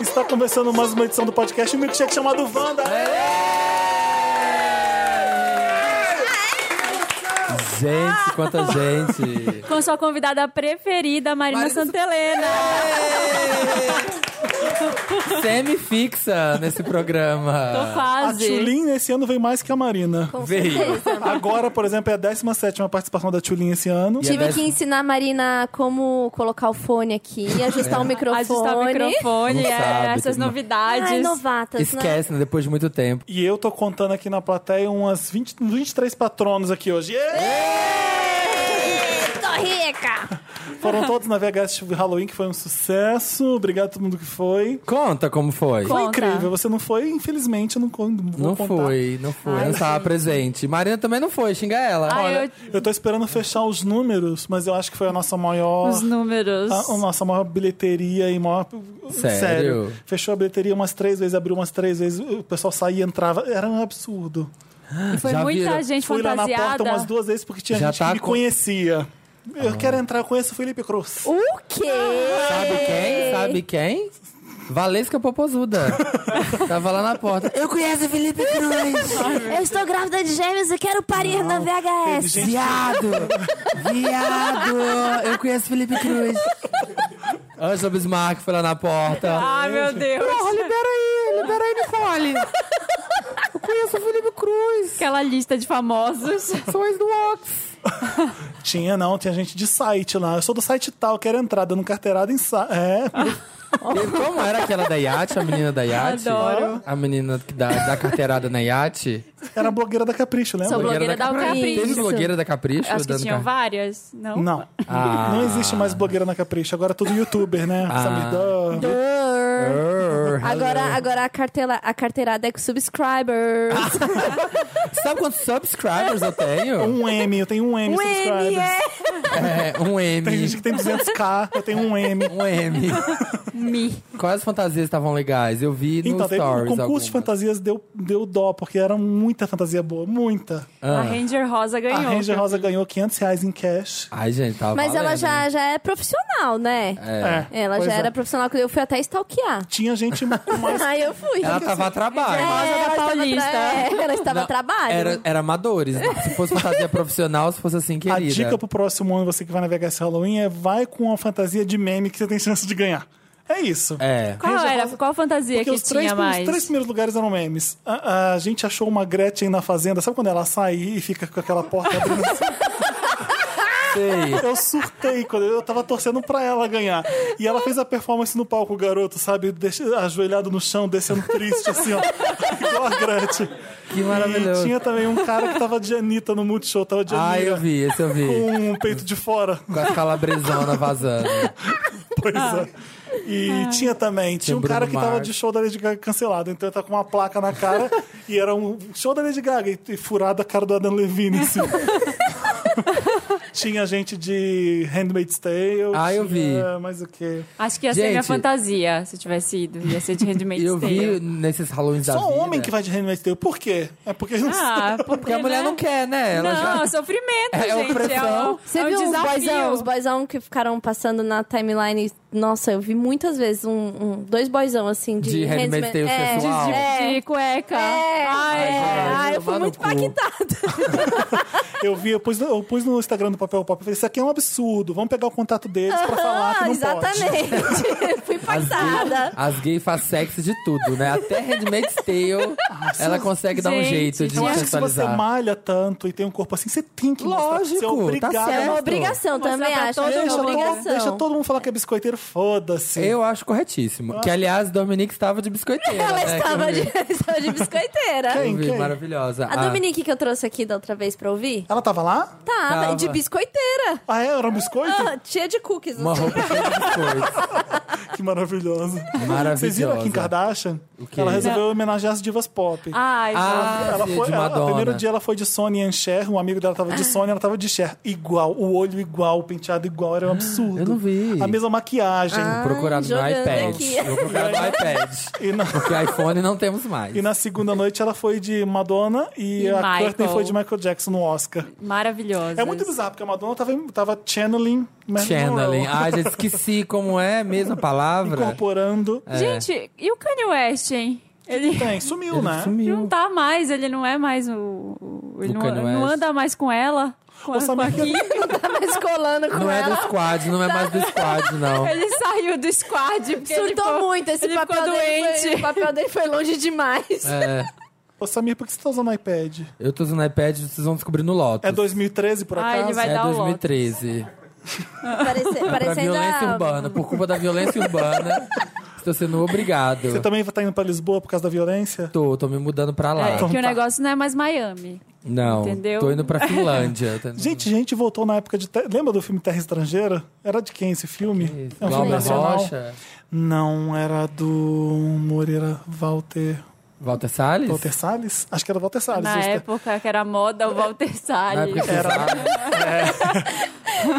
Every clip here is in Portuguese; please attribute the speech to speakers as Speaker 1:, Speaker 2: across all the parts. Speaker 1: Está começando mais uma edição do podcast Milkshake chamado Wanda.
Speaker 2: É, Gente,
Speaker 3: Ah!
Speaker 2: quanta gente.
Speaker 3: Com sua convidada preferida, Marina
Speaker 2: Marina
Speaker 3: Santelena.
Speaker 4: É.
Speaker 2: Semi-fixa nesse
Speaker 3: Tô
Speaker 2: programa.
Speaker 1: A
Speaker 3: quase.
Speaker 1: Tulin esse ano veio mais que a Marina.
Speaker 2: Veio.
Speaker 1: Agora, por exemplo, é a 17 participação da Tulin esse ano.
Speaker 2: E é- a
Speaker 4: Tive
Speaker 2: dez-
Speaker 4: que ensinar a Marina como colocar o fone aqui, ajustar o microfone.
Speaker 3: Ajustar o tá microfone,
Speaker 2: Não
Speaker 3: é,
Speaker 2: sabe,
Speaker 3: essas
Speaker 2: tem-
Speaker 3: novidades.
Speaker 4: Ai, novatas, né?
Speaker 2: Esquece, né? Depois de muito tempo.
Speaker 1: E eu tô contando aqui na plateia umas 20, 23 patronos aqui hoje. Ê!
Speaker 4: Tô rica!
Speaker 1: Foram todos na VHS de Halloween, que foi um sucesso. Obrigado a todo mundo que foi.
Speaker 2: Conta como foi.
Speaker 3: Conta.
Speaker 1: Foi incrível. Você não foi, infelizmente, eu não, con- vou
Speaker 2: Não
Speaker 1: contar.
Speaker 2: foi, não foi. não estava presente. Marina também não foi, xinga ela.
Speaker 3: Ai,
Speaker 2: Olha,
Speaker 3: eu-
Speaker 1: Eu tô esperando fechar os números, mas eu acho que foi a nossa maior...
Speaker 3: Os números.
Speaker 1: A, a nossa maior bilheteria e maior.
Speaker 2: Sério?
Speaker 1: Fechou a bilheteria umas três vezes, abriu umas três vezes, o pessoal saía e entrava. Era um absurdo.
Speaker 3: Foi
Speaker 2: Já
Speaker 3: muita
Speaker 2: viram?
Speaker 3: gente
Speaker 1: Fui lá na porta
Speaker 3: fantasiada.
Speaker 1: umas duas vezes porque tinha
Speaker 2: Já
Speaker 1: gente
Speaker 2: tá
Speaker 1: que me
Speaker 2: com- Ah.
Speaker 1: conhecia. Eu quero entrar, eu conheço o Felipe Cruz.
Speaker 4: O quê?
Speaker 2: sabe quem? Sabe quem? Valesca Popozuda. Tava lá na porta. Eu conheço o Felipe Cruz.
Speaker 4: Eu estou grávida de gêmeos e quero parir na
Speaker 1: Teve
Speaker 4: VHS.
Speaker 1: gente-
Speaker 2: Viado! Viado! Eu conheço Felipe Cruz. Angela Bismarck foi lá na porta.
Speaker 3: Ai, meu Deus.
Speaker 2: Ah, libera aí, libera aí, Nicole. Eu conheço o Felipe Cruz.
Speaker 3: Aquela lista de famosos.
Speaker 2: Sou ex do Ox.
Speaker 1: Tinha, não, tinha gente de site lá. Eu sou do site tal, quero entrar, dando carteirada em site. É,
Speaker 2: Como era aquela da Yacht, a menina da Yacht?
Speaker 3: Adoro.
Speaker 2: A menina que dá, dá carteirada na Yacht.
Speaker 1: era blogueira da Capricho, lembra?
Speaker 3: Sou Blogueira da Capricho.
Speaker 2: Teve um blogueira da Capricho?
Speaker 3: Acho que
Speaker 2: dando
Speaker 3: tinham
Speaker 2: car-
Speaker 3: várias, não?
Speaker 1: Não.
Speaker 2: Ah.
Speaker 1: Não existe mais blogueira na Capricho. Agora é tudo youtuber, né?
Speaker 2: Ah.
Speaker 1: Samir Dan.
Speaker 4: Durr.
Speaker 2: Err,
Speaker 4: Agora,
Speaker 2: hello.
Speaker 4: agora a, cartela, a carteirada é com subscribers.
Speaker 2: Ah, Sabe quantos subscribers eu tenho?
Speaker 1: Um M, eu tenho um M
Speaker 4: o M
Speaker 1: subscribers.
Speaker 4: é...
Speaker 2: É, um M.
Speaker 1: Tem gente que tem 200k, eu tenho um M.
Speaker 2: Um M.
Speaker 3: Me.
Speaker 2: Quais fantasias estavam legais? Eu vi no
Speaker 1: Então, teve um
Speaker 2: Stories.
Speaker 1: concurso
Speaker 2: algumas.
Speaker 1: de fantasias deu, deu dó, porque era muita fantasia boa, muita.
Speaker 3: A Ranger Rosa
Speaker 1: Ah. A
Speaker 3: ganhou.
Speaker 1: Ranger Rosa ganhou 500 reais em cash.
Speaker 2: Ai, gente, tava
Speaker 4: Mas ela
Speaker 2: valendo,
Speaker 4: já,
Speaker 2: hein?
Speaker 4: já é profissional, né?
Speaker 2: É.
Speaker 4: Ela
Speaker 1: pois
Speaker 4: já
Speaker 1: é.
Speaker 4: era profissional. Eu fui até stalkear.
Speaker 1: Tinha gente com mais.
Speaker 4: Aí eu fui. É,
Speaker 2: Ela tá- tava a
Speaker 1: assim, é.
Speaker 2: trabalho.
Speaker 3: Rosa da
Speaker 4: ela estava
Speaker 3: Paulista.
Speaker 4: é, ela estava
Speaker 2: Não,
Speaker 4: a trabalho.
Speaker 2: Era, era amadores. Se fosse fantasia profissional, se fosse assim,
Speaker 1: A
Speaker 2: querida.
Speaker 1: dica pro próximo ano, você que vai navegar esse Halloween, é vai com uma fantasia de meme que você tem chance de ganhar. É isso.
Speaker 2: É.
Speaker 3: Qual
Speaker 1: Ranger
Speaker 3: era?
Speaker 1: Rosa-
Speaker 3: Qual fantasia
Speaker 1: Porque
Speaker 3: que
Speaker 1: os três,
Speaker 3: tinha
Speaker 1: primeiros-
Speaker 3: mais?
Speaker 1: os três primeiros lugares eram memes. A, a gente achou uma Gretchen na fazenda. Sabe quando ela sai e fica com aquela porta abrindo? assim?
Speaker 2: Sei.
Speaker 1: eu surtei quando eu tava torcendo pra ela ganhar. E ela fez a performance no palco, o garoto, sabe? Deixa- ajoelhado no chão, descendo triste, assim, ó. Igual a Gretchen.
Speaker 2: Que maravilhoso.
Speaker 1: E tinha também um cara que tava de Anitta no Multishow. Tava de
Speaker 2: Ah,
Speaker 1: Anira,
Speaker 2: eu vi, esse eu vi.
Speaker 1: Com um peito de fora.
Speaker 2: Com as calabresonas vazando.
Speaker 1: Pois é. E tinha também, tinha
Speaker 2: o
Speaker 1: um
Speaker 2: Bruno
Speaker 1: cara que tava
Speaker 2: Mars.
Speaker 1: de show da Lady Gaga cancelado, então ele tá com uma placa na cara e era um show da Lady Gaga e, e furado a cara do Adam Levine. Assim. tinha gente de Handmaid's Tale.
Speaker 2: Ah, eu
Speaker 1: tinha Mais o quê?
Speaker 3: Acho que ia ser minha
Speaker 2: Gente.
Speaker 3: fantasia, se eu tivesse ido. Ia ser de rendimento
Speaker 2: Eu vi nesses Halloween da
Speaker 1: Só um
Speaker 2: vida.
Speaker 1: homem que vai de Handmaid's Tale. Por quê? É porque não
Speaker 3: Ah, porque,
Speaker 2: Porque a mulher
Speaker 3: né?
Speaker 4: Uhum.
Speaker 2: não quer, né? Ela
Speaker 3: não,
Speaker 2: já...
Speaker 3: é sofrimento,
Speaker 2: É
Speaker 3: gente. É
Speaker 2: opressão.
Speaker 3: um,
Speaker 4: Você
Speaker 3: é um
Speaker 4: viu os
Speaker 3: desafio.
Speaker 4: boyzão, os boyzão que ficaram passando na timeline? Nossa, eu vi muitas vezes um, um- dois boyzão assim de,
Speaker 2: De Handmaid's
Speaker 4: Handmaid's-
Speaker 2: Tale
Speaker 4: é,
Speaker 2: sexual.
Speaker 4: de-
Speaker 3: de,
Speaker 4: É.
Speaker 3: de cueca.
Speaker 4: É.
Speaker 3: Ai,
Speaker 2: gente,
Speaker 4: Ah,
Speaker 2: tomar
Speaker 4: eu fui
Speaker 2: no
Speaker 4: muito
Speaker 2: cu.
Speaker 4: impactada.
Speaker 1: Eu vi, eu pus, no- eu pus no Instagram do Papel Pop. Eu falei, isso aqui é um absurdo. Vamos pegar o contato deles pra falar que não pode.
Speaker 4: Ah, Exatamente. fui
Speaker 2: As gays
Speaker 4: impactada.
Speaker 2: as gay faz sexo de tudo, né? Até Handmaid's Tale, ela consegue dar um
Speaker 3: Gente,
Speaker 2: jeito de
Speaker 3: eu
Speaker 1: Eu acho que se você
Speaker 2: sensualizar.
Speaker 1: malha tanto e tem um corpo assim, você tem que mostrar.
Speaker 2: Lógico,
Speaker 1: você é
Speaker 2: tá
Speaker 1: obrigado a
Speaker 2: certo.
Speaker 4: É uma
Speaker 2: Certo.
Speaker 4: obrigação,
Speaker 3: Mostrar
Speaker 4: também
Speaker 3: pra
Speaker 4: acho.
Speaker 3: todo
Speaker 4: é
Speaker 3: mundo.
Speaker 4: uma
Speaker 1: Deixa, todo,
Speaker 4: obrigação.
Speaker 1: deixa todo mundo falar que é biscoiteiro, foda-se.
Speaker 2: Eu acho corretíssimo. Que, aliás, Dominique estava de biscoiteira.
Speaker 4: Ela
Speaker 2: né? Que eu
Speaker 4: estava
Speaker 2: vi.
Speaker 4: de, estava de biscoiteira.
Speaker 2: Eu vi,
Speaker 1: Quem?
Speaker 2: maravilhosa. Ah,
Speaker 4: A Dominique que eu trouxe aqui da outra vez pra ouvir?
Speaker 1: Ela tava lá?
Speaker 4: Tava,
Speaker 2: Tava.
Speaker 4: de biscoiteira.
Speaker 1: Ah, é? Era um biscoito?
Speaker 4: Ah, cheia de cookies.
Speaker 2: Uma roupa cheia de biscoitos.
Speaker 1: Que maravilhoso.
Speaker 2: Maravilhosa.
Speaker 1: Vocês viram a Kim Kardashian?
Speaker 2: quê?
Speaker 1: Ela resolveu homenagear as divas pop.
Speaker 3: Ai,
Speaker 2: Ah,
Speaker 1: Ela
Speaker 2: sim,
Speaker 1: foi,
Speaker 2: de
Speaker 1: ela-
Speaker 2: Madonna.
Speaker 1: o primeiro dia ela foi de Sony and Cher, um amigo dela tava de Sony, ela tava de Cher. Igual, o olho igual, o penteado igual, era um absurdo.
Speaker 2: Ah, eu não vi.
Speaker 1: A mesma maquiagem.
Speaker 2: Vou procurar no
Speaker 4: jogando
Speaker 2: iPad.
Speaker 4: aqui.
Speaker 2: Eu Vou procurar no iPad.
Speaker 1: E na,
Speaker 2: Porque iPhone não temos mais.
Speaker 1: e na segunda noite ela foi de Madonna e,
Speaker 3: E
Speaker 1: a
Speaker 3: Michael.
Speaker 1: Courtney foi de Michael Jackson no Oscar.
Speaker 3: maravilhosa.
Speaker 1: É muito bizarro, porque a Madonna tava, tava channeling Marilyn Monroe.
Speaker 2: Channeling. Ah, já esqueci como é mesmo a palavra.
Speaker 1: Incorporando.
Speaker 3: É. Gente, e o Kanye West, hein? Ele
Speaker 1: Tem, sumiu,
Speaker 2: Ele
Speaker 1: né?
Speaker 3: ele
Speaker 2: sumiu.
Speaker 3: não tá mais, ele não é mais o. o- ele
Speaker 2: O
Speaker 3: não,
Speaker 2: Kanye
Speaker 3: não
Speaker 2: West.
Speaker 3: anda mais com ela. Com, a-
Speaker 1: Ô,
Speaker 3: com a
Speaker 1: Samir,
Speaker 3: Kim.
Speaker 4: Tá mais colando com
Speaker 2: Não é do
Speaker 4: ela.
Speaker 2: squad, não é mais
Speaker 3: Tá.
Speaker 2: do squad, não.
Speaker 3: Ele saiu do squad. Porque ele
Speaker 4: Surtou
Speaker 3: ficou-
Speaker 4: muito, esse
Speaker 3: ele
Speaker 4: papel
Speaker 3: ficou
Speaker 4: dele,
Speaker 3: doente.
Speaker 4: foi, o papel dele foi longe demais.
Speaker 2: É,
Speaker 1: Ô, Samir, por que você tá usando iPad?
Speaker 2: eu tô usando iPad, vocês vão descobrir no Lotus.
Speaker 1: É 2013, por
Speaker 3: Ah,
Speaker 1: acaso?
Speaker 3: ele vai-
Speaker 2: É
Speaker 3: dar o Lotus.
Speaker 2: 2013.
Speaker 4: Parece-
Speaker 2: Pra
Speaker 4: parecendo
Speaker 2: violência
Speaker 4: a...
Speaker 2: urbana, por culpa da violência urbana, estou sendo
Speaker 1: Você
Speaker 2: obrigado.
Speaker 1: também tá indo pra Lisboa por causa da violência?
Speaker 2: Tô, tô me mudando pra lá.
Speaker 3: É, que
Speaker 1: Então tá.
Speaker 3: o negócio não é mais Miami.
Speaker 2: Não,
Speaker 3: Entendeu?
Speaker 2: tô indo pra Finlândia. tá-
Speaker 1: Gente, gente voltou na época de. Te- Lembra do filme Terra Estrangeira? Era de quem esse filme? É um filme
Speaker 2: Glauber
Speaker 1: nacional?
Speaker 2: Rocha,
Speaker 1: Não, era do Moreira Walter.
Speaker 2: Walter Salles?
Speaker 1: Walter Salles? Acho que era Walter Salles.
Speaker 3: Na
Speaker 1: Os-
Speaker 3: época que era moda, o Walter
Speaker 2: Na
Speaker 3: Salles.
Speaker 2: época que
Speaker 1: Era.
Speaker 2: usava.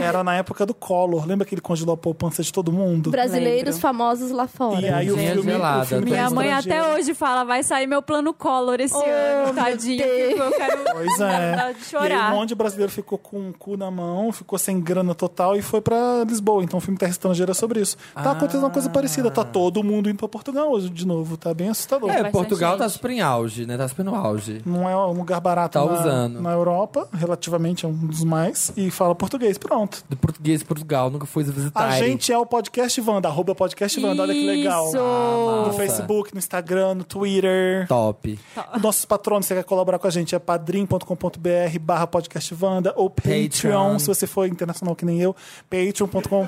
Speaker 1: Era na época do Collor. Lembra que ele congelou a poupança de todo mundo?
Speaker 4: Brasileiros
Speaker 3: Lembro.
Speaker 4: famosos lá fora.
Speaker 1: E aí o
Speaker 2: Cozinha
Speaker 1: filme, o
Speaker 2: gelada.
Speaker 1: filme
Speaker 3: Minha
Speaker 1: Terra
Speaker 3: mãe
Speaker 1: Estrangeira.
Speaker 3: até hoje fala, vai sair meu plano Collor esse ano, tadinho.
Speaker 4: Deus.
Speaker 3: Eu quero
Speaker 1: Pois é.
Speaker 3: dar de
Speaker 1: E aí,
Speaker 3: chorar.
Speaker 1: um monte de brasileiro ficou com o cu na mão, ficou sem grana total e foi pra Lisboa. Então o filme Terra Estrangeira é sobre isso. Tá acontecendo uma coisa parecida. Tá todo mundo indo pra Portugal hoje de novo. Tá bem assustador.
Speaker 2: É,
Speaker 3: Vai
Speaker 2: Portugal
Speaker 3: ser
Speaker 2: tá
Speaker 3: gente.
Speaker 2: super em auge, né? Tá super no auge.
Speaker 1: Não é um lugar barato
Speaker 2: Tá
Speaker 1: na,
Speaker 2: usando.
Speaker 1: na Europa, relativamente é um dos mais, e fala português, pronto.
Speaker 2: Do português de Portugal, nunca fui visitar.
Speaker 1: A gente é o Podcast Wanda, arroba Podcast Wanda, olha que legal.
Speaker 3: Isso!
Speaker 1: No
Speaker 2: Nossa.
Speaker 1: Facebook, no Instagram, no Twitter.
Speaker 2: Top.
Speaker 1: Nossos patronos, se você quer colaborar com a gente, é padrim.com.br barra podcastvanda ou Patreon,
Speaker 2: Patreon.
Speaker 1: se você for internacional que nem eu,
Speaker 2: Pra
Speaker 1: patreon.com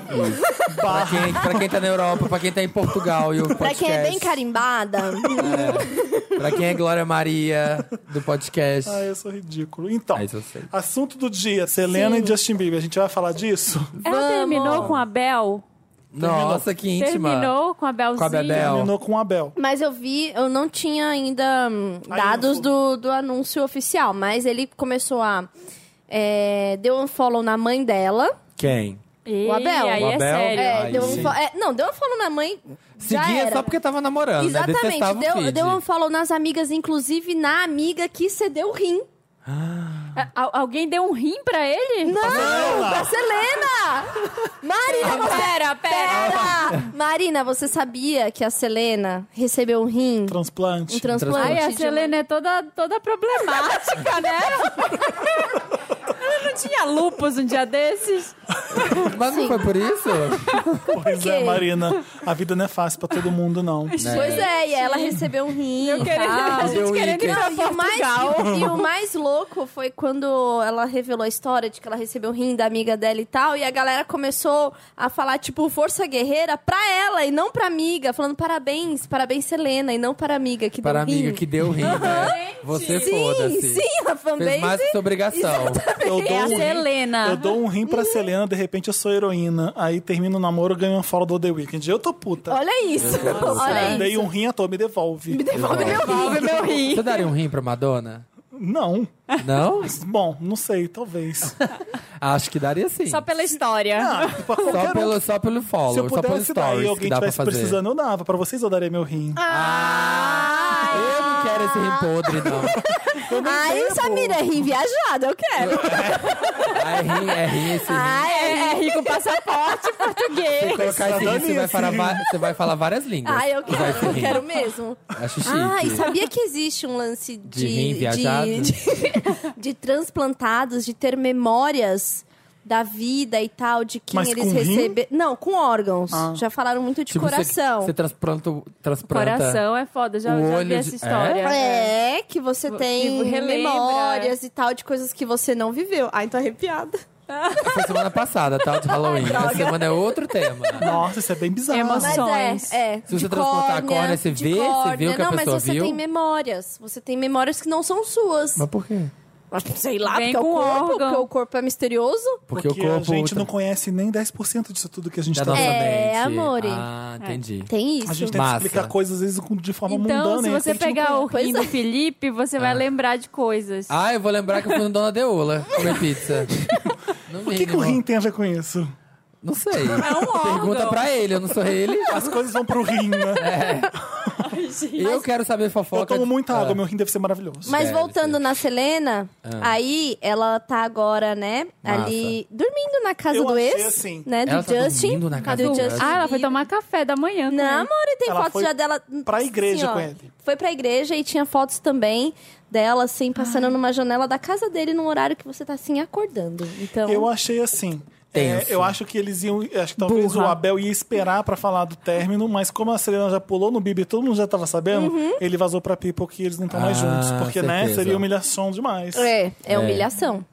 Speaker 1: barra
Speaker 2: quem, pra quem tá na Europa, pra quem tá em Portugal e o podcast.
Speaker 4: Pra quem é bem carimbada,
Speaker 2: Pra quem é Glória Maria do podcast.
Speaker 1: Ah, eu sou ridículo. Então,
Speaker 2: Ah, isso eu sei.
Speaker 1: assunto do dia, Selena e Justin Bieber. A gente vai falar disso?
Speaker 3: Ela terminou com a Bel?
Speaker 2: Nossa, que íntima.
Speaker 3: Terminou com a Belzinha?
Speaker 2: Com a Bebel.
Speaker 1: Terminou com o Abel.
Speaker 4: mas eu vi, eu não tinha ainda hum,
Speaker 1: Aí
Speaker 4: dados
Speaker 1: eu
Speaker 4: do, do anúncio oficial, mas ele começou a. é, deu um follow na mãe dela.
Speaker 2: Quem?
Speaker 3: E
Speaker 4: O Abel.
Speaker 3: aí
Speaker 2: O
Speaker 3: é
Speaker 2: Abel?
Speaker 3: sério.
Speaker 4: É,
Speaker 2: Ai,
Speaker 4: deu um
Speaker 2: sim.
Speaker 4: fo- é, não, deu um follow na mãe. já
Speaker 2: Seguia
Speaker 4: era.
Speaker 2: só porque tava namorando, né?
Speaker 4: Exatamente,
Speaker 2: Detestava o
Speaker 4: deu,
Speaker 2: feed.
Speaker 4: deu um follow nas amigas, inclusive na amiga que cedeu o rim.
Speaker 3: A- al- alguém deu um rim pra ele?
Speaker 4: Não, pra Selena! Marina, você
Speaker 3: Pera, pera.
Speaker 4: Pera! Marina, você sabia que a Selena recebeu um rim?
Speaker 1: Transplante.
Speaker 4: Um transplante?
Speaker 3: Ai, a
Speaker 4: de-
Speaker 3: Selena é toda, toda problemática, né? Ela não tinha lupus um dia desses?
Speaker 2: Mas não foi por isso?
Speaker 1: Pois é,
Speaker 4: quê?
Speaker 1: Marina. A vida não é fácil pra todo mundo, não.
Speaker 4: Pois é, e ela recebeu um rim e
Speaker 3: Querendo, a
Speaker 4: tal.
Speaker 2: Deu
Speaker 3: gente querendo ir
Speaker 2: item.
Speaker 3: pra
Speaker 4: E o, mais,
Speaker 3: Portugal.
Speaker 4: e o mais louco foi quando ela revelou a história de que ela recebeu o rim da amiga dela e tal, e a galera começou a falar, tipo, força guerreira pra ela e não pra amiga, falando parabéns, parabéns Selena, e não para a amiga que
Speaker 2: Para a
Speaker 4: deu um rim.
Speaker 2: amiga que deu rim, né? Você
Speaker 4: Sim,
Speaker 2: foda-se.
Speaker 4: sim, a
Speaker 2: Fez mais que
Speaker 4: fanbase.
Speaker 2: sua obrigação.
Speaker 1: Eu
Speaker 3: É a
Speaker 1: um rim-
Speaker 3: Selena.
Speaker 1: Eu dou um rim pra Selena, de repente eu sou heroína. Aí termino o namoro, ganho uma follow do The Weeknd. Eu tô puta.
Speaker 4: Olha isso, olha
Speaker 1: Dei
Speaker 4: isso.
Speaker 1: um rim à toa, me devolve.
Speaker 4: Me devolve meu rim.
Speaker 3: Devolve meu rim.
Speaker 2: Você daria um rim pra Madonna?
Speaker 1: Não.
Speaker 2: Não?
Speaker 1: Bom, não sei, talvez.
Speaker 2: Acho que daria sim.
Speaker 3: Só pela história.
Speaker 1: Ah, pra qualquer
Speaker 2: Só
Speaker 1: um.
Speaker 2: pelo, só pelo
Speaker 1: Se eu
Speaker 2: follow, tipo, só pelo
Speaker 1: pudesse dar e
Speaker 2: stories que
Speaker 1: alguém
Speaker 2: dá pra
Speaker 1: tivesse
Speaker 2: fazer.
Speaker 1: precisando, eu dava. Pra vocês eu daria meu rim.
Speaker 2: Ah, eu não quero esse rim podre, não.
Speaker 4: Ai, Samira, é rim viajado, eu quero.
Speaker 2: Ah, é rim, é rim esse rim.
Speaker 4: Ai,
Speaker 3: É, é rico passaporte português.
Speaker 2: Colocar esse rim, você vai,
Speaker 1: esse
Speaker 2: falar,
Speaker 1: rim.
Speaker 2: va- você vai falar várias línguas.
Speaker 4: ai, eu
Speaker 2: Usar esse
Speaker 4: quero, eu
Speaker 2: rim.
Speaker 4: quero Ah, mesmo.
Speaker 2: Acho chique.
Speaker 4: Ai, sabia que existe um lance de...
Speaker 2: De rim viajado?
Speaker 4: De, de transplantados, de ter memórias da vida e tal, de quem
Speaker 1: Mas
Speaker 4: eles
Speaker 1: com rim?
Speaker 4: receberam... Não, com órgãos. Já falaram muito de
Speaker 2: Tipo, você-
Speaker 4: coração.
Speaker 2: Você, transplanta, o- transplanta
Speaker 3: Coração é foda, já,
Speaker 2: O
Speaker 3: já
Speaker 2: olho
Speaker 3: vi essa
Speaker 2: de-
Speaker 3: história.
Speaker 4: É, que você tem
Speaker 3: que relembra,
Speaker 4: memórias e tal de coisas que você não viveu. Ai, tô arrepiada.
Speaker 2: Foi semana passada, tá? De Halloween. Essa semana é outro tema.
Speaker 1: Nossa, isso é bem bizarro.
Speaker 3: Emoção. Sonhos.
Speaker 4: Mas é, é.
Speaker 2: Se
Speaker 4: de
Speaker 2: você transportar a
Speaker 4: córnea,
Speaker 2: córnea, você
Speaker 4: de
Speaker 2: vê, você
Speaker 4: córnea.
Speaker 2: vê o que a
Speaker 4: Não,
Speaker 2: pessoa
Speaker 4: mas você
Speaker 2: viu?
Speaker 4: tem memórias. Você tem memórias que não são suas.
Speaker 2: Mas por quê?
Speaker 4: Mas sei lá,
Speaker 3: Vem
Speaker 4: porque é o
Speaker 3: com
Speaker 4: corpo,
Speaker 3: órgão.
Speaker 4: porque o corpo é misterioso.
Speaker 2: Porque, o
Speaker 1: a
Speaker 2: corpo tá-
Speaker 1: gente não conhece nem 10% disso tudo que a gente
Speaker 2: da
Speaker 1: tá
Speaker 2: nossa
Speaker 1: vendo.
Speaker 4: É,
Speaker 2: mente.
Speaker 4: amore. É.
Speaker 2: Ah, entendi.
Speaker 4: Tem isso.
Speaker 1: A gente tem
Speaker 2: Massa.
Speaker 1: que explicar coisas, às vezes, com- de forma
Speaker 3: É, Então,
Speaker 1: mundana.
Speaker 3: se
Speaker 1: e
Speaker 3: você
Speaker 1: a gente não
Speaker 3: pegar o
Speaker 1: conhece.
Speaker 3: rim do
Speaker 4: é.
Speaker 3: Felipe, você vai lembrar de
Speaker 2: É.
Speaker 3: coisas.
Speaker 2: Ah, eu vou lembrar que eu fui no Dona Deola comer pizza. No
Speaker 1: O que, que o
Speaker 2: mínimo.
Speaker 1: rim tem a ver com isso?
Speaker 2: Não sei.
Speaker 4: É
Speaker 3: um órgão.
Speaker 2: Pergunta pra ele, eu não sou ele. É,
Speaker 1: As coisas vão pro rim, né?
Speaker 2: Eu quero saber fofoca.
Speaker 1: Eu tomo muita
Speaker 2: Ah,
Speaker 1: água, meu rim deve ser maravilhoso.
Speaker 4: Mas
Speaker 2: Deve
Speaker 4: voltando
Speaker 2: ser.
Speaker 4: na Selena, aí ela tá agora, né,
Speaker 2: Ah. Massa.
Speaker 4: ali dormindo na casa
Speaker 1: Eu
Speaker 4: do
Speaker 1: achei
Speaker 4: ex,
Speaker 1: assim.
Speaker 4: né, do
Speaker 2: Ela tá
Speaker 4: Justin.
Speaker 2: dormindo na casa
Speaker 4: do
Speaker 2: do
Speaker 4: Justin.
Speaker 3: Ah, ela foi tomar café da manhã. com
Speaker 4: Não,
Speaker 3: ele.
Speaker 4: amor, e tem
Speaker 1: Ela
Speaker 4: fotos
Speaker 1: foi
Speaker 4: já dela.
Speaker 1: pra igreja
Speaker 4: ó,
Speaker 1: com ele.
Speaker 4: Foi pra igreja e tinha fotos também dela, assim, passando numa janela da casa dele num horário que você tá assim acordando. Então.
Speaker 1: Eu achei assim. é,
Speaker 2: Tenso.
Speaker 1: eu acho que eles iam. Acho que talvez
Speaker 3: Burra.
Speaker 1: o Abel ia esperar pra falar do término, mas como a Selena já pulou no Bibi e todo mundo já tava sabendo,
Speaker 4: Uhum.
Speaker 1: ele vazou pra People que eles não estão mais
Speaker 2: Ah,
Speaker 1: juntos. Porque, né,
Speaker 2: certeza.
Speaker 1: seria humilhação demais.
Speaker 4: É, é humilhação.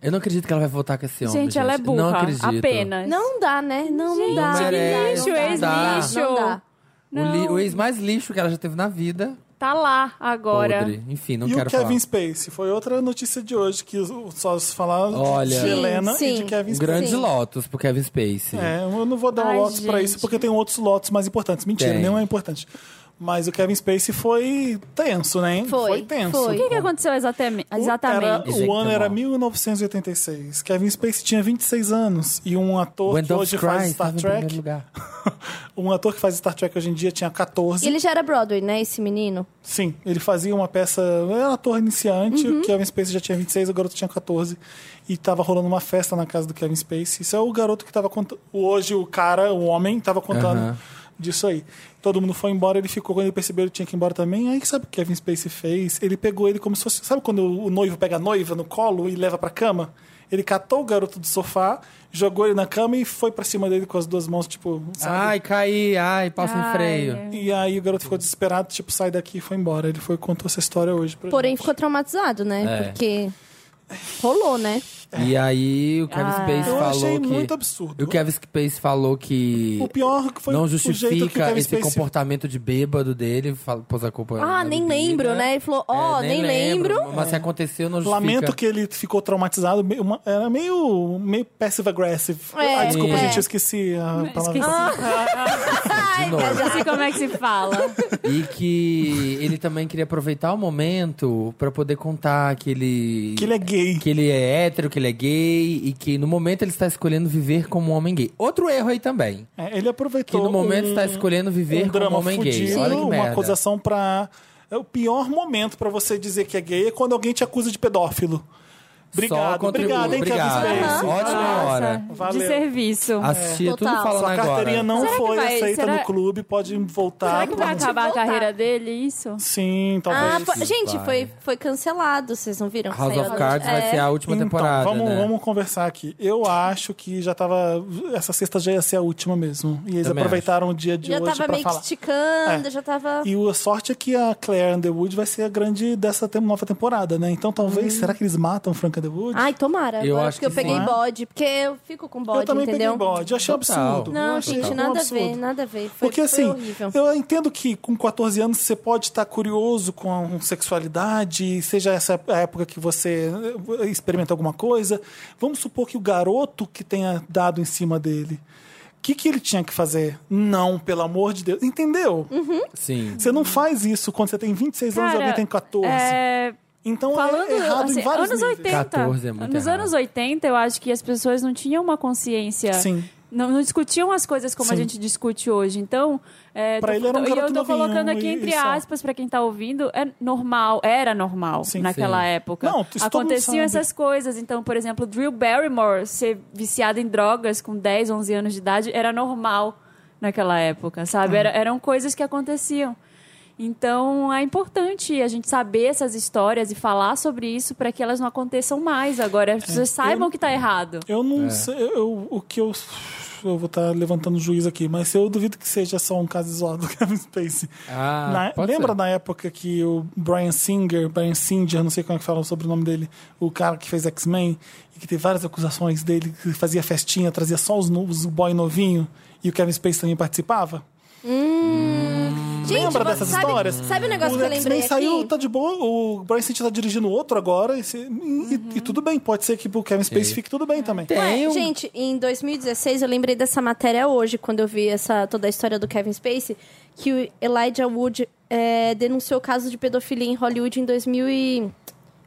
Speaker 2: Eu não acredito que ela vai voltar com esse homem.
Speaker 3: Gente, ela é
Speaker 2: Não
Speaker 3: burra.
Speaker 2: acredito.
Speaker 3: Apenas.
Speaker 4: Não dá, né? Não, não dá.
Speaker 2: Não merece,
Speaker 3: lixo,
Speaker 2: não dá.
Speaker 3: ex-lixo.
Speaker 4: Não dá.
Speaker 2: O, li- o ex mais lixo que ela já teve na vida.
Speaker 3: Tá lá agora.
Speaker 2: Podre. Enfim, não
Speaker 1: e o
Speaker 2: quero
Speaker 1: Kevin
Speaker 2: falar.
Speaker 1: Spacey foi outra notícia de hoje que os- os- só se falaram
Speaker 2: Olha.
Speaker 1: de Selena
Speaker 4: Sim,
Speaker 1: e de
Speaker 4: sim.
Speaker 1: Kevin
Speaker 2: Um
Speaker 1: Spacey.
Speaker 2: grande
Speaker 4: Sim.
Speaker 2: Lotus pro Kevin Spacey.
Speaker 1: É, eu não vou dar
Speaker 3: Ai,
Speaker 1: lotes pra
Speaker 3: gente.
Speaker 1: isso porque tem outros lotes mais importantes. Mentira,
Speaker 2: Tem.
Speaker 1: nenhum é importante. Mas o Kevin Spacey foi tenso, né? hein?
Speaker 4: Foi,
Speaker 1: tenso.
Speaker 4: foi.
Speaker 3: O que, que aconteceu exatamente?
Speaker 1: Era-
Speaker 3: exatamente?
Speaker 2: Gente,
Speaker 1: o ano
Speaker 2: tá
Speaker 1: era
Speaker 2: bom.
Speaker 1: 1986. Kevin Spacey tinha 26 anos e um ator
Speaker 2: O End
Speaker 1: que
Speaker 2: of
Speaker 1: hoje faz
Speaker 2: Christ
Speaker 1: Star
Speaker 2: tava em primeiro
Speaker 1: Trek,
Speaker 2: lugar.
Speaker 1: um ator que faz Star Trek hoje em dia tinha 14.
Speaker 4: E ele já era Broadway, né, esse menino?
Speaker 1: Sim, ele fazia uma peça, era um ator iniciante, o Kevin Spacey já tinha 26, o garoto tinha 14 e tava rolando uma festa na casa do Kevin Spacey. Isso é o garoto que tava contando, hoje o cara, o homem tava contando
Speaker 2: Aham.
Speaker 1: disso aí. Todo mundo foi embora, ele ficou quando ele percebeu que ele tinha que ir embora também. Aí sabe o que o Kevin Spacey fez? Ele pegou ele como se fosse, sabe quando o noivo pega a noiva no colo e leva pra cama? Ele catou o garoto do sofá, jogou ele na cama e foi pra cima dele com as duas mãos, tipo, sabe?
Speaker 2: Ai, caí. Ai, passa em
Speaker 3: Ai,
Speaker 2: freio.
Speaker 3: é.
Speaker 1: E aí o garoto ficou desesperado, tipo, sai daqui e foi embora. Ele foi contou essa história hoje. Pra
Speaker 4: Porém,
Speaker 1: gente.
Speaker 4: ficou traumatizado, né?
Speaker 2: É.
Speaker 4: Porque rolou, né?
Speaker 2: E aí o Kevin Spacey
Speaker 1: É. Eu
Speaker 2: falou
Speaker 1: achei
Speaker 2: que...
Speaker 1: muito absurdo.
Speaker 2: E o Kevin Spacey falou que...
Speaker 1: O pior foi
Speaker 2: não
Speaker 1: o jeito que o
Speaker 2: justifica
Speaker 1: Kevin
Speaker 2: esse
Speaker 1: Spacey...
Speaker 2: comportamento de bêbado dele, fala- pôs a culpa
Speaker 4: Ah,
Speaker 2: na
Speaker 4: nem
Speaker 2: bebida.
Speaker 4: lembro, né? Ele falou, ó,
Speaker 2: É,
Speaker 4: nem, lembro.
Speaker 2: Mas se aconteceu, não justifica.
Speaker 1: Lamento que ele ficou traumatizado. meio- uma- Era meio, meio passive-aggressive.
Speaker 4: É,
Speaker 1: ah, desculpa,
Speaker 2: é.
Speaker 1: gente, eu esqueci a palavra.
Speaker 3: Esqueci.
Speaker 4: Ah. Ai,
Speaker 2: novo.
Speaker 4: viajado.
Speaker 3: Não sei como é que se fala.
Speaker 2: E que ele também queria aproveitar o momento pra poder contar que ele...
Speaker 1: Que ele é gay.
Speaker 2: que ele é hétero, que ele é gay e que no momento ele está escolhendo viver como um homem gay. Outro erro aí também.
Speaker 1: É, ele
Speaker 2: Que
Speaker 1: aproveitou
Speaker 2: no momento
Speaker 1: um,
Speaker 2: está escolhendo viver
Speaker 1: um
Speaker 2: como
Speaker 1: drama
Speaker 2: homem gay.
Speaker 1: fudido,
Speaker 2: Olha que
Speaker 1: uma
Speaker 2: merda.
Speaker 1: acusação pra... É o pior momento pra você dizer que é gay é quando alguém te acusa de pedófilo. Obrigado,
Speaker 2: contribui,
Speaker 1: obrigado, hein, Kevin
Speaker 2: obrigado.
Speaker 1: Spacey.
Speaker 2: Ótima
Speaker 1: Ah,
Speaker 2: hora.
Speaker 1: Valeu.
Speaker 3: De serviço.
Speaker 2: Assistia
Speaker 4: É.
Speaker 2: Assim, tudo
Speaker 4: Total.
Speaker 2: falando
Speaker 1: Sua
Speaker 2: agora. né?
Speaker 1: carteirinha não
Speaker 3: Será que
Speaker 1: foi
Speaker 3: vai-
Speaker 1: aceita
Speaker 3: será-
Speaker 1: no clube, pode voltar.
Speaker 3: Será que vai
Speaker 1: pode-
Speaker 3: acabar a
Speaker 4: voltar.
Speaker 3: carreira dele, isso?
Speaker 1: Sim, talvez.
Speaker 4: Ah, pô,
Speaker 2: Sim,
Speaker 4: gente,
Speaker 2: vai.
Speaker 4: foi, foi cancelado. Vocês não viram? que
Speaker 2: House
Speaker 4: saiu É,
Speaker 2: of
Speaker 4: a
Speaker 2: Cards vai
Speaker 4: notícia?
Speaker 2: ser a última
Speaker 1: Então,
Speaker 2: temporada,
Speaker 1: vamos,
Speaker 2: né?
Speaker 1: vamos conversar aqui. Eu acho que já tava. Essa sexta já ia ser a última mesmo. E eles
Speaker 2: Também
Speaker 1: aproveitaram o dia de
Speaker 4: Já
Speaker 1: hoje
Speaker 4: tava
Speaker 1: pra
Speaker 4: meio que
Speaker 1: falar.
Speaker 4: esticando,
Speaker 1: É.
Speaker 4: já tava...
Speaker 1: E o- a sorte é que a Claire Underwood vai ser a grande dessa tem- nova temporada, né? Então talvez. Será que eles matam o Frank Underwood?
Speaker 4: Hum. Ai, tomara.
Speaker 2: Eu
Speaker 4: agora,
Speaker 2: acho
Speaker 4: porque
Speaker 2: que
Speaker 4: eu peguei
Speaker 1: sim.
Speaker 4: bode. Porque eu fico com
Speaker 1: eu
Speaker 4: bode,
Speaker 1: também
Speaker 4: entendeu?
Speaker 1: peguei bode. Eu achei um
Speaker 2: Total.
Speaker 1: absurdo.
Speaker 4: Não,
Speaker 1: Eu achei
Speaker 4: gente,
Speaker 1: um
Speaker 4: nada a
Speaker 1: absurdo.
Speaker 4: ver, nada a ver. Foi,
Speaker 1: Porque
Speaker 4: foi
Speaker 1: assim,
Speaker 4: horrível.
Speaker 1: eu entendo que com 14 anos você pode estar curioso com a um sexualidade, seja essa a época que você eh, experimenta alguma coisa. Vamos supor que o garoto que tenha dado em cima dele. O que, que ele tinha que fazer? Não, pelo amor de Deus. Entendeu?
Speaker 2: Sim.
Speaker 1: Você não faz isso quando você tem 26 anos e
Speaker 3: Uhum. Cara,
Speaker 1: alguém tem 14.
Speaker 3: É...
Speaker 1: Então
Speaker 3: Falando
Speaker 1: é errado
Speaker 3: assim,
Speaker 1: em vários
Speaker 3: anos
Speaker 1: níveis.
Speaker 3: 80.
Speaker 2: 14 é muito
Speaker 3: nos
Speaker 2: errado.
Speaker 3: anos 80, eu acho que as pessoas não tinham uma consciência.
Speaker 1: Sim.
Speaker 3: Não, não discutiam as coisas como a
Speaker 1: Sim.
Speaker 3: gente discute hoje. Então, é,
Speaker 1: Pra
Speaker 3: tô-
Speaker 1: ele era um
Speaker 3: e eu
Speaker 1: garoto
Speaker 3: tô
Speaker 1: novinho,
Speaker 3: colocando aqui
Speaker 1: e-
Speaker 3: entre
Speaker 1: e só.
Speaker 3: aspas pra quem tá ouvindo, é normal, era normal
Speaker 1: Sim.
Speaker 3: naquela
Speaker 2: Sim.
Speaker 3: época.
Speaker 1: Não, isso todo mundo
Speaker 3: Aconteciam
Speaker 1: sabe.
Speaker 3: essas coisas. Então, por exemplo, Drew Barrymore ser viciado em drogas com 10, 11 anos de idade era normal naquela época,
Speaker 1: É.
Speaker 3: sabe? Era- eram coisas que aconteciam. Então, é importante a gente saber essas histórias e falar sobre isso para que elas não aconteçam mais agora. As pessoas saibam que tá errado.
Speaker 1: É. Eu
Speaker 2: É.
Speaker 1: não sei, eu, o que eu. Eu vou estar levantando o juiz aqui, mas eu duvido que seja só um caso isolado do Kevin Spacey.
Speaker 2: Ah,
Speaker 1: Na-
Speaker 2: pode
Speaker 1: lembra
Speaker 2: ser.
Speaker 1: na época que o Brian Singer, Brian Singer, não sei como é que fala o sobrenome dele, o cara que fez X-Men, e que teve várias acusações dele, que fazia festinha, trazia só os, no- os boy novinho, e o Kevin Spacey também participava?
Speaker 4: Gente,
Speaker 1: lembra
Speaker 4: você
Speaker 1: dessas
Speaker 4: sabe-
Speaker 1: histórias?
Speaker 4: Sabe o negócio
Speaker 1: O
Speaker 4: que eu
Speaker 1: X-Men
Speaker 4: lembrei aqui?
Speaker 1: saiu, tá de boa, o Brian Singer tá dirigindo outro agora, e, se- e-
Speaker 4: Uhum.
Speaker 1: e tudo bem, pode ser que o Kevin Spacey
Speaker 2: Ei.
Speaker 1: fique tudo bem também.
Speaker 2: Tem
Speaker 4: Ué,
Speaker 2: um-
Speaker 4: Gente, em 2016 eu lembrei dessa matéria hoje, quando eu vi essa, toda a história do Kevin Spacey, que o Elijah Wood é, denunciou o caso de pedofilia em Hollywood em 2000 e...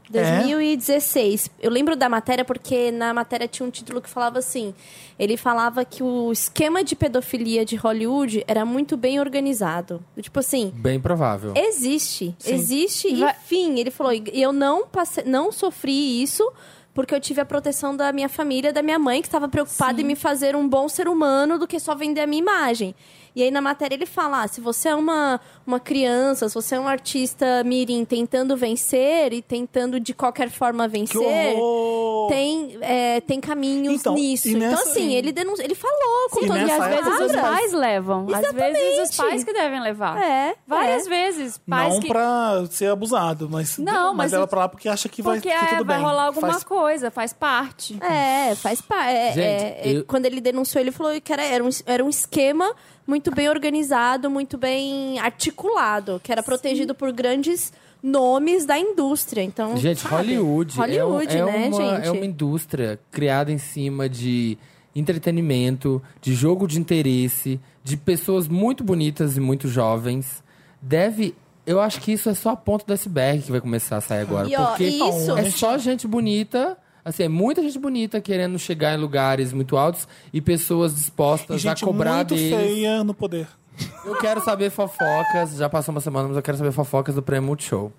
Speaker 4: 2016. Eu lembro da matéria porque na matéria tinha um título que falava assim: ele falava que o esquema de pedofilia de Hollywood era muito bem organizado. Tipo assim,
Speaker 2: Bem provável.
Speaker 4: Existe, existe e
Speaker 3: Vai-
Speaker 4: fim. Ele falou, e eu não passei, não sofri isso porque eu tive a proteção da minha família, da minha mãe, que estava preocupada em me fazer um bom ser humano do que só vender a minha imagem. E aí na matéria ele fala, ah, se você é uma, uma criança, se você é um artista mirim tentando vencer e tentando de qualquer forma
Speaker 1: Que
Speaker 4: vencer,
Speaker 1: horror!
Speaker 4: tem, é, tem caminhos
Speaker 1: Então,
Speaker 4: nisso.
Speaker 1: e nessa-
Speaker 4: Então assim, ele, denun... ele falou com
Speaker 1: E
Speaker 4: todas
Speaker 3: E
Speaker 1: nessa
Speaker 4: as
Speaker 3: às
Speaker 1: época-
Speaker 3: vezes os
Speaker 4: palavras.
Speaker 3: pais levam. Às vezes os
Speaker 4: Exatamente.
Speaker 3: pais que devem levar.
Speaker 4: É, é.
Speaker 3: Várias vezes. Pais
Speaker 1: Não
Speaker 3: que...
Speaker 1: pra ser abusado, mas,
Speaker 3: Não,
Speaker 1: mas
Speaker 3: mas
Speaker 1: ela
Speaker 3: eu-
Speaker 1: pra lá porque acha que vai,
Speaker 3: Porque
Speaker 1: que
Speaker 3: é,
Speaker 1: tudo
Speaker 3: vai
Speaker 1: bem.
Speaker 3: rolar alguma
Speaker 1: Faz-
Speaker 3: coisa, faz parte.
Speaker 4: É, faz parte.
Speaker 2: Gente, eu-
Speaker 4: Quando ele denunciou, ele falou que era, era, um, era um esquema muito bem organizado, muito bem articulado, que era protegido por grandes nomes da indústria. Então,
Speaker 2: Gente,
Speaker 4: sabe?
Speaker 2: Hollywood,
Speaker 4: Hollywood,
Speaker 2: é, um- é
Speaker 4: né,
Speaker 2: uma,
Speaker 4: gente?
Speaker 2: é uma indústria criada em cima de entretenimento, de jogo de interesse, de pessoas muito bonitas e muito jovens. Deve. Eu acho que isso é só a ponta do iceberg que vai começar a sair agora.
Speaker 4: E, ó,
Speaker 2: porque
Speaker 4: e isso-
Speaker 2: é só gente bonita. Assim, é muita gente bonita querendo chegar em lugares muito altos e pessoas
Speaker 1: E
Speaker 2: dispostas a
Speaker 1: gente
Speaker 2: cobrar
Speaker 1: muito
Speaker 2: deles.
Speaker 1: feia no poder.
Speaker 2: Eu quero saber fofocas. Já passou uma semana, mas eu quero saber fofocas do Prêmio Multishow.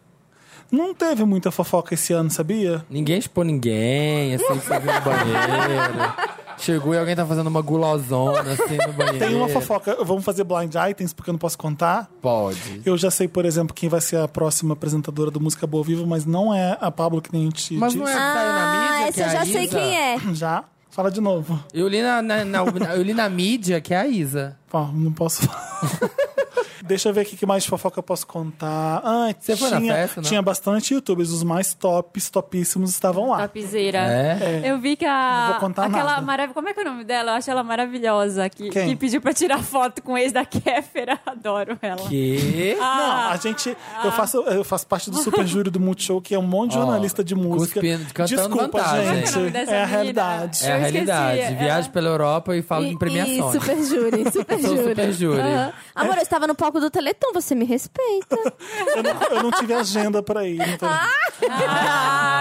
Speaker 1: Não teve muita fofoca esse ano, sabia?
Speaker 2: Ninguém expôs ninguém, assim, que você viu no banheiro. Chegou e alguém tá fazendo uma gulosona, assim, no banheiro.
Speaker 1: Tem uma fofoca. Vamos fazer blind items, porque eu não posso contar.
Speaker 2: Pode.
Speaker 1: Eu já sei, por exemplo, quem vai ser a próxima apresentadora do Música Boa Viva, mas não é a Pablo que nem a gente
Speaker 2: Mas
Speaker 1: disse.
Speaker 2: não é que saiu na
Speaker 4: Ah,
Speaker 2: mídia, que
Speaker 4: essa
Speaker 2: é
Speaker 4: eu
Speaker 2: a
Speaker 4: já sei
Speaker 2: Isa?
Speaker 4: quem é.
Speaker 1: Já? Fala de novo.
Speaker 2: Eu li na, na- na- na- eu li na mídia que é a Isa.
Speaker 1: Ó, não posso falar. Deixa eu ver aqui que mais de fofoca eu posso contar. Ah,
Speaker 2: Você foi na
Speaker 1: tinha,
Speaker 2: festa, não?
Speaker 1: tinha bastante youtubers, os mais tops, topíssimos estavam lá.
Speaker 3: Topzera.
Speaker 2: É?
Speaker 3: Eu vi que
Speaker 1: Não
Speaker 3: a.
Speaker 1: vou contar
Speaker 3: aquela
Speaker 1: nada.
Speaker 3: marav- Como é que é o nome dela? Eu acho ela maravilhosa. Que,
Speaker 1: Quem?
Speaker 3: que pediu pra tirar foto com o ex da Kéfera. Adoro ela.
Speaker 2: Que?
Speaker 4: Ah,
Speaker 1: Não, a gente. Eu, faço, eu faço parte do super júri do Multishow, que é um monte de
Speaker 2: Ó,
Speaker 1: jornalista de música.
Speaker 2: cuspindo, cantando
Speaker 1: Desculpa,
Speaker 2: vantagem. Como é que é
Speaker 1: gente.
Speaker 3: o nome dessa
Speaker 1: É a
Speaker 3: menina?
Speaker 1: realidade.
Speaker 2: É a
Speaker 3: Eu esqueci,
Speaker 2: realidade.
Speaker 3: ela-
Speaker 2: Viajo pela Europa e falo
Speaker 4: E-
Speaker 2: em
Speaker 4: E
Speaker 2: premiações.
Speaker 4: super júri, super
Speaker 2: Sou
Speaker 4: júri.
Speaker 2: super júri.
Speaker 4: Aham. Amor, eu estava no palco do Teleton, você me respeita.
Speaker 1: Eu não,
Speaker 2: É.
Speaker 1: eu não tive agenda pra ir. Não, tô-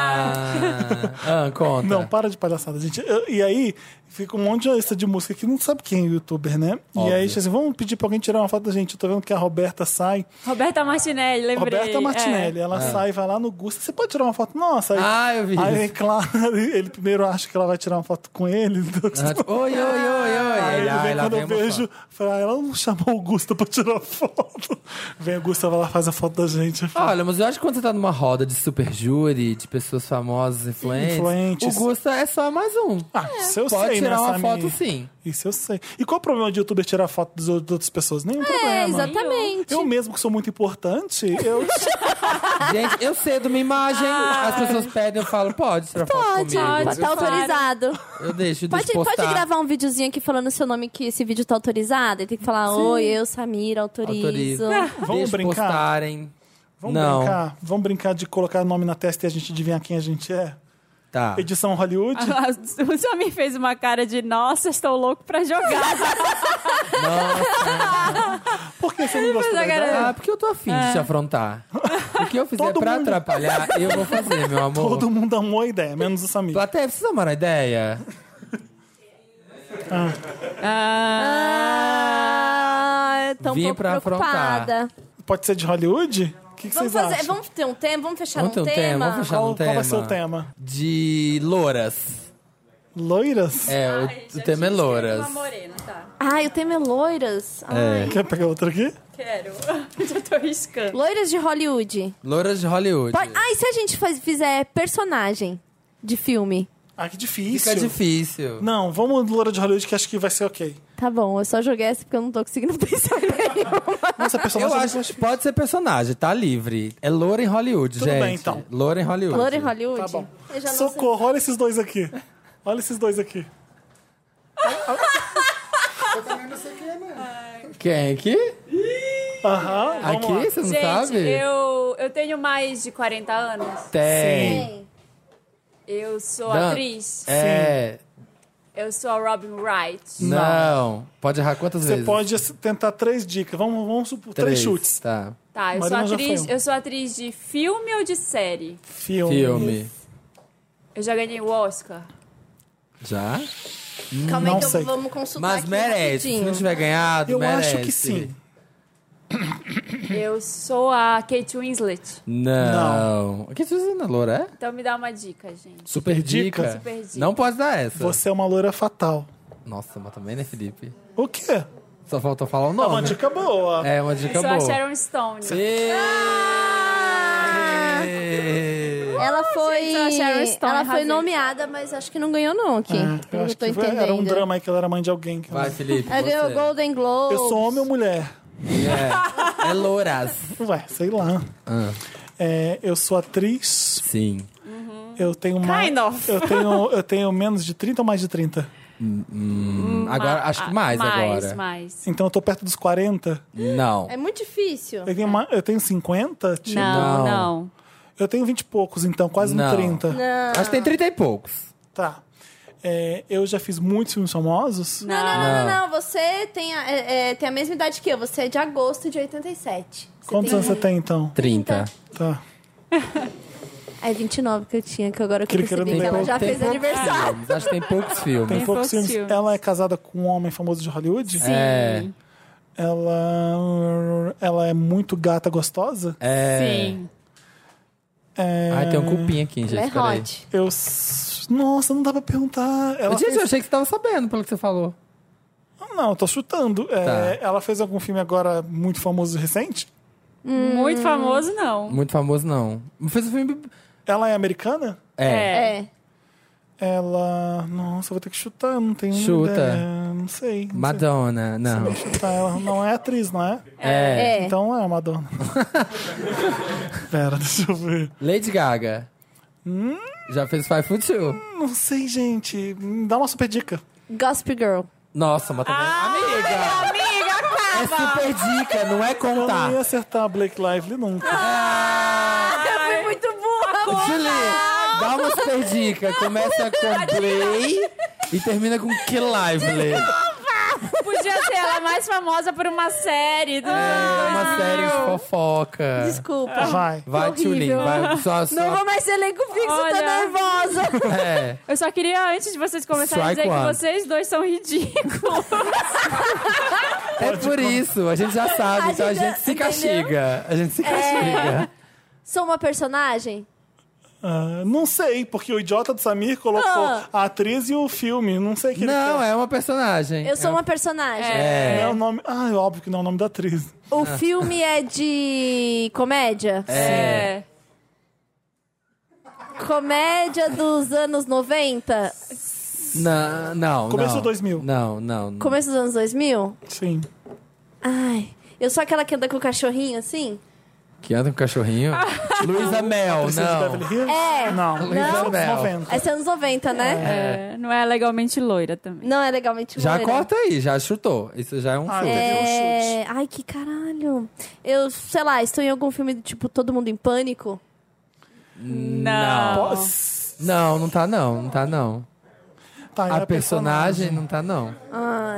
Speaker 2: Ah, ah, conta.
Speaker 1: não, para de palhaçada, gente. Eu- e aí, fica um monte de jornalista de música que não sabe quem é youtuber, né? E
Speaker 2: Óbvio.
Speaker 1: aí, tipo assim, vamos pedir pra alguém tirar uma foto da gente. Eu tô vendo que a Roberta sai.
Speaker 3: Roberta Martinelli, lembrei. É.
Speaker 4: é.
Speaker 1: Roberta Martinelli, ela sai, vai lá no Gusta. Você pode tirar uma foto? Nossa, aí,
Speaker 2: É. Ah, eu vi
Speaker 1: aí
Speaker 2: isso.
Speaker 1: claro, ele primeiro acha que ela vai tirar uma foto com ele.
Speaker 2: Ah, é, tipo, Oi, oi, oi, oi.
Speaker 1: Aí ele
Speaker 2: lá-
Speaker 1: vem
Speaker 2: lá
Speaker 1: quando
Speaker 2: vem
Speaker 1: eu
Speaker 2: uma
Speaker 1: vejo,
Speaker 2: foto.
Speaker 1: fala, "Ah, ela não chamou o Gusta pra tirar foto. Vem o Gusta, vai lá, faz a foto da gente. Eu falo,
Speaker 2: Olha, mas eu acho que quando você tá numa roda de super júri, de pessoas famosas, influentes,
Speaker 1: Influentes.
Speaker 2: o Gusta é só mais um.
Speaker 1: Ah,
Speaker 4: É.
Speaker 1: isso eu
Speaker 2: Pode
Speaker 1: sei,
Speaker 2: tirar
Speaker 1: né,
Speaker 2: uma
Speaker 1: Samir?
Speaker 2: foto, sim.
Speaker 1: Isso eu sei. E qual é o problema de youtuber tirar foto dos outros- das outras pessoas? Nenhum
Speaker 4: É,
Speaker 1: problema.
Speaker 4: exatamente.
Speaker 1: Eu mesmo que sou muito importante, eu
Speaker 2: Gente, eu cedo uma imagem, as pessoas pedem, eu falo, pode tirar foto
Speaker 4: Ah. Pode,
Speaker 2: comigo.
Speaker 4: pode, tá
Speaker 3: Claro.
Speaker 4: autorizado.
Speaker 2: Eu deixo, eu
Speaker 4: Pode,
Speaker 2: deixo
Speaker 4: pode
Speaker 2: postar.
Speaker 4: gravar um videozinho aqui falando seu nome, que esse vídeo tá autorizado. E tem que falar, oi, eu, Samira, autorizo.
Speaker 2: Autorizo.
Speaker 1: É, Vamos
Speaker 2: Deixo
Speaker 1: brincar?
Speaker 2: postarem.
Speaker 1: vamos
Speaker 2: Não.
Speaker 1: brincar, vamos brincar de colocar o nome na testa e a gente adivinhar quem a gente é.
Speaker 2: Tá.
Speaker 1: Edição Hollywood.
Speaker 4: Ah.
Speaker 3: O Samir fez uma cara de nossa, estou louco pra jogar.
Speaker 1: Por que você não gostou
Speaker 4: é,
Speaker 1: da
Speaker 3: Mas agora-
Speaker 1: ideia?
Speaker 2: Ah, porque eu tô afim de te afrontar. O que eu fizer
Speaker 1: Todo
Speaker 2: pra
Speaker 1: mundo.
Speaker 2: atrapalhar, eu vou fazer, meu amor.
Speaker 1: Todo mundo amou a ideia, menos o Samir.
Speaker 2: Plateia, vocês amaram a ideia?
Speaker 4: Ah, eu tô um
Speaker 2: Vim
Speaker 4: pouco
Speaker 2: pra
Speaker 4: preocupada.
Speaker 1: Pode ser de Hollywood? O que, que
Speaker 4: Vamos
Speaker 1: vocês
Speaker 4: fazer,
Speaker 1: acham?
Speaker 4: vamos ter um tema, vamos fechar
Speaker 2: Vamos ter
Speaker 4: um
Speaker 2: um tema,
Speaker 4: tema.
Speaker 2: vamos fechar
Speaker 1: Qual,
Speaker 2: um
Speaker 1: qual
Speaker 2: tema.
Speaker 1: vai ser o tema?
Speaker 2: De louras.
Speaker 1: Loiras?
Speaker 2: É, o- o tema é louras.
Speaker 3: Uma morena, tá.
Speaker 4: Ai, o tema é loiras. Ai.
Speaker 2: É.
Speaker 1: Quer pegar outra aqui?
Speaker 3: Quero. Já tô riscando.
Speaker 4: Loiras de Hollywood.
Speaker 2: Louras de Hollywood.
Speaker 4: Pode... Ah, e se a gente faz- fizer personagem de filme?
Speaker 1: Ah, que difícil.
Speaker 2: Fica difícil.
Speaker 1: Não, vamos loira de Hollywood que acho que vai ser ok.
Speaker 4: Tá bom, eu só joguei essa porque eu não tô conseguindo pensar
Speaker 2: Tá
Speaker 4: nenhuma.
Speaker 1: Nossa,
Speaker 2: Eu
Speaker 1: personagem
Speaker 2: acho que pode ser personagem, tá livre. É loura em Hollywood,
Speaker 1: Tudo
Speaker 2: gente.
Speaker 1: bem, então.
Speaker 2: Loura em Hollywood.
Speaker 4: Loira em Hollywood?
Speaker 1: Tá bom.
Speaker 4: Eu já não sei.
Speaker 1: Socorro, olha esses dois aqui. Olha esses dois aqui.
Speaker 2: Quem? Aqui?
Speaker 1: Aham, vamos
Speaker 2: Aqui? Você não
Speaker 3: Gente,
Speaker 2: sabe?
Speaker 3: eu, eu tenho mais de 40 anos.
Speaker 2: Tem.
Speaker 4: Sim.
Speaker 3: Eu sou
Speaker 2: Dan-
Speaker 3: atriz.
Speaker 2: É.
Speaker 3: Eu sou a Robin Wright.
Speaker 2: Não. Pode errar quantas
Speaker 1: Você
Speaker 2: vezes?
Speaker 1: pode tentar três dicas. Vamos, vamos supor, três, chutes.
Speaker 2: Tá.
Speaker 3: Tá, eu sou,
Speaker 1: Marina já
Speaker 3: atriz,
Speaker 1: foi um.
Speaker 3: eu sou atriz de filme ou de série?
Speaker 1: Filme.
Speaker 2: Filme.
Speaker 3: Eu já ganhei o Oscar.
Speaker 2: Já?
Speaker 4: Calma
Speaker 1: Não
Speaker 4: aí, então
Speaker 1: sei.
Speaker 4: vamos consultar
Speaker 2: Mas
Speaker 4: aqui
Speaker 2: merece. Se
Speaker 4: rapidinho.
Speaker 2: não tiver ganhado,
Speaker 1: Eu
Speaker 2: merece.
Speaker 1: acho que sim.
Speaker 3: Eu sou a Kate Winslet.
Speaker 2: Não. O que você dizendo, Loura? É?
Speaker 3: Então me dá uma dica, gente.
Speaker 2: Super dica.
Speaker 1: dica.
Speaker 3: Super dica.
Speaker 2: Não pode dar essa.
Speaker 1: Você é uma loira fatal.
Speaker 2: Nossa, mas também, né, Felipe?
Speaker 1: O quê?
Speaker 2: Só faltou falar o
Speaker 1: É uma
Speaker 2: nome.
Speaker 1: dica boa.
Speaker 2: É, uma
Speaker 3: Eu
Speaker 2: dica
Speaker 3: sou a
Speaker 2: boa.
Speaker 3: Sharon Stone.
Speaker 2: Ê!
Speaker 4: Ela foi,
Speaker 3: gente, a Sharon Stone,
Speaker 4: ela foi
Speaker 3: arrasei.
Speaker 1: nomeada,
Speaker 4: nomeada, mas acho que não ganhou não aqui.
Speaker 1: Eu acho
Speaker 4: tô
Speaker 1: que foi-
Speaker 4: entendendo.
Speaker 1: era um drama aí que ela era mãe de alguém. que eu
Speaker 2: Vai,
Speaker 1: não-
Speaker 2: Felipe.
Speaker 4: Ela ganhou
Speaker 2: você.
Speaker 4: Golden Globe.
Speaker 1: Eu sou um- homem ou mulher?
Speaker 2: É, é Louras.
Speaker 1: Ué, sei lá.
Speaker 2: Ah,
Speaker 1: É, eu sou atriz.
Speaker 2: sim.
Speaker 1: Eu tenho mais.
Speaker 3: Kind of.
Speaker 1: Eu tenho, eu tenho menos de 30 ou mais de 30?
Speaker 2: Hum, agora, acho que mais,
Speaker 3: Ah, mais
Speaker 2: agora.
Speaker 3: Mais,
Speaker 1: Então eu tô perto dos 40.
Speaker 2: Não.
Speaker 4: É muito difícil.
Speaker 1: Eu tenho, ma- eu tenho 50? Tipo,
Speaker 3: Não,
Speaker 2: Não.
Speaker 3: não.
Speaker 1: Eu tenho 20 e poucos, então, quase no
Speaker 2: Não.
Speaker 1: 30.
Speaker 4: Não.
Speaker 2: Acho que tem 30 e poucos.
Speaker 1: Tá. É, eu já fiz muitos filmes famosos.
Speaker 4: Não, não,
Speaker 2: Não.
Speaker 4: não,
Speaker 1: um-
Speaker 4: não, não. Você tem a, é, é, tem a mesma idade que eu. Você é de agosto de 87. Você
Speaker 1: Quantos
Speaker 4: tem...
Speaker 1: anos você tem, então?
Speaker 2: 30.
Speaker 1: Tá.
Speaker 4: Ai, 29 que eu tinha, que agora eu
Speaker 1: Aquele que
Speaker 4: percebi
Speaker 1: era
Speaker 4: que
Speaker 1: no
Speaker 4: ela
Speaker 1: meio.
Speaker 4: já
Speaker 2: Tem
Speaker 4: fez
Speaker 2: poucos
Speaker 4: aniversário.
Speaker 2: filmes. Acho que tem poucos filmes.
Speaker 1: Tem poucos
Speaker 3: poucos
Speaker 1: filmes.
Speaker 3: filmes.
Speaker 1: Ela é casada com um homem famoso de Hollywood?
Speaker 3: Sim.
Speaker 2: É.
Speaker 1: Ela, ela é muito gata gostosa?
Speaker 2: É.
Speaker 3: Sim.
Speaker 1: É...
Speaker 2: Ai, tem um cupim aqui, gente.
Speaker 4: Ela é
Speaker 2: peraí.
Speaker 4: hot.
Speaker 1: Eu. s- Nossa, não dá pra perguntar. Ela
Speaker 2: Gente, eu
Speaker 1: fez...
Speaker 2: achei que você tava sabendo pelo que você falou.
Speaker 1: Não, eu tô chutando.
Speaker 2: Tá.
Speaker 1: É, Ela fez algum filme agora muito famoso recente?
Speaker 3: Muito famoso, não.
Speaker 2: Muito famoso, não. Fez o filme.
Speaker 1: Ela é americana?
Speaker 2: É.
Speaker 4: É.
Speaker 1: Ela. Nossa, eu vou ter que chutar, eu não tenho
Speaker 2: Chuta.
Speaker 1: ideia. Não sei. Não
Speaker 2: Madonna, não.
Speaker 1: sei. Chutar, ela não é atriz, não é?
Speaker 2: É.
Speaker 4: É.
Speaker 1: Então é a Madonna. Pera, deixa eu ver.
Speaker 2: Lady Gaga. Já fez Five Foot Two.
Speaker 1: Não sei, gente. Me Dá uma super dica.
Speaker 4: Gossip Girl.
Speaker 2: Nossa, mas também.
Speaker 4: Ah,
Speaker 2: amiga!
Speaker 3: Amiga,
Speaker 2: É super dica, não é
Speaker 1: Eu não ia
Speaker 2: contar.
Speaker 1: acertar a Blake Lively nunca.
Speaker 4: Eu fui muito burra.
Speaker 2: Julie, dá uma super dica. Começa com Play e termina com Que Lively.
Speaker 3: podia ser ela mais famosa por uma série do
Speaker 2: É uma série de fofoca.
Speaker 4: Desculpa.
Speaker 1: Vai.
Speaker 2: Vai,
Speaker 4: horrível.
Speaker 2: Julie, vai. Só, só,
Speaker 4: Não vou mais ser elenco fixo, tô
Speaker 3: Olha.
Speaker 4: nervosa.
Speaker 2: é.
Speaker 3: Eu só queria, antes de vocês começarem,
Speaker 2: Strike
Speaker 3: dizer
Speaker 2: one.
Speaker 3: que vocês dois são ridículos.
Speaker 2: é por isso, a gente já sabe,
Speaker 4: A
Speaker 2: então a
Speaker 4: gente já-
Speaker 2: gente se
Speaker 4: entendeu? É.
Speaker 2: castiga. A gente se castiga.
Speaker 4: Sou uma personagem?
Speaker 1: Ah, não sei, porque o idiota do Samir colocou
Speaker 4: Ah.
Speaker 1: a atriz e o filme. Não sei o que
Speaker 2: Não,
Speaker 1: ele
Speaker 2: é uma personagem.
Speaker 4: Eu sou
Speaker 2: É
Speaker 4: uma personagem.
Speaker 1: quer.
Speaker 2: É.
Speaker 1: Não é o nome. Ah, é óbvio que não é o nome da atriz.
Speaker 4: O filme é de comédia?
Speaker 3: É.
Speaker 4: Comédia dos anos 90?
Speaker 2: Não, não.
Speaker 1: Começo
Speaker 2: não.
Speaker 1: 2000.
Speaker 2: Não, não. não.
Speaker 4: Começo dos anos 2000?
Speaker 1: Sim.
Speaker 4: Ai, eu sou aquela que anda com o cachorrinho assim?
Speaker 2: Que anda com cachorrinho?
Speaker 4: Ah.
Speaker 2: Luísa Mel,
Speaker 1: Precisa de Beverly
Speaker 2: não.
Speaker 1: Hills?
Speaker 4: É.
Speaker 1: Não.
Speaker 2: Não?
Speaker 1: Precisa dos
Speaker 2: Não.
Speaker 1: 90.
Speaker 4: Essa é anos 90, né?
Speaker 3: É, Não é legalmente loira também.
Speaker 4: Não é legalmente
Speaker 2: Já
Speaker 4: loira.
Speaker 2: corta aí, já chutou. Isso já é um
Speaker 1: Ah,
Speaker 2: chute.
Speaker 1: é.
Speaker 4: É... Ai, que caralho. Eu, sei lá, estou em algum filme do tipo Todo Mundo em Pânico?
Speaker 3: Não.
Speaker 1: Posso-
Speaker 2: Não, não tá não, não tá não.
Speaker 1: Tá, é
Speaker 2: A personagem não tá não.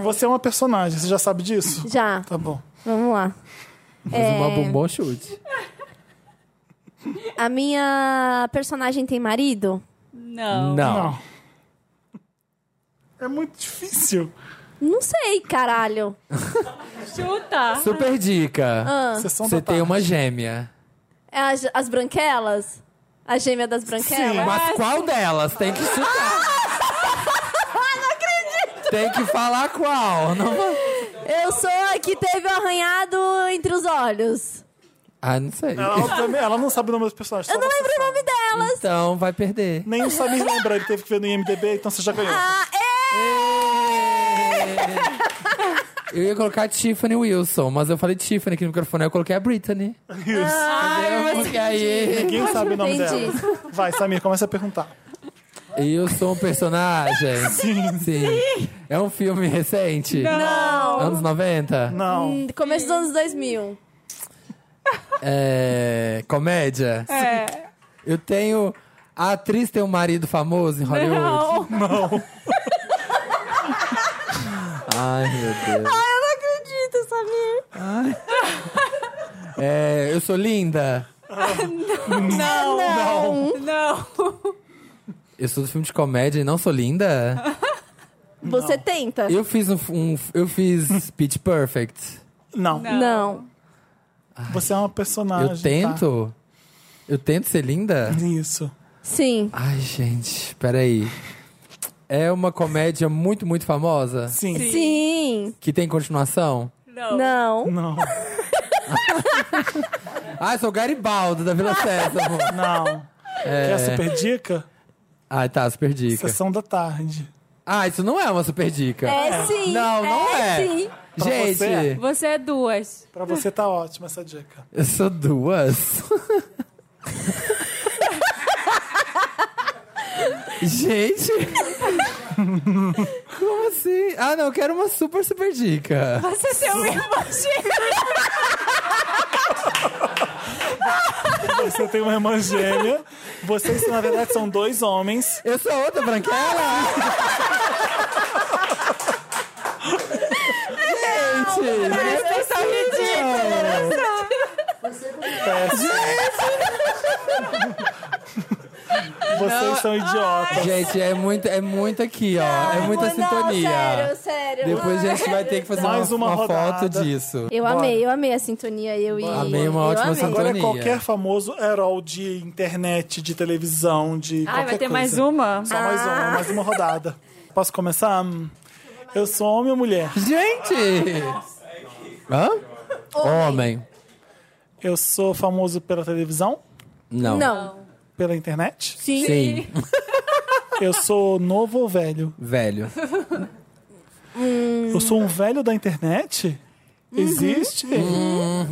Speaker 1: Você é uma personagem, você já sabe disso?
Speaker 4: Já,
Speaker 1: Tá bom.
Speaker 4: vamos lá. É.
Speaker 2: Fez uma- um bom chute.
Speaker 4: A minha personagem tem marido?
Speaker 3: Não.
Speaker 2: Não.
Speaker 1: Não. É muito difícil.
Speaker 4: Não sei, caralho.
Speaker 3: Chuta.
Speaker 2: Super dica.
Speaker 4: Ah,
Speaker 1: Sessão
Speaker 2: Você
Speaker 1: da tarde.
Speaker 2: tem uma gêmea.
Speaker 4: é as, as branquelas? A gêmea das branquelas?
Speaker 1: Sim.
Speaker 2: Mas qual delas? Tem que chutar. não acredito. Tem que falar qual. Não...
Speaker 4: Eu sou a que teve o arranhado entre os olhos.
Speaker 2: Ah, não sei.
Speaker 1: Ela, obviamente, ela não sabe o nome dos personagens.
Speaker 4: Eu não lembro o nome delas.
Speaker 2: Então vai perder.
Speaker 1: Nem o Samir lembra, ele teve que ver no IMDB, então você já ganhou.
Speaker 4: Ah,
Speaker 2: Eu ia colocar Tiffany Wilson, mas eu falei Tiffany aqui no microfone, aí eu coloquei a Brittany.
Speaker 1: Isso.
Speaker 2: Entendeu? Porque aí
Speaker 1: Ninguém sabe o nome
Speaker 4: Entendi.
Speaker 1: dela. Vai, Samir, começa a perguntar.
Speaker 2: eu sou um personagem. Sim. É um filme recente.
Speaker 4: Não.
Speaker 2: Anos 90?
Speaker 1: Não.
Speaker 4: é... Começo dos anos 2000.
Speaker 2: É. Comédia?
Speaker 3: É.
Speaker 2: Eu tenho. A atriz tem um marido famoso em Hollywood?
Speaker 3: Não.
Speaker 2: Ai, meu Deus.
Speaker 4: Ah, Eu não acredito, Samir.
Speaker 2: É, eu sou linda.
Speaker 3: Não,
Speaker 1: não.
Speaker 3: Não.
Speaker 2: Eu sou do filme de comédia e não sou linda.
Speaker 4: Você tenta?
Speaker 2: Eu fiz um, um- eu fiz Pitch Perfect.
Speaker 1: Não.
Speaker 3: Não.
Speaker 4: Não.
Speaker 1: Você é uma personagem.
Speaker 2: Eu tento. Eu tento ser linda.
Speaker 1: tá? Isso.
Speaker 4: Sim.
Speaker 2: Ai, gente, peraí. É uma comédia muito, muito famosa
Speaker 1: Sim.
Speaker 3: Sim.
Speaker 4: Sim.
Speaker 2: que tem continuação.
Speaker 3: Não.
Speaker 4: Não.
Speaker 1: Não.
Speaker 2: Ah, eu sou Garibaldo da Vila Sésamo.
Speaker 1: Não. Quer a super dica?
Speaker 2: Ai, tá, super É. dica.
Speaker 1: Sessão da tarde.
Speaker 2: Ah, isso não é uma super dica.
Speaker 4: É sim.
Speaker 2: Não, não é.
Speaker 4: sim.
Speaker 1: Pra
Speaker 2: Gente,
Speaker 1: você
Speaker 3: Você é duas.
Speaker 1: Pra você tá ótima essa dica.
Speaker 2: eu sou duas. Gente, como assim? Ah, não, eu quero uma super, super dica.
Speaker 3: Você tem um irmão gêmeo.
Speaker 1: Você tem uma irmã gêmea. Vocês, na verdade, são dois homens.
Speaker 2: Eu sou outra branquela? Gente,
Speaker 3: Vocês são ridículos.
Speaker 1: Vocês são idiotas.
Speaker 2: gente, é muito, é muito aqui, ó. é muita
Speaker 4: Não,
Speaker 2: sintonia.
Speaker 4: Sério, sério.
Speaker 2: Depois
Speaker 4: Ai,
Speaker 2: a gente vai ter que fazer
Speaker 1: Mais
Speaker 2: uma, uma
Speaker 1: uma rodada.
Speaker 2: foto disso.
Speaker 4: Eu amei, eu amei a sintonia. Eu e...
Speaker 2: Amei uma
Speaker 4: eu
Speaker 2: ótima
Speaker 4: amei.
Speaker 2: sintonia.
Speaker 1: Agora, qualquer famoso herói de internet, de televisão, de
Speaker 3: Ai,
Speaker 1: qualquer
Speaker 3: vai ter
Speaker 1: coisa.
Speaker 3: mais um. Ah. uma?
Speaker 1: Só mais uma, mais uma rodada. Posso começar? Hum, Eu sou homem ou mulher?
Speaker 2: Gente! Hã? Homem.
Speaker 1: Eu sou famoso pela televisão?
Speaker 2: Não.
Speaker 4: Não.
Speaker 1: Pela internet?
Speaker 4: Sim.
Speaker 2: Sim.
Speaker 1: Eu sou novo ou velho?
Speaker 2: Velho.
Speaker 1: Eu
Speaker 4: Uhum.
Speaker 1: sou um velho da internet? Existe?
Speaker 4: Uhum.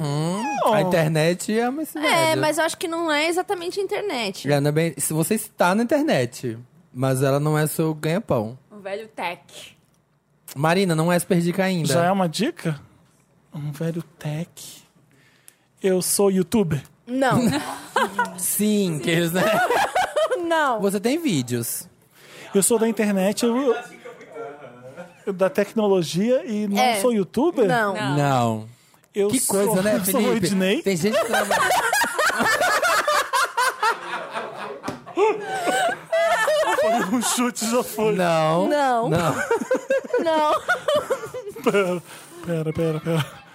Speaker 1: Não.
Speaker 2: A internet ama esse velho.
Speaker 4: É, mas eu acho que não é exatamente internet.
Speaker 2: Ela não é bem- Se você está na internet, mas ela não é seu ganha-pão.
Speaker 3: Um velho tech.
Speaker 2: Marina, não é super dica ainda.
Speaker 1: Já é uma dica? Um velho tech. Eu sou youtuber?
Speaker 4: Não.
Speaker 1: um
Speaker 2: Sim, que eles, né?
Speaker 4: não.
Speaker 2: Você tem vídeos.
Speaker 1: Eu sou da internet, eu-
Speaker 2: Uhum.
Speaker 1: eu- da tecnologia e não
Speaker 4: É.
Speaker 1: sou youtuber?
Speaker 4: Não.
Speaker 3: Não.
Speaker 2: Não.
Speaker 1: Eu
Speaker 2: Que
Speaker 1: sou-
Speaker 2: coisa, né,
Speaker 1: eu sou o
Speaker 2: Felipe?
Speaker 1: Ednei.
Speaker 2: Tem gente que trabalha...
Speaker 1: Um chute já foi.
Speaker 2: Não.
Speaker 4: Não.
Speaker 2: Não.
Speaker 4: Não.
Speaker 1: Pera, pera, pera, pera.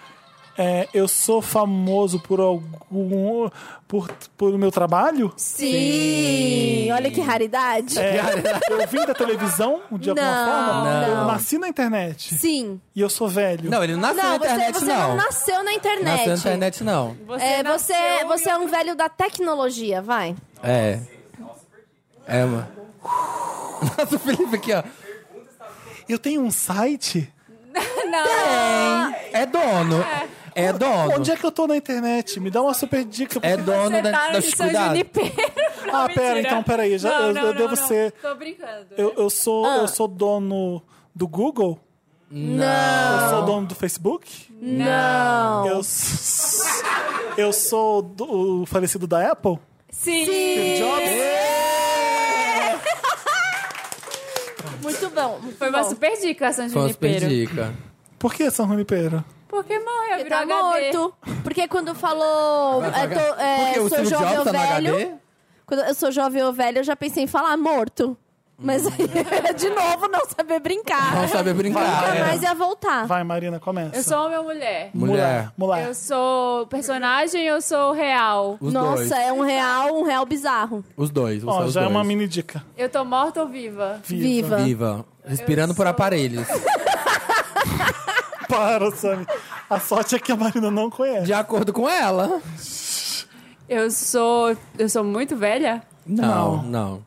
Speaker 1: É, eu sou famoso por algum. por, por meu trabalho?
Speaker 4: Sim. Olha que raridade.
Speaker 1: É, eu vim da televisão de alguma
Speaker 4: Não,
Speaker 1: forma?
Speaker 2: não.
Speaker 1: Eu nasci na internet.
Speaker 4: Sim.
Speaker 1: E eu sou velho.
Speaker 2: Não, ele não nasceu na
Speaker 4: Não, você,
Speaker 2: internet,
Speaker 4: você
Speaker 2: não.
Speaker 4: não nasceu na internet.
Speaker 2: Nasceu na internet, não.
Speaker 3: Você
Speaker 4: É,
Speaker 3: nasceu
Speaker 4: você,
Speaker 3: em
Speaker 4: você é um velho da tecnologia, vai.
Speaker 2: É. É, uma... Nossa, o Felipe aqui, ó.
Speaker 1: Eu tenho um site?
Speaker 2: Tem. É dono. É dono.
Speaker 1: Onde é que eu tô na internet? Me dá uma super dica.
Speaker 2: É
Speaker 1: porque-
Speaker 2: dono
Speaker 3: Você
Speaker 2: da,
Speaker 3: tá
Speaker 2: da
Speaker 3: em São
Speaker 2: cuidado.
Speaker 3: Junipero. Não,
Speaker 1: Ah, pera,
Speaker 3: mentira.
Speaker 1: então, pera aí, já-
Speaker 3: Não,
Speaker 1: eu-
Speaker 3: não,
Speaker 1: eu
Speaker 3: não,
Speaker 1: devo
Speaker 3: não. Ah.
Speaker 1: ser-
Speaker 3: Tô brincando.
Speaker 1: Eu, eu sou, eu sou dono do Google?
Speaker 2: Não.
Speaker 1: Eu
Speaker 3: Ah.
Speaker 1: sou dono do Facebook?
Speaker 4: Não.
Speaker 1: Eu, s- eu sou do, o falecido da Apple?
Speaker 3: Sim.
Speaker 4: Muito bom. muito
Speaker 3: Foi uma
Speaker 4: bom.
Speaker 3: super dica, São
Speaker 2: Foi uma super
Speaker 3: Junipero.
Speaker 2: dica.
Speaker 1: Por que São Junipero?
Speaker 3: Porque morreu,
Speaker 4: Ele
Speaker 3: virou
Speaker 4: tá
Speaker 3: HD.
Speaker 4: morto. Porque quando falou. é, tô- é,
Speaker 2: Por que o
Speaker 4: sou
Speaker 2: Steve
Speaker 4: jovem
Speaker 2: Jobs
Speaker 4: ou
Speaker 2: tá no
Speaker 4: velho.
Speaker 2: HD?
Speaker 4: Quando eu sou jovem ou velho, eu já pensei em falar morto. Mas aí,
Speaker 2: Hum.
Speaker 4: é de novo, não saber brincar.
Speaker 2: Não sabe brincar.
Speaker 4: Nunca
Speaker 2: é.
Speaker 4: mais ia voltar.
Speaker 1: Vai, Marina, começa.
Speaker 3: Eu sou homem ou mulher?
Speaker 2: Mulher.
Speaker 1: Mulher.
Speaker 3: Eu sou personagem ou sou real?
Speaker 2: Os
Speaker 4: Nossa,
Speaker 2: dois.
Speaker 4: é um real, um real bizarro.
Speaker 2: Os dois.
Speaker 1: Ó,
Speaker 2: Ó,
Speaker 1: já é uma mini dica.
Speaker 3: Eu tô morta ou viva?
Speaker 4: Viva.
Speaker 2: Viva. Respirando por aparelhos.
Speaker 1: Para, Sammy. A sorte é que a Marina não conhece.
Speaker 2: De acordo com ela.
Speaker 3: Eu sou. Eu sou muito velha?
Speaker 2: Não, não.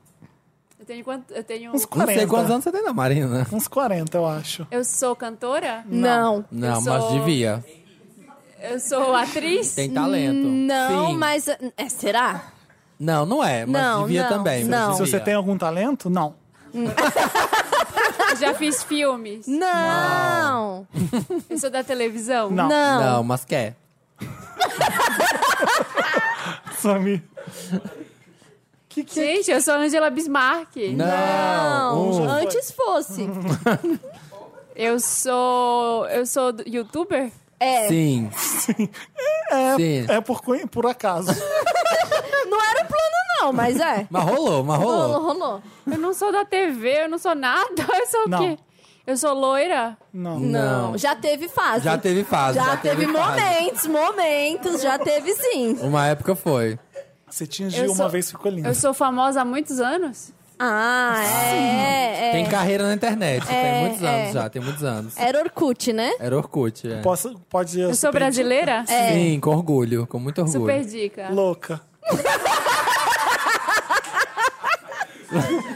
Speaker 3: Eu tenho quanto. Eu tenho.
Speaker 1: Uns
Speaker 2: Não
Speaker 1: 40.
Speaker 2: sei quantos anos você tem, não, Marina.
Speaker 1: Uns 40, eu acho.
Speaker 3: Eu sou cantora?
Speaker 4: Não.
Speaker 2: Não,
Speaker 3: Eu
Speaker 2: mas
Speaker 3: sou-
Speaker 2: devia.
Speaker 3: Eu sou atriz?
Speaker 2: Tem talento.
Speaker 4: Não,
Speaker 2: Sim.
Speaker 4: mas. É, será?
Speaker 2: Não, não é. Mas
Speaker 4: Não,
Speaker 2: devia
Speaker 4: não,
Speaker 2: também. mas
Speaker 4: não.
Speaker 1: Se você
Speaker 2: devia.
Speaker 1: tem algum talento, não.
Speaker 3: Eu já fiz filmes?
Speaker 4: Não!
Speaker 3: Eu sou da televisão?
Speaker 1: Não.
Speaker 4: Não!
Speaker 2: Não, mas quer.
Speaker 1: Sammy. Que que é?
Speaker 3: Gente, eu sou Angela Bismarck.
Speaker 2: Não.
Speaker 4: Não,
Speaker 2: Um.
Speaker 4: antes fosse.
Speaker 3: Eu sou. Eu sou do- youtuber?
Speaker 4: É.
Speaker 2: Sim.
Speaker 1: É,
Speaker 2: Sim.
Speaker 1: é por, coi- por acaso.
Speaker 4: Não era o plano, não, mas é.
Speaker 2: Mas rolou, mas
Speaker 4: Rolou,
Speaker 2: rolou.
Speaker 4: rolou.
Speaker 3: Eu não sou da TV, eu não sou nada. Eu sou
Speaker 1: Não.
Speaker 3: o quê? Eu sou loira?
Speaker 1: Não.
Speaker 2: Não.
Speaker 4: Já teve fase.
Speaker 2: Já teve fase.
Speaker 4: Já, teve,
Speaker 2: fase.
Speaker 4: momentos, momentos, já teve sim.
Speaker 2: Uma época foi.
Speaker 1: Você tinha Gil
Speaker 3: Eu
Speaker 1: uma
Speaker 3: sou-
Speaker 1: vez ficou lindo.
Speaker 3: Eu sou famosa há muitos anos?
Speaker 4: Ah, é, é.
Speaker 2: Tem carreira na internet. tem
Speaker 4: É,
Speaker 2: muitos anos
Speaker 4: é.
Speaker 2: já, tem muitos anos.
Speaker 4: Era Orkut, né?
Speaker 2: Era Orkut, é.
Speaker 1: Posso, pode
Speaker 3: Eu sou brasileira?
Speaker 4: É.
Speaker 2: Sim, com orgulho, com muito orgulho.
Speaker 3: Super dica.
Speaker 1: Louca.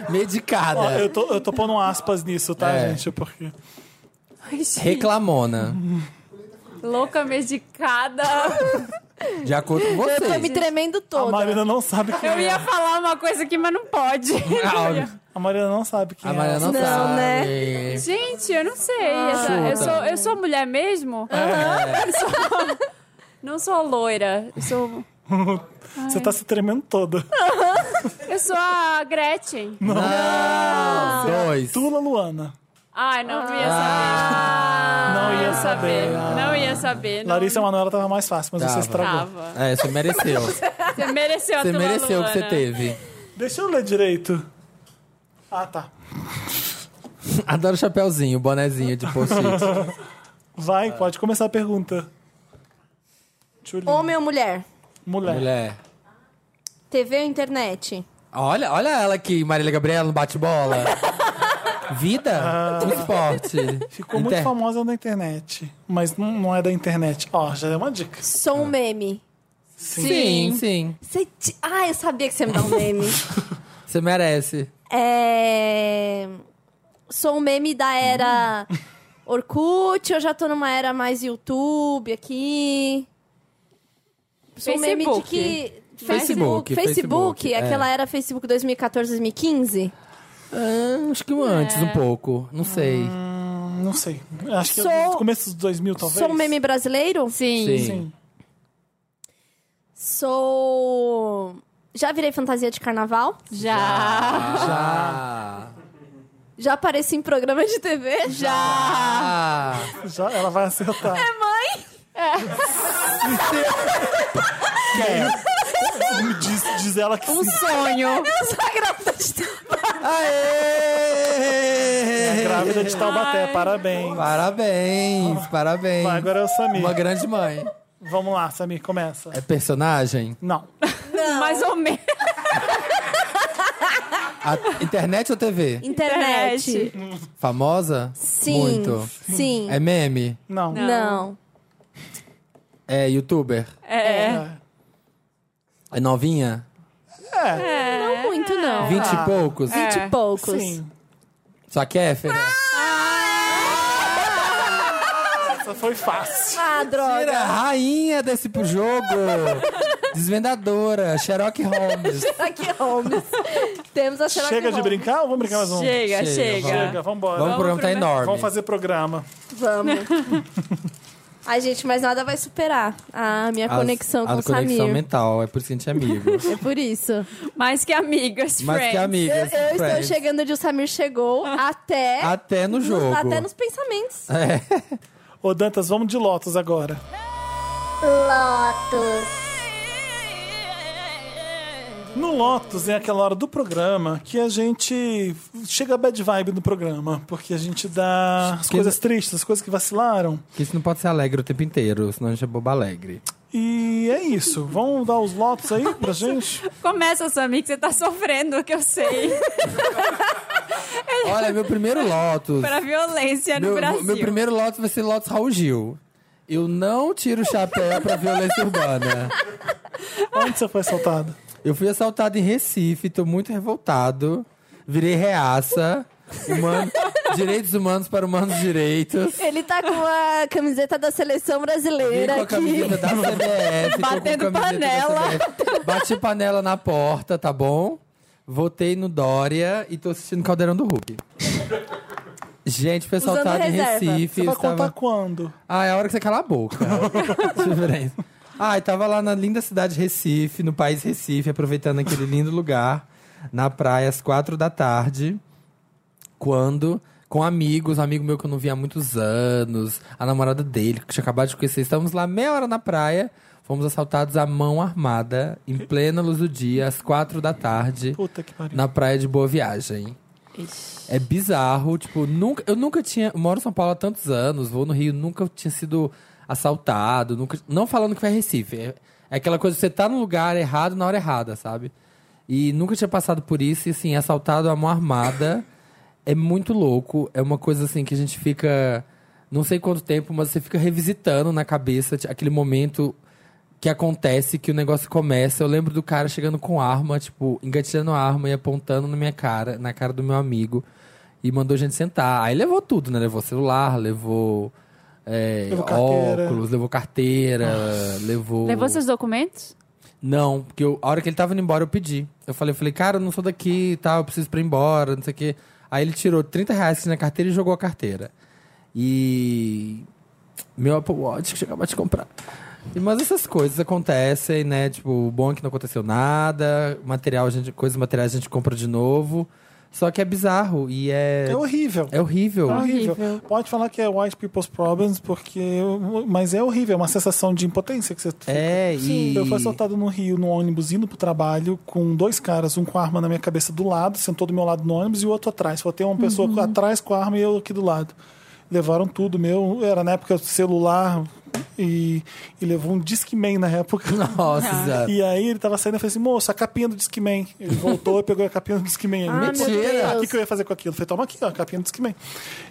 Speaker 2: Medicada.
Speaker 3: É.
Speaker 1: Ó, eu, tô, eu tô pondo aspas nisso, tá,
Speaker 2: É.
Speaker 1: gente? Porque.
Speaker 3: Ai, gente,
Speaker 2: Reclamona.
Speaker 3: Louca, medicada.
Speaker 2: De acordo com
Speaker 4: Eu tô
Speaker 2: vocês.
Speaker 4: me tremendo
Speaker 1: A
Speaker 4: toda.
Speaker 1: Marina não sabe quem
Speaker 3: Eu
Speaker 1: é.
Speaker 3: ia falar uma coisa aqui, mas não pode. Não ia.
Speaker 2: Ah,
Speaker 1: A Marina não sabe quem
Speaker 2: a Maria
Speaker 1: é.
Speaker 2: não,
Speaker 4: Não,
Speaker 2: sabe.
Speaker 4: né?
Speaker 3: Gente, eu não sei. Essa- eu,
Speaker 2: Chuta.
Speaker 3: sou, eu sou mulher mesmo?
Speaker 2: É.
Speaker 3: Eu sou- não sou loira. Eu sou,
Speaker 1: Você tá se tremendo toda.
Speaker 3: eu sou a Gretchen.
Speaker 2: Não. Dois.
Speaker 1: Tula Luana.
Speaker 3: Ai, não,
Speaker 2: Ah.
Speaker 3: não
Speaker 1: Não
Speaker 3: ia saber.
Speaker 1: ia saber.
Speaker 3: Não ia saber. Não
Speaker 1: Larissa Manoela tava mais fácil, mas você
Speaker 2: Tava.
Speaker 1: estragou.
Speaker 3: tava.
Speaker 2: É, você mereceu.
Speaker 3: Você mereceu a
Speaker 2: Você
Speaker 3: tua
Speaker 2: mereceu o que você
Speaker 3: Luana.
Speaker 2: teve.
Speaker 1: Deixa eu ler direito. Ah, tá.
Speaker 2: Adoro o chapéuzinho, bonezinho de post-it.
Speaker 3: É.
Speaker 1: Vai, pode começar a pergunta. Tchuli.
Speaker 4: Homem ou mulher?
Speaker 1: Mulher.
Speaker 2: Mulher.
Speaker 4: TV ou internet?
Speaker 2: Olha, olha ela aqui, Marília Gabriela no bate-bola. Vida no esporte.
Speaker 1: Ah. Ficou muito famosa na internet. Mas não, não é da internet. Ó, já é uma dica.
Speaker 4: Sou
Speaker 2: Ah.
Speaker 4: um meme.
Speaker 2: Sim, sim.
Speaker 4: Você ti- Ah, eu sabia que você ia me dar um meme.
Speaker 2: Você merece.
Speaker 4: é... Sou um meme da era
Speaker 2: Hum.
Speaker 4: Orkut, eu já tô numa era mais YouTube aqui. Sou um meme de
Speaker 3: Facebook.
Speaker 4: que...
Speaker 2: Facebook,
Speaker 4: Facebook,
Speaker 2: Facebook,
Speaker 4: aquela
Speaker 2: é.
Speaker 4: era Facebook 2014, 2015?
Speaker 2: Ah, acho que um antes, um pouco. Não sei.
Speaker 1: Hum, Não sei. Acho que
Speaker 4: Sou-
Speaker 1: é no começo dos 2000, talvez.
Speaker 4: Sou um meme brasileiro?
Speaker 3: Sim.
Speaker 2: Sim.
Speaker 1: Sim.
Speaker 4: Sou. Já virei fantasia de carnaval?
Speaker 3: Já.
Speaker 2: Já.
Speaker 4: Já apareci em programa de TV? Já!
Speaker 2: Ah.
Speaker 1: Já, ela vai acertar.
Speaker 4: Mãe!
Speaker 2: Quer.
Speaker 1: É. Diz, diz ela que
Speaker 3: Um
Speaker 1: sim.
Speaker 3: sonho.
Speaker 4: Eu sou a grávida de Taubaté.
Speaker 1: É
Speaker 2: Aê!
Speaker 1: grávida de Taubaté,
Speaker 3: Ai.
Speaker 1: parabéns.
Speaker 2: Parabéns, parabéns.
Speaker 1: Vai, agora é o Samir.
Speaker 2: Uma grande mãe.
Speaker 1: Vamos lá, Samir, começa.
Speaker 2: É personagem?
Speaker 1: Não.
Speaker 3: Mais ou menos.
Speaker 2: A- internet ou TV?
Speaker 4: Internet.
Speaker 2: Famosa?
Speaker 4: Sim.
Speaker 2: Muito.
Speaker 4: Sim.
Speaker 2: É meme?
Speaker 1: Não.
Speaker 4: Não.
Speaker 2: É youtuber?
Speaker 3: É.
Speaker 1: É.
Speaker 2: É novinha?
Speaker 4: Não muito, não.
Speaker 2: Vinte
Speaker 1: Ah.
Speaker 2: e poucos?
Speaker 1: É.
Speaker 4: Vinte e poucos.
Speaker 1: Sim.
Speaker 2: Só que é, Fera?
Speaker 1: Essa foi fácil.
Speaker 4: Ah, droga.
Speaker 2: Fera, É rainha desse jogo! Desvendadora, Sherlock Holmes.
Speaker 4: Aqui, Holmes. Temos a Sherlock
Speaker 1: Chega de
Speaker 4: Holmes.
Speaker 1: brincar ou vamos brincar mais um?
Speaker 3: Chega,
Speaker 2: Chega,
Speaker 3: chega.
Speaker 1: Chega,
Speaker 2: Vamos, o
Speaker 1: vambora. Vamos,
Speaker 2: programa tá
Speaker 3: pro-
Speaker 2: enorme.
Speaker 1: fazer programa.
Speaker 4: Vamos. Ai, gente, mas nada vai superar a minha
Speaker 2: As-
Speaker 4: conexão com
Speaker 2: a
Speaker 4: o
Speaker 2: conexão
Speaker 4: Samir.
Speaker 2: mental, é por isso que a gente é amigo.
Speaker 4: É por isso.
Speaker 3: Mais que amigas,
Speaker 2: Mas que
Speaker 3: friends.
Speaker 4: Eu,
Speaker 2: amigas.
Speaker 4: eu estou
Speaker 2: friends.
Speaker 4: chegando onde o Samir chegou até.
Speaker 2: Até no
Speaker 4: nos-
Speaker 2: jogo.
Speaker 4: até nos pensamentos.
Speaker 2: É.
Speaker 1: Ô, Dantas, vamos de Lotus agora. No Lotus é aquela hora do programa que a gente chega a bad vibe no programa, porque a gente dá as
Speaker 2: Que-
Speaker 1: coisas tristes, as coisas que vacilaram.
Speaker 2: Porque isso não pode ser alegre o tempo inteiro, senão a gente é boba alegre.
Speaker 1: E é isso. Vamos dar os Lotus aí pra gente?
Speaker 3: Começa, Samir, que você tá sofrendo, que eu sei.
Speaker 2: Olha, meu primeiro Lotus.
Speaker 3: Pra violência no
Speaker 2: Meu,
Speaker 3: Brasil.
Speaker 2: meu primeiro Lotus vai ser Lotus Raul Gil. Eu não tiro o chapéu pra violência urbana.
Speaker 1: Onde você foi assaltado?
Speaker 2: Eu fui assaltado em Recife, tô muito revoltado. Virei reaça. Humano- direitos humanos para humanos direitos.
Speaker 4: Ele tá com a camiseta da seleção
Speaker 2: Vim
Speaker 4: brasileira
Speaker 2: com a
Speaker 4: aqui.
Speaker 2: camiseta da CBF. tô com a camiseta
Speaker 3: Batendo
Speaker 2: da
Speaker 3: panela.
Speaker 2: CBF. Bati panela na porta, tá bom? Votei no Dória e tô assistindo Caldeirão do Hulk. Gente, foi
Speaker 4: Usando
Speaker 2: assaltado em
Speaker 4: reserva.
Speaker 2: Recife.
Speaker 1: Você vai
Speaker 2: eu tava-
Speaker 1: contar quando?
Speaker 2: Ah, é a hora que você cala a boca. Diferença. Ah, eu tava lá na linda cidade de Recife, no país Recife, aproveitando aquele lindo lugar, na praia, às quatro da tarde, quando com amigos, um amigo meu que eu não via há muitos anos, a namorada dele, que tinha acabado de conhecer. Estávamos lá meia hora na praia, fomos assaltados à mão armada, em plena luz do dia, às quatro da tarde,
Speaker 1: Puta que pariu.
Speaker 2: na praia de Boa Viagem. É bizarro, tipo, nunca, eu nunca tinha. eu Moro em São Paulo há tantos anos, vou no Rio, nunca tinha sido assaltado, nunca. Não falando que foi Recife. É, é aquela coisa, você tá no lugar errado na hora errada, sabe? E nunca tinha passado por isso, e assim, assaltado à mão armada é muito louco. É uma coisa assim que a gente fica. Não sei quanto tempo, mas você fica revisitando na cabeça t- aquele momento que acontece, que o negócio começa. Eu lembro do cara chegando com arma, tipo, engatilhando a arma e apontando na minha cara, na cara do meu amigo. E mandou a gente sentar. Aí levou tudo, né? Levou celular, levou. é,
Speaker 1: Levou carteira.
Speaker 2: óculos, levou carteira, levou.
Speaker 3: Levou seus documentos?
Speaker 2: Não, porque eu- a hora que ele tava indo embora, eu pedi. Eu falei, eu falei, cara, eu não sou daqui e tal, eu preciso pra ir embora, não sei o quê. Aí ele tirou 30 reais assim, na carteira e jogou a carteira. E. Meu Apple Watch que chegava a te comprar. E- Mas essas coisas acontecem, né? Tipo, o bom é que não aconteceu nada, material, a gente, coisas materiais a gente compra de novo. Só que é bizarro e é.
Speaker 1: É horrível.
Speaker 2: É horrível.
Speaker 1: É horrível.
Speaker 3: Horrível.
Speaker 1: Pode falar que é white people's problems, porque. Mas é horrível, é uma sensação de impotência que você fica.
Speaker 2: É, e.
Speaker 1: Eu fui assaltado no Rio, no ônibus, indo pro trabalho, com dois caras, um com a arma na minha cabeça do lado, sentou do meu lado no ônibus, e o outro atrás. Só tem uma pessoa atrás com a arma e eu aqui do lado. Levaram tudo meu, era na época celular, e, e levou um Discman na época.
Speaker 2: Nossa.
Speaker 1: E aí ele tava saindo e eu falei assim, moço, a capinha do Discman. Ele voltou e pegou a capinha do Discman. Ele,
Speaker 4: Ah, meu
Speaker 2: Mentira.
Speaker 1: "Ah, O que,
Speaker 4: Deus.
Speaker 1: que eu ia fazer com aquilo? Eu falei, toma aqui, ó, a capinha do Discman.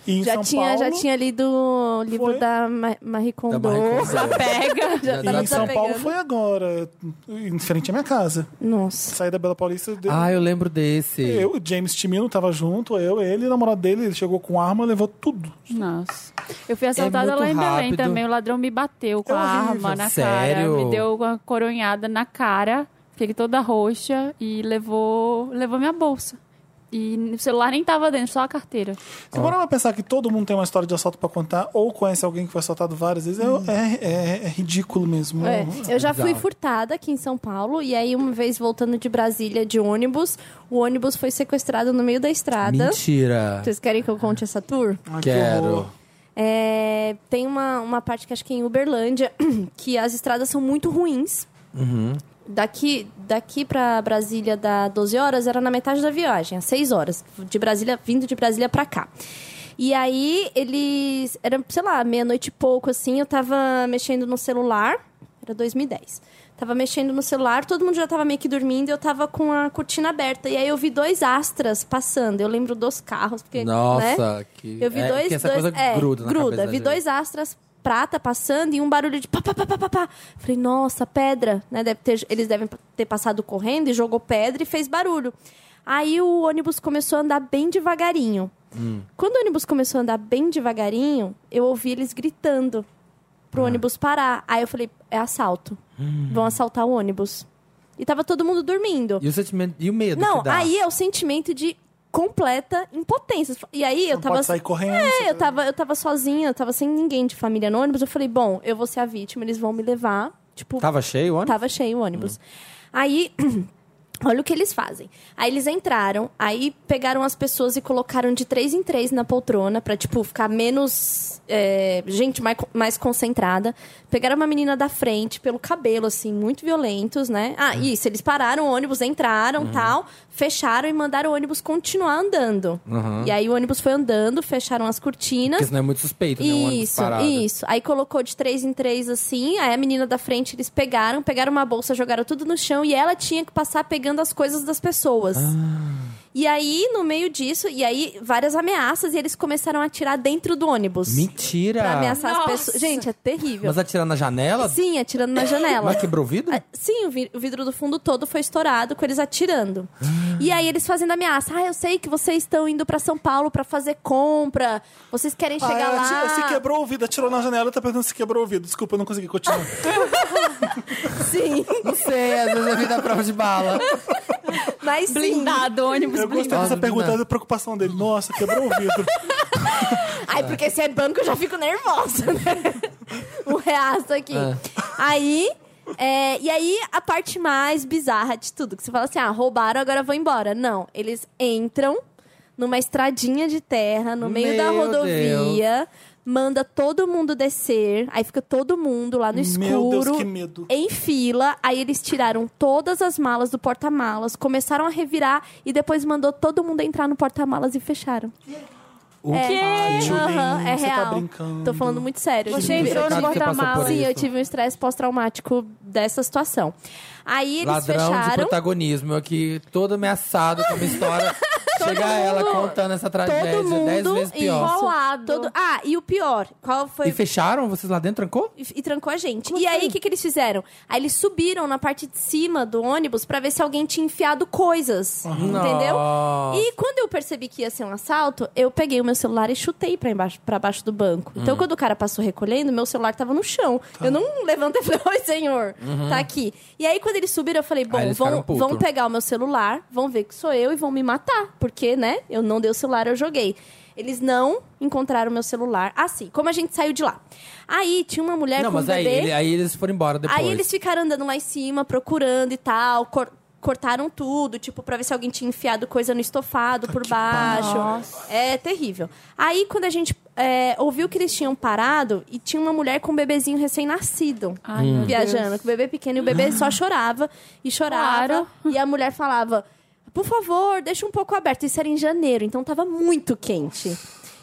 Speaker 1: E em
Speaker 4: Já
Speaker 1: São
Speaker 4: tinha, já
Speaker 1: Paulo-
Speaker 4: tinha lido o livro
Speaker 1: Foi.
Speaker 4: da Ma- Marie Kondo.
Speaker 2: Da Marie Kondo.
Speaker 4: Já pega. Já
Speaker 1: E
Speaker 4: tava
Speaker 1: em São Paulo
Speaker 4: desapegando.
Speaker 1: foi agora, em frente à minha casa.
Speaker 4: Nossa.
Speaker 1: Saí da Bela Paulista, deu...
Speaker 2: Ah, eu lembro desse.
Speaker 1: eu, o James Timino tava junto, eu, ele, o namorado dele, ele chegou com arma, levou tudo.
Speaker 3: Nossa. Eu fui assaltada
Speaker 2: muito
Speaker 3: lá em Belém
Speaker 2: rápido.
Speaker 3: também. O ladrão me bateu com
Speaker 1: É
Speaker 3: a
Speaker 1: horrível.
Speaker 3: arma na
Speaker 2: Sério?
Speaker 3: cara. Me deu uma coronhada na cara. Fiquei toda roxa e levou, levou minha bolsa. E o celular nem tava dentro, só a carteira.
Speaker 1: Se parar pra pensar que todo mundo tem uma história de assalto pra contar, ou conhece alguém que foi assaltado várias vezes, é- é, é- é ridículo mesmo.
Speaker 4: É, eu já fui
Speaker 2: Bizarro.
Speaker 4: furtada aqui em São Paulo e aí uma vez voltando de Brasília de ônibus, o ônibus foi sequestrado no meio da estrada.
Speaker 2: Mentira.
Speaker 4: Vocês querem que eu conte essa tour?
Speaker 1: Ah, que
Speaker 2: Quero.
Speaker 1: horror.
Speaker 4: É, tem uma, uma parte que acho que é em Uberlândia, que as estradas são muito ruins. Daqui, daqui pra Brasília, da 12 horas, era na metade da viagem, às 6 horas. De Brasília, vindo de Brasília pra cá. E aí, eles... Era, sei lá, meia-noite e pouco, assim. Eu tava mexendo no celular. Era 2010. Tava mexendo no celular, todo mundo já tava meio que dormindo. Eu tava com a cortina aberta. E aí, eu vi dois astras passando. Eu lembro dos carros, porque... né?
Speaker 2: Nossa, que.
Speaker 4: Eu vi
Speaker 2: é,
Speaker 4: dois,
Speaker 2: que essa
Speaker 4: dois
Speaker 2: coisa
Speaker 4: é,
Speaker 2: gruda, na cabeça da
Speaker 4: vi
Speaker 2: gente.
Speaker 4: dois astras prata passando e um barulho de pá, pá, pá, pá, pá, pá. Falei, nossa, pedra, né? Deve ter, eles devem ter passado correndo e jogou pedra e fez barulho. Aí o ônibus começou a andar bem devagarinho.
Speaker 2: Hum.
Speaker 4: Quando o ônibus começou a andar bem devagarinho, eu ouvi eles gritando
Speaker 2: Ah.
Speaker 4: pro ônibus parar. Aí eu falei, é assalto. Vão assaltar o ônibus. E tava todo mundo dormindo.
Speaker 2: Hum. E o sentimento e o medo
Speaker 4: Não,
Speaker 2: que dá.
Speaker 4: aí é o sentimento de completa impotência. E aí eu
Speaker 1: Não
Speaker 4: tava
Speaker 1: pode sair correndo.
Speaker 4: é, eu tava, eu tava sozinha, eu tava sem ninguém de família no ônibus. Eu falei, bom, eu vou ser a vítima, eles vão me levar. Tipo,
Speaker 2: Tava cheio o ônibus?
Speaker 4: tava cheio o ônibus. Aí, olha o que eles fazem. Aí eles entraram, aí pegaram as pessoas e colocaram de três em três na poltrona pra, tipo, ficar menos. é, gente mais, co- mais concentrada. Pegaram uma menina da frente pelo cabelo, assim, muito violentos, né? Ah, isso, eles pararam o ônibus, entraram tal, fecharam e mandaram o ônibus continuar andando. E aí o ônibus foi andando, fecharam as cortinas.
Speaker 2: Porque senão é muito suspeito, né? Um ônibus
Speaker 4: Isso,
Speaker 2: parado.
Speaker 4: isso. Aí colocou de três em três assim, aí a menina da frente eles pegaram, pegaram uma bolsa, jogaram tudo no chão e ela tinha que passar pegando as coisas das pessoas.
Speaker 2: Ah.
Speaker 4: E aí, no meio disso, e aí várias ameaças e eles começaram a atirar dentro do ônibus.
Speaker 2: Mentira!
Speaker 4: Pra ameaçar
Speaker 3: Nossa!
Speaker 4: as pessoas. Gente, é terrível.
Speaker 2: Mas atirar na janela?
Speaker 4: Sim, atirando na janela.
Speaker 2: Mas quebrou o vidro?
Speaker 4: Ah, Sim, o, vi- o vidro do fundo todo foi estourado com eles atirando.
Speaker 2: Ah.
Speaker 4: E aí eles fazendo ameaça. Ah, eu sei que vocês estão indo pra São Paulo pra fazer compra. Vocês querem
Speaker 1: Ah,
Speaker 4: chegar
Speaker 1: ela
Speaker 4: lá.
Speaker 1: atirou- se quebrou o vidro, atirou na janela, tá perguntando se quebrou o vidro. Desculpa, eu não consegui continuar.
Speaker 4: Sim,
Speaker 2: Não sei, às vezes é vida à prova de bala.
Speaker 4: mas sim.
Speaker 3: Blindado, ônibus
Speaker 1: Eu gostei
Speaker 3: blindado.
Speaker 1: dessa
Speaker 2: Não.
Speaker 1: pergunta, da preocupação dele. Nossa, quebrou o vidro.
Speaker 4: Ai, porque se é banco eu já fico nervosa, né? Um reaço aqui.
Speaker 1: É.
Speaker 2: Ah.
Speaker 4: Aí. é, e aí, a parte mais bizarra de tudo, que você fala assim, ah, roubaram, agora eu vou embora. Não, eles entram numa estradinha de terra, no meio da
Speaker 2: Meu
Speaker 4: rodovia. Manda todo mundo descer. Aí fica todo mundo lá no
Speaker 1: Meu
Speaker 4: escuro
Speaker 1: Deus, que medo.
Speaker 4: em fila, aí eles tiraram todas as malas do porta-malas, começaram a revirar e depois mandou todo mundo entrar no porta-malas e fecharam.
Speaker 2: O
Speaker 4: É,
Speaker 1: Julinho,
Speaker 4: aham, é
Speaker 1: você tá
Speaker 4: real.
Speaker 1: brincando.
Speaker 4: Tô falando muito sério.
Speaker 3: Você
Speaker 4: gente.
Speaker 2: Que
Speaker 3: entrou no
Speaker 2: complicado que você passou
Speaker 3: porta-malas.
Speaker 2: por
Speaker 4: Sim, eu
Speaker 2: isso.
Speaker 4: tive um estresse pós-traumático dessa situação. Aí eles
Speaker 2: Ladrão de
Speaker 4: fecharam.
Speaker 2: protagonismo. Eu aqui todo ameaçado com uma história. Chega ela contando essa tragédia.
Speaker 4: Todo mundo
Speaker 2: Dez vezes
Speaker 4: e-
Speaker 2: pior.
Speaker 3: Colado.
Speaker 4: Todo... Ah, e o pior, qual foi
Speaker 2: E fecharam? Vocês lá dentro trancou?
Speaker 4: e e trancou a gente. e aí, o que, que eles fizeram? Aí eles subiram na parte de cima do ônibus pra ver se alguém tinha enfiado coisas. Entendeu?
Speaker 2: Nossa.
Speaker 4: E quando eu percebi que ia ser um assalto, eu peguei o meu celular e chutei pra, embaixo, pra baixo do banco. Então,
Speaker 2: Hum.
Speaker 4: quando o cara passou recolhendo, meu celular tava no chão.
Speaker 2: Tá.
Speaker 4: Eu não levantei e falei, oi, senhor, tá aqui. E aí, quando eles subiram, eu falei,
Speaker 2: Uhum. Aí
Speaker 4: bom,
Speaker 2: eles
Speaker 4: vão,
Speaker 2: ficaram puto.
Speaker 4: vão pegar o meu celular, vão ver que sou eu e vão me matar. Porque, né, eu não dei o celular, eu joguei. Eles não encontraram meu celular assim, como a gente saiu de lá. Aí tinha uma mulher
Speaker 2: Não,
Speaker 4: com um
Speaker 2: mas aí,
Speaker 4: bebê.
Speaker 2: ele- aí eles foram embora depois.
Speaker 4: Aí eles ficaram andando lá em cima, procurando e tal, cor- cortaram tudo, tipo, pra ver se alguém tinha enfiado coisa no estofado
Speaker 2: Ah,
Speaker 4: por baixo. É terrível. Aí, quando a gente é, ouviu que eles tinham parado, e tinha uma mulher com um bebezinho recém-nascido
Speaker 3: Ai, meu
Speaker 4: viajando,
Speaker 3: Deus.
Speaker 4: com o bebê pequeno, e o bebê só chorava e chorava.
Speaker 3: Claro.
Speaker 4: E a mulher falava: Por favor, deixa um pouco aberto. Isso era em janeiro, então tava muito quente.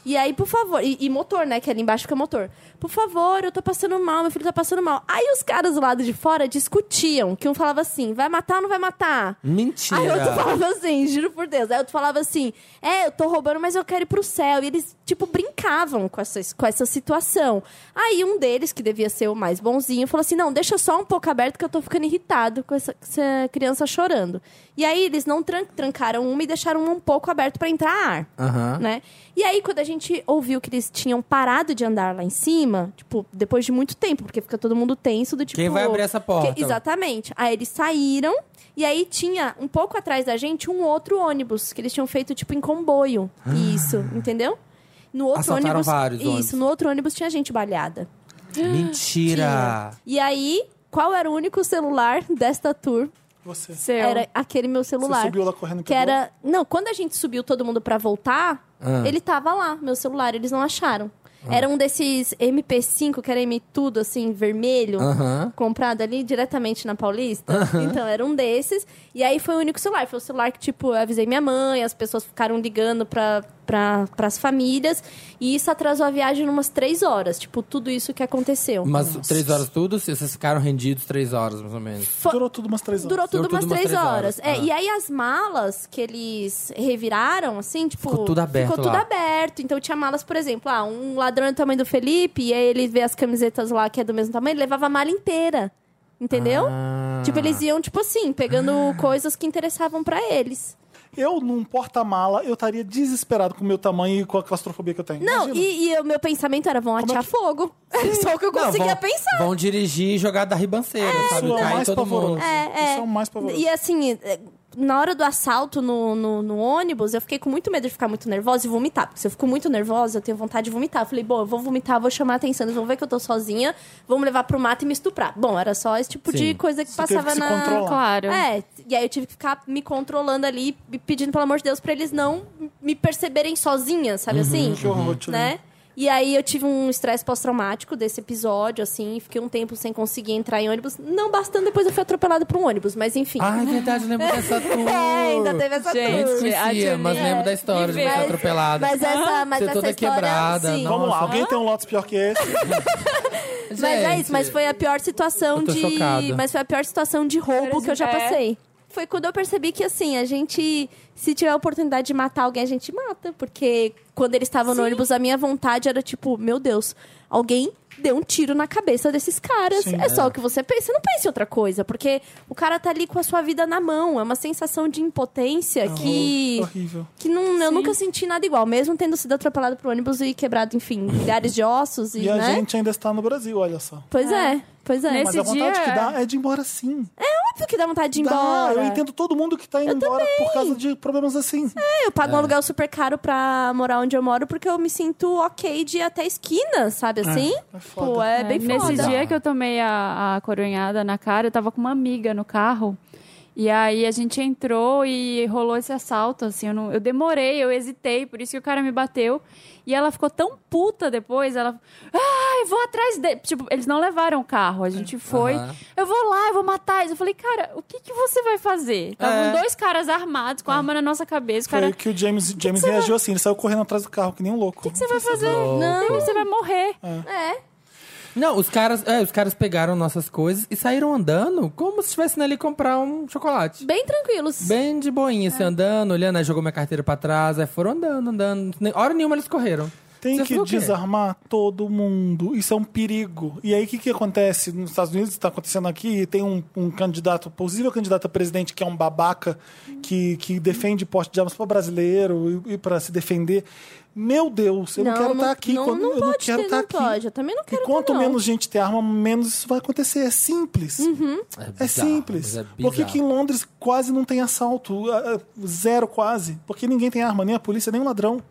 Speaker 4: E aí, por favor, e, e motor, né? Que ali embaixo fica motor. Por favor, eu tô passando mal, meu filho tá passando mal. Aí os caras do lado de fora discutiam, que um falava assim: vai matar ou não vai matar?
Speaker 2: Mentira.
Speaker 4: Aí outro falava assim, juro por Deus. Aí outro falava assim, é, eu tô roubando, mas eu quero ir pro céu. E eles, tipo, brincavam com essa, com essa situação. Aí um deles, que devia ser o mais bonzinho, falou assim, não, deixa só um pouco aberto que eu tô ficando irritado com essa, com essa criança chorando. E aí eles não tran- trancaram uma e deixaram um pouco aberto pra entrar ar
Speaker 2: Aham.
Speaker 4: né? E aí, quando a gente ouviu que eles tinham parado de andar lá em cima, tipo, depois de muito tempo, porque fica todo mundo tenso do tipo.
Speaker 2: Quem vai abrir essa porta?
Speaker 4: exatamente. Aí eles saíram, e aí tinha um pouco atrás da gente um outro ônibus, que eles tinham feito, tipo, em comboio. Isso, entendeu? No outro
Speaker 2: Ah. Assaltaram
Speaker 4: ônibus.
Speaker 2: vários
Speaker 4: isso,
Speaker 2: ônibus.
Speaker 4: no outro ônibus tinha gente baleada.
Speaker 2: Mentira.
Speaker 4: E aí, qual era o único celular desta tour?
Speaker 1: Você.
Speaker 3: Seu.
Speaker 4: Era aquele meu celular.
Speaker 1: Você subiu lá
Speaker 2: Tá
Speaker 1: correndo e
Speaker 4: Que
Speaker 1: pegou?
Speaker 4: era. Não, quando a gente subiu todo mundo pra voltar,
Speaker 2: Ah.
Speaker 4: ele tava lá, meu celular, eles não acharam. Era um desses MP5, que era M tudo, assim, vermelho,
Speaker 2: Aham.
Speaker 4: comprado ali diretamente na Paulista. Então, era um desses. E aí foi o único celular. Foi o celular que, tipo, eu avisei minha mãe, as pessoas ficaram ligando pra, pra, pras famílias. E isso atrasou a viagem umas três horas. Tipo, tudo isso que aconteceu.
Speaker 2: Mas três horas tudo? se Vocês ficaram rendidos três horas, mais ou menos.
Speaker 4: Fo-
Speaker 1: Durou tudo umas três horas.
Speaker 4: Durou tudo
Speaker 2: Durou
Speaker 4: umas três horas. É,
Speaker 2: Ah.
Speaker 4: E aí as malas que eles reviraram, assim, tipo.
Speaker 2: Ficou tudo aberto
Speaker 4: Ficou tudo
Speaker 2: lá.
Speaker 4: aberto. Então tinha malas, por exemplo, ah, um ladrão do tamanho do Felipe, e aí ele vê as camisetas lá que é do mesmo tamanho, ele levava a mala inteira. Entendeu?
Speaker 2: Ah.
Speaker 4: Tipo, eles iam, tipo assim, pegando coisas que interessavam pra eles.
Speaker 1: Eu, num porta-mala, eu estaria desesperado com o meu tamanho e com a claustrofobia que eu tenho.
Speaker 4: Não,
Speaker 1: Imagina.
Speaker 4: e, e o meu pensamento era: vão
Speaker 1: é
Speaker 4: atear fogo. Era só o que eu
Speaker 2: Não,
Speaker 4: conseguia
Speaker 2: vão,
Speaker 4: pensar.
Speaker 2: Vão dirigir e jogar da ribanceira, sabe?
Speaker 1: Isso é o
Speaker 2: Cair
Speaker 1: mais
Speaker 2: todo
Speaker 1: pavoroso.
Speaker 2: mundo.
Speaker 4: É,
Speaker 1: Isso é o mais pavoroso.
Speaker 4: E assim, é, na hora do assalto no, no, no ônibus, eu fiquei com muito medo de ficar muito nervosa e vomitar. Porque se eu fico muito nervosa, eu tenho vontade de vomitar. Eu falei, bom, eu vou vomitar, vou chamar a atenção, eles vão ver que eu tô sozinha, vão me levar pro mato e me estuprar. Bom, era só esse tipo de
Speaker 2: Sim.
Speaker 4: coisa que
Speaker 1: Você teve
Speaker 4: passava
Speaker 1: que se
Speaker 4: na.
Speaker 1: controlar.
Speaker 3: Claro.
Speaker 4: É, e aí eu tive que ficar me controlando ali, e pedindo, pelo amor de Deus, pra eles não me perceberem sozinha, sabe
Speaker 2: Uhum.
Speaker 4: assim?
Speaker 1: Que horror, Tchulin.
Speaker 4: né? E aí eu tive um estresse pós-traumático desse episódio, assim, e fiquei um tempo sem conseguir entrar em ônibus. Não bastando, depois eu fui atropelada por um ônibus, mas enfim.
Speaker 2: Ah, é verdade, eu lembro dessa tour.
Speaker 4: É, ainda teve essa
Speaker 2: Eu nem
Speaker 3: Gente,
Speaker 4: tour.
Speaker 3: a
Speaker 2: desconhecia,
Speaker 3: Julinha
Speaker 2: mas lembro da história de você
Speaker 3: viveu.
Speaker 2: atropelada.
Speaker 4: Mas essa, mas
Speaker 2: Você
Speaker 4: essa
Speaker 2: toda
Speaker 4: história,
Speaker 2: quebrada,
Speaker 4: sim.
Speaker 2: não.
Speaker 1: Vamos lá,
Speaker 2: Nossa.
Speaker 1: alguém tem um Lotus pior que esse?
Speaker 4: Mas é isso, mas foi a pior situação
Speaker 2: Eu tô
Speaker 4: de.
Speaker 2: chocada.
Speaker 4: Mas foi a pior situação de roubo que eu já
Speaker 3: É.
Speaker 4: passei. Foi quando eu percebi que, assim, a gente. Se tiver a oportunidade de matar alguém, a gente mata. Porque quando eles estavam no ônibus, a minha vontade era tipo, meu Deus, alguém deu um tiro na cabeça desses caras.
Speaker 1: Sim.
Speaker 4: é só o que você pensa. Você não pensa em outra coisa, porque o cara tá ali com a sua vida na mão. É uma sensação de impotência que.
Speaker 1: um Horrível.
Speaker 4: Que não, eu nunca senti nada igual, mesmo tendo sido atropelado por ônibus e quebrado, enfim, milhares de ossos e,
Speaker 1: E a
Speaker 4: né?
Speaker 1: gente ainda está no Brasil, olha só.
Speaker 4: Pois é, pois é.
Speaker 1: Mas
Speaker 3: Nesse
Speaker 1: a vontade
Speaker 3: dia-
Speaker 1: que dá é de ir embora sim.
Speaker 4: Óbvio que dá vontade de ir
Speaker 1: Dá,
Speaker 4: embora.
Speaker 1: eu entendo todo mundo que tá indo embora por causa de problemas assim.
Speaker 4: Eu pago
Speaker 2: É.
Speaker 4: um aluguel super caro pra morar onde eu moro porque eu me sinto ok de ir até a esquina, sabe assim?
Speaker 1: É foda.
Speaker 4: Pô, é,
Speaker 3: É,
Speaker 4: bem
Speaker 3: Nesse
Speaker 4: foda.
Speaker 3: dia que eu tomei a, a coronhada na cara, eu tava com uma amiga no carro. E aí a gente entrou e rolou esse assalto, assim, eu, não- eu demorei, eu hesitei, por isso que o cara me bateu. E ela ficou tão puta depois, ela, ah, eu vou atrás dele. Tipo, eles não levaram o carro, a gente foi,
Speaker 2: Aham.
Speaker 3: eu vou lá, eu vou matar eles. Eu falei, cara, o que que você vai fazer? Estavam
Speaker 2: É.
Speaker 3: dois caras armados, com a arma na nossa cabeça, o
Speaker 1: Foi
Speaker 3: cara,
Speaker 1: o que o James, James reagiu assim, ele saiu correndo atrás do carro, que nem um louco.
Speaker 3: você vai fazer?
Speaker 2: louco.
Speaker 3: Não, você vai morrer.
Speaker 4: É.
Speaker 2: Não, os caras, é, os caras pegaram nossas coisas e saíram andando como se estivessem ali comprar um chocolate.
Speaker 4: Bem tranquilos.
Speaker 2: Bem de boinha,
Speaker 4: É.
Speaker 2: assim, andando, olhando, aí jogou minha carteira pra trás, aí foram andando, andando. Nem- Hora nenhuma eles correram.
Speaker 1: Tem
Speaker 2: Você
Speaker 1: que
Speaker 2: falou o quê?
Speaker 1: desarmar todo mundo. Isso é um perigo. E aí, o que, que acontece nos Estados Unidos? Está acontecendo aqui. Tem um, um candidato, possível candidato a presidente, que é um babaca, que, que defende porte de armas para brasileiro e, para se defender. Meu Deus, eu não, quero estar aqui.
Speaker 4: Não,
Speaker 1: quando,
Speaker 4: não
Speaker 1: eu
Speaker 4: pode
Speaker 1: não quero
Speaker 4: ter,
Speaker 1: estar
Speaker 4: não
Speaker 1: aqui.
Speaker 4: pode. Eu também não
Speaker 1: E
Speaker 4: quero
Speaker 1: quanto
Speaker 4: ter, não.
Speaker 1: menos gente ter arma, menos isso vai acontecer. É simples. É
Speaker 4: Uhum.
Speaker 2: bizarro,
Speaker 1: simples.
Speaker 2: mas é
Speaker 1: Por que,
Speaker 2: bizarro.
Speaker 1: que em Londres quase não tem assalto? Ah, ah, Zero quase. Porque ninguém tem arma, nem a polícia, nem o ladrão.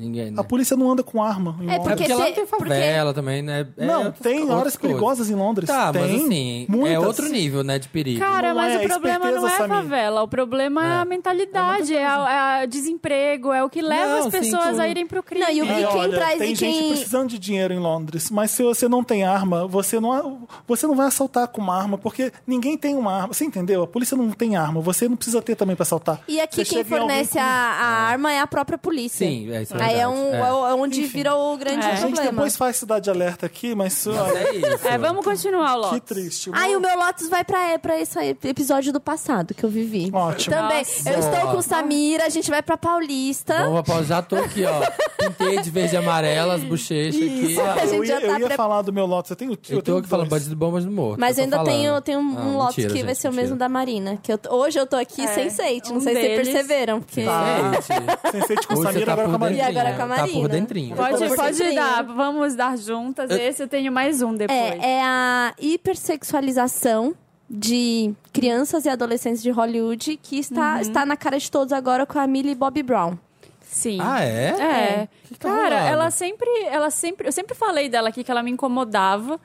Speaker 2: Ninguém, né?
Speaker 1: A polícia não anda com arma. em
Speaker 4: É
Speaker 1: Londres.
Speaker 2: É porque,
Speaker 4: Porque
Speaker 2: lá
Speaker 4: se-
Speaker 2: não tem
Speaker 4: porque-
Speaker 2: favela também, né? É
Speaker 1: Não,
Speaker 2: outras-
Speaker 1: tem
Speaker 2: outras
Speaker 1: horas
Speaker 2: coisas.
Speaker 1: perigosas em Londres.
Speaker 2: Tá,
Speaker 1: tem,
Speaker 2: mas assim, é
Speaker 1: muitas.
Speaker 2: outro nível, né, de perigo.
Speaker 3: Cara,
Speaker 1: Não
Speaker 3: mas
Speaker 1: é
Speaker 3: o problema não é
Speaker 1: esperteza,
Speaker 3: a
Speaker 1: Samir.
Speaker 3: favela, o problema é, a mentalidade, é, o desemprego, é o que leva
Speaker 2: Não,
Speaker 3: as
Speaker 2: sim,
Speaker 3: pessoas
Speaker 2: sim.
Speaker 3: a irem pro crime.
Speaker 4: Não, e o-
Speaker 1: E olha,
Speaker 4: traz-
Speaker 1: tem
Speaker 4: e
Speaker 1: gente
Speaker 4: quem-
Speaker 1: precisando de dinheiro em Londres, mas se você não tem arma, você não, você não vai assaltar com uma arma, porque ninguém tem uma arma. Você entendeu? A polícia não tem arma, você não precisa ter também pra assaltar.
Speaker 4: E aqui
Speaker 1: Você
Speaker 4: quem
Speaker 1: chega em alguém
Speaker 4: fornece
Speaker 1: com-
Speaker 4: a, a arma é a própria polícia.
Speaker 2: Sim, é isso é
Speaker 4: Aí é,
Speaker 2: verdade,
Speaker 4: um,
Speaker 2: é.
Speaker 4: é o- é onde vira o grande
Speaker 3: É.
Speaker 1: A gente
Speaker 4: problema.
Speaker 1: depois faz cidade alerta aqui, mas olha,
Speaker 2: É isso.
Speaker 3: É, vamos continuar, Ló.
Speaker 1: que triste.
Speaker 4: Ai, o meu Lotus vai pra, é, pra esse episódio do passado que eu vivi.
Speaker 1: Hum, Ótimo.
Speaker 4: Também.
Speaker 3: Nossa.
Speaker 4: Eu estou com Samira, a gente vai pra Paulista.
Speaker 2: Vamos após, já tô aqui, ó. Pintei de verde e amarela as bochechas aqui. ó.
Speaker 4: a gente
Speaker 1: eu
Speaker 4: já
Speaker 1: ia,
Speaker 4: tá
Speaker 1: eu ia
Speaker 4: pre-
Speaker 1: falar do meu Lotus. Eu tenho, eu
Speaker 2: Eu tô
Speaker 1: tenho
Speaker 2: aqui falando
Speaker 1: dois.
Speaker 2: bandido bom, mas não morto.
Speaker 4: Mas
Speaker 2: eu
Speaker 4: eu
Speaker 2: tô
Speaker 4: ainda
Speaker 2: falando.
Speaker 4: tenho, tenho um
Speaker 2: Não,
Speaker 4: Lotus
Speaker 2: mentira,
Speaker 4: que vai
Speaker 2: gente,
Speaker 4: ser o mesmo
Speaker 2: mentira.
Speaker 4: da Marina. Que eu- hoje eu tô aqui
Speaker 3: É,
Speaker 4: sem sate, não
Speaker 3: um
Speaker 4: sei
Speaker 3: deles-
Speaker 4: se vocês perceberam. Porque...
Speaker 2: é Gente,
Speaker 1: Sem ser de com
Speaker 2: hoje
Speaker 1: Samira,
Speaker 2: você tá
Speaker 1: agora
Speaker 2: por
Speaker 1: com a Maria.
Speaker 4: E agora com a
Speaker 2: dentrinha, Tá
Speaker 4: Marina.
Speaker 2: por dentrinho.
Speaker 4: Eu
Speaker 3: Pode,
Speaker 4: tô
Speaker 3: pode
Speaker 4: concentrando.
Speaker 3: dar, vamos dar juntas. Esse eu tenho mais um depois.
Speaker 4: É, é a hipersexualização de crianças e adolescentes de Hollywood que está,
Speaker 3: Uhum.
Speaker 4: está na cara de todos agora com a Millie Bobby Brown.
Speaker 3: Sim.
Speaker 2: Ah, é?
Speaker 3: É.
Speaker 2: Que que tá
Speaker 3: Cara,
Speaker 2: rolando?
Speaker 3: ela sempre, ela sempre. Eu sempre falei dela aqui que ela me incomodava.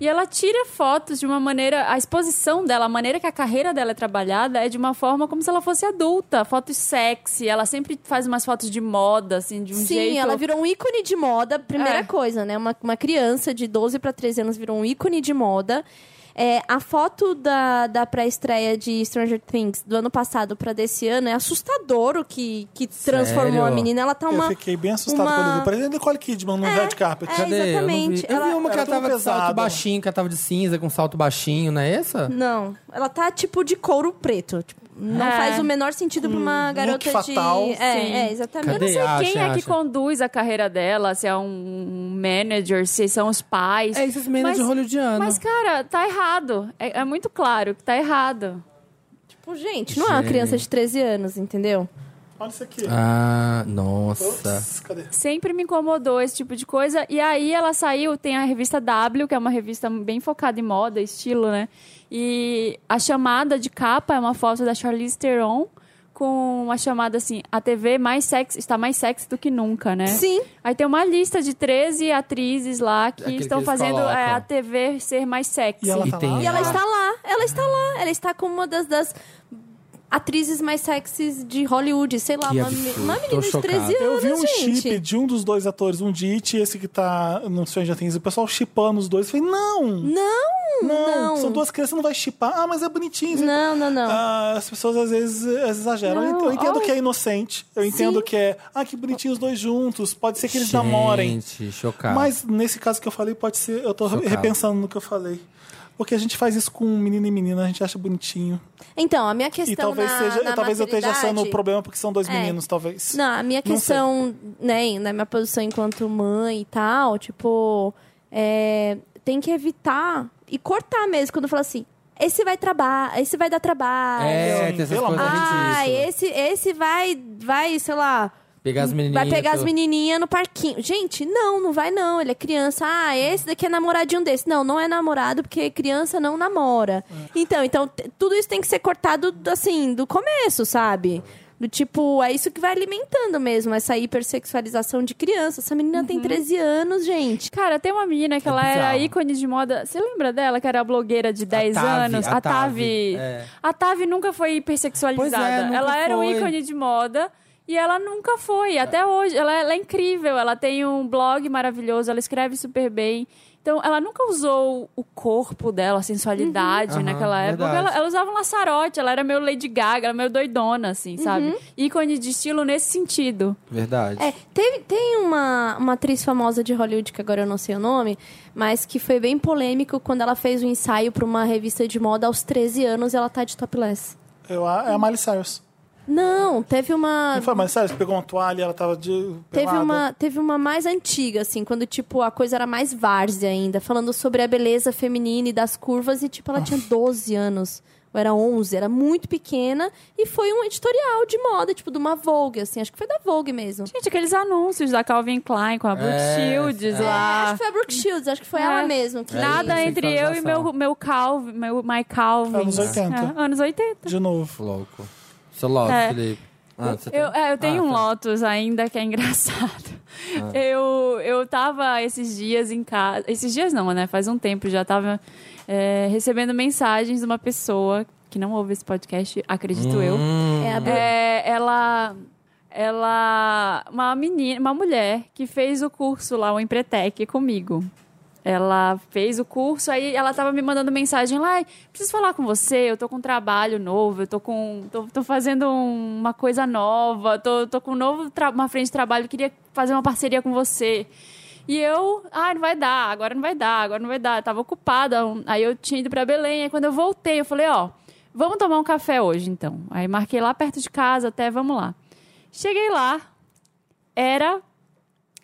Speaker 3: E ela tira fotos de uma maneira. A exposição dela, a maneira que a carreira dela é trabalhada é de uma forma como se ela fosse adulta. Fotos sexy. Ela sempre faz umas fotos de moda, assim, de um
Speaker 4: Sim,
Speaker 3: jeito.
Speaker 4: ela virou um ícone de moda, primeira
Speaker 3: É.
Speaker 4: coisa, né? Uma, uma criança de 12 para 13 anos virou um ícone de moda. É, a foto da, da pré-estreia de Stranger Things do ano passado para desse ano é assustador o que, que transformou a
Speaker 2: Sério?
Speaker 4: menina. Ela tá
Speaker 1: Eu
Speaker 4: uma.
Speaker 1: fiquei bem assustado
Speaker 4: uma-
Speaker 1: quando eu vi. Parecia Nicole Kidman no Red Carpet.
Speaker 4: é,
Speaker 2: Cadê?
Speaker 4: exatamente.
Speaker 2: Eu, não vi. eu
Speaker 4: Ela-
Speaker 2: vi uma que
Speaker 1: Era
Speaker 2: ela
Speaker 1: tudo
Speaker 2: tava de salto
Speaker 1: pesado.
Speaker 2: baixinho, que ela tava de cinza com salto baixinho, não é essa?
Speaker 4: Não, ela tá tipo de couro preto. Tipo, não
Speaker 3: É.
Speaker 4: faz o menor sentido pra uma garota
Speaker 1: fatal.
Speaker 4: de.
Speaker 3: Sim.
Speaker 4: É, é, exatamente.
Speaker 3: Eu não sei
Speaker 2: Acha,
Speaker 3: quem é que
Speaker 2: acha.
Speaker 3: conduz a carreira dela, se é um manager, se são os pais.
Speaker 2: É esses meninos de
Speaker 3: Mas-
Speaker 2: hollywoodiano.
Speaker 3: Mas, cara, tá errado. É, é muito claro que tá errado.
Speaker 4: Tipo, gente, não é uma criança de 13 anos, entendeu?
Speaker 1: Olha isso aqui.
Speaker 2: Ah, tá. nossa.
Speaker 1: Ups, Cadê?
Speaker 3: Sempre me incomodou esse tipo de coisa. E aí ela saiu, tem a revista W, que é uma revista bem focada em moda, estilo, né? E a chamada de capa é uma foto da Charlize Theron com uma chamada assim, a TV mais sexy, está mais sexy do que nunca, né?
Speaker 4: Sim.
Speaker 3: Aí tem uma lista de 13 atrizes lá que
Speaker 2: Aquele que
Speaker 3: estão
Speaker 2: eles
Speaker 3: fazendo
Speaker 2: colocam.
Speaker 3: é, a TV ser mais sexy.
Speaker 1: E ela
Speaker 2: E
Speaker 1: tá
Speaker 2: tem-
Speaker 1: lá.
Speaker 4: E ela
Speaker 2: Ah.
Speaker 4: está lá, ela está lá. Ela está como uma das, das atrizes mais sexys de Hollywood, sei lá,
Speaker 2: Que
Speaker 4: uma,
Speaker 2: absurdo,
Speaker 4: me- uma
Speaker 2: tô
Speaker 4: menina de 13
Speaker 2: chocado.
Speaker 1: Eu
Speaker 4: anos,
Speaker 1: vi um
Speaker 4: gente.
Speaker 1: chip de um dos dois atores, um de It e esse que tá no Stranger Things. O pessoal chipando os dois. Eu falei, não, não,
Speaker 4: Não, Hum, não.
Speaker 1: São duas crianças, não vai chipar. Ah, mas é bonitinho.
Speaker 4: não, não, não.
Speaker 1: Ah, as pessoas às vezes eh, exageram.
Speaker 3: Não,
Speaker 1: eu entendo
Speaker 3: olha.
Speaker 1: que é inocente. Eu entendo que é, ah, que bonitinho os dois juntos. Pode ser que eles namorem.
Speaker 2: Gente, tá. chocado.
Speaker 1: Mas nesse caso que eu falei, pode ser. Eu tô
Speaker 2: Chocado.
Speaker 1: repensando no que eu falei. Porque a gente faz isso com menino e menina, a gente acha bonitinho.
Speaker 4: Então, a minha questão
Speaker 1: E talvez
Speaker 4: na,
Speaker 1: seja,
Speaker 4: na
Speaker 1: talvez eu esteja achando o
Speaker 4: maturidade-
Speaker 1: problema porque são dois
Speaker 4: É.
Speaker 1: meninos, talvez.
Speaker 4: Não, a minha
Speaker 1: Não
Speaker 4: questão, né, na minha posição enquanto mãe e tal, tipo, é, tem que evitar e cortar mesmo quando fala assim, esse vai trabalhar, esse vai dar trabalho.
Speaker 2: É, tem essas
Speaker 1: Pelo
Speaker 2: coisas
Speaker 4: Ah,
Speaker 2: ridículas.
Speaker 4: esse, esse vai, vai, sei lá,
Speaker 2: Pegar as menininhas.
Speaker 4: Hum, vai pegar as
Speaker 2: tô-
Speaker 4: menininhas no parquinho. Gente, não, não vai não, ele é criança. Ah, esse daqui é namoradinho desse. Não, não é namorado porque criança não
Speaker 2: É.
Speaker 4: namora. Então, então t- tudo isso tem que ser cortado assim, do começo, sabe? Do tipo, é isso que vai alimentando mesmo, essa hipersexualização de criança. Essa menina
Speaker 2: Uhum.
Speaker 4: tem 13 anos, gente.
Speaker 3: Cara, tem uma menina que
Speaker 2: É
Speaker 3: ela era
Speaker 2: bizarro.
Speaker 3: ícone de moda. Você lembra dela, que era a blogueira de 10
Speaker 2: Tavi,
Speaker 3: anos?
Speaker 2: a
Speaker 3: A Tavi.
Speaker 2: Tavi, é.
Speaker 3: A Tavi nunca foi hipersexualizada.
Speaker 2: Pois é, nunca
Speaker 3: ela era um
Speaker 2: foi.
Speaker 3: ícone de moda. E ela nunca foi, até hoje. Ela, ela é incrível, ela tem um blog maravilhoso, ela escreve super bem. Então, ela nunca usou o corpo dela, a sensualidade
Speaker 2: Uhum.
Speaker 3: naquela
Speaker 2: Aham,
Speaker 3: época.
Speaker 2: verdade.
Speaker 3: Ela, ela usava um laçarote, ela era meio Lady Gaga, ela era meio doidona, assim, sabe?
Speaker 2: Uhum.
Speaker 3: Ícone de estilo nesse sentido.
Speaker 2: Verdade.
Speaker 4: É, teve, tem uma, uma atriz famosa de Hollywood, que agora eu não sei o nome, mas que foi bem polêmico quando ela fez um ensaio pra uma revista de moda aos 13 anos e ela tá de topless.
Speaker 1: Eu, a- é a Miley Cyrus.
Speaker 4: Não, teve uma.
Speaker 1: Não foi a Miley Cyrus? que Pegou uma toalha, ela tava de.
Speaker 4: Teve
Speaker 1: pelada.
Speaker 4: uma, teve uma mais antiga, assim, quando, tipo, a coisa era mais várzea ainda, falando sobre a beleza feminina e das curvas, e, tipo, ela tinha
Speaker 2: Ah.
Speaker 4: 12 anos, ou era 11, era muito pequena, e foi um editorial de moda, tipo, de uma Vogue, assim, acho que foi da Vogue mesmo.
Speaker 3: Gente, aqueles anúncios da Calvin Klein com a Brooke
Speaker 2: É,
Speaker 3: Shields
Speaker 2: é.
Speaker 4: Acho
Speaker 3: lá.
Speaker 4: que foi a Brooke Shields, acho que foi
Speaker 3: É.
Speaker 4: ela mesmo. Que
Speaker 2: É
Speaker 3: Nada
Speaker 2: isso,
Speaker 3: entre eu e
Speaker 2: sensualização.
Speaker 3: meu, meu Calvin, meu My Calvin.
Speaker 1: Anos 80.
Speaker 3: É, anos 80.
Speaker 1: De novo.
Speaker 2: Louco. Seu Lotus,
Speaker 3: É.
Speaker 2: Felipe. Ah, você tem?
Speaker 3: Eu, é, eu tenho
Speaker 2: Ah,
Speaker 3: um
Speaker 2: tá. Ah.
Speaker 3: Lotus ainda que é engraçado. Eu, eu tava esses dias em casa. Esses dias não, né? Faz um tempo já tava é, recebendo mensagens de uma pessoa que não ouve esse podcast, acredito eu.
Speaker 2: Hum,
Speaker 4: É a Brooke.
Speaker 3: É, ela. Ela. Uma menina, uma mulher que fez o curso lá, o Empretec, comigo. Ela fez o curso, aí ela tava me mandando mensagem lá, "Ai, preciso falar com você, eu tô com um trabalho novo, eu tô com. tô, tô fazendo um- uma coisa nova, tô, tô com um novo tra- uma frente de trabalho, queria fazer uma parceria com você. E eu, ah, não vai dar, agora não vai dar, agora não vai dar. Eu tava ocupada, um- aí eu tinha ido pra Belém, aí quando eu voltei, eu falei, ó, vamos tomar um café hoje, então. Aí marquei lá perto de casa, até, vamos lá. Cheguei lá, era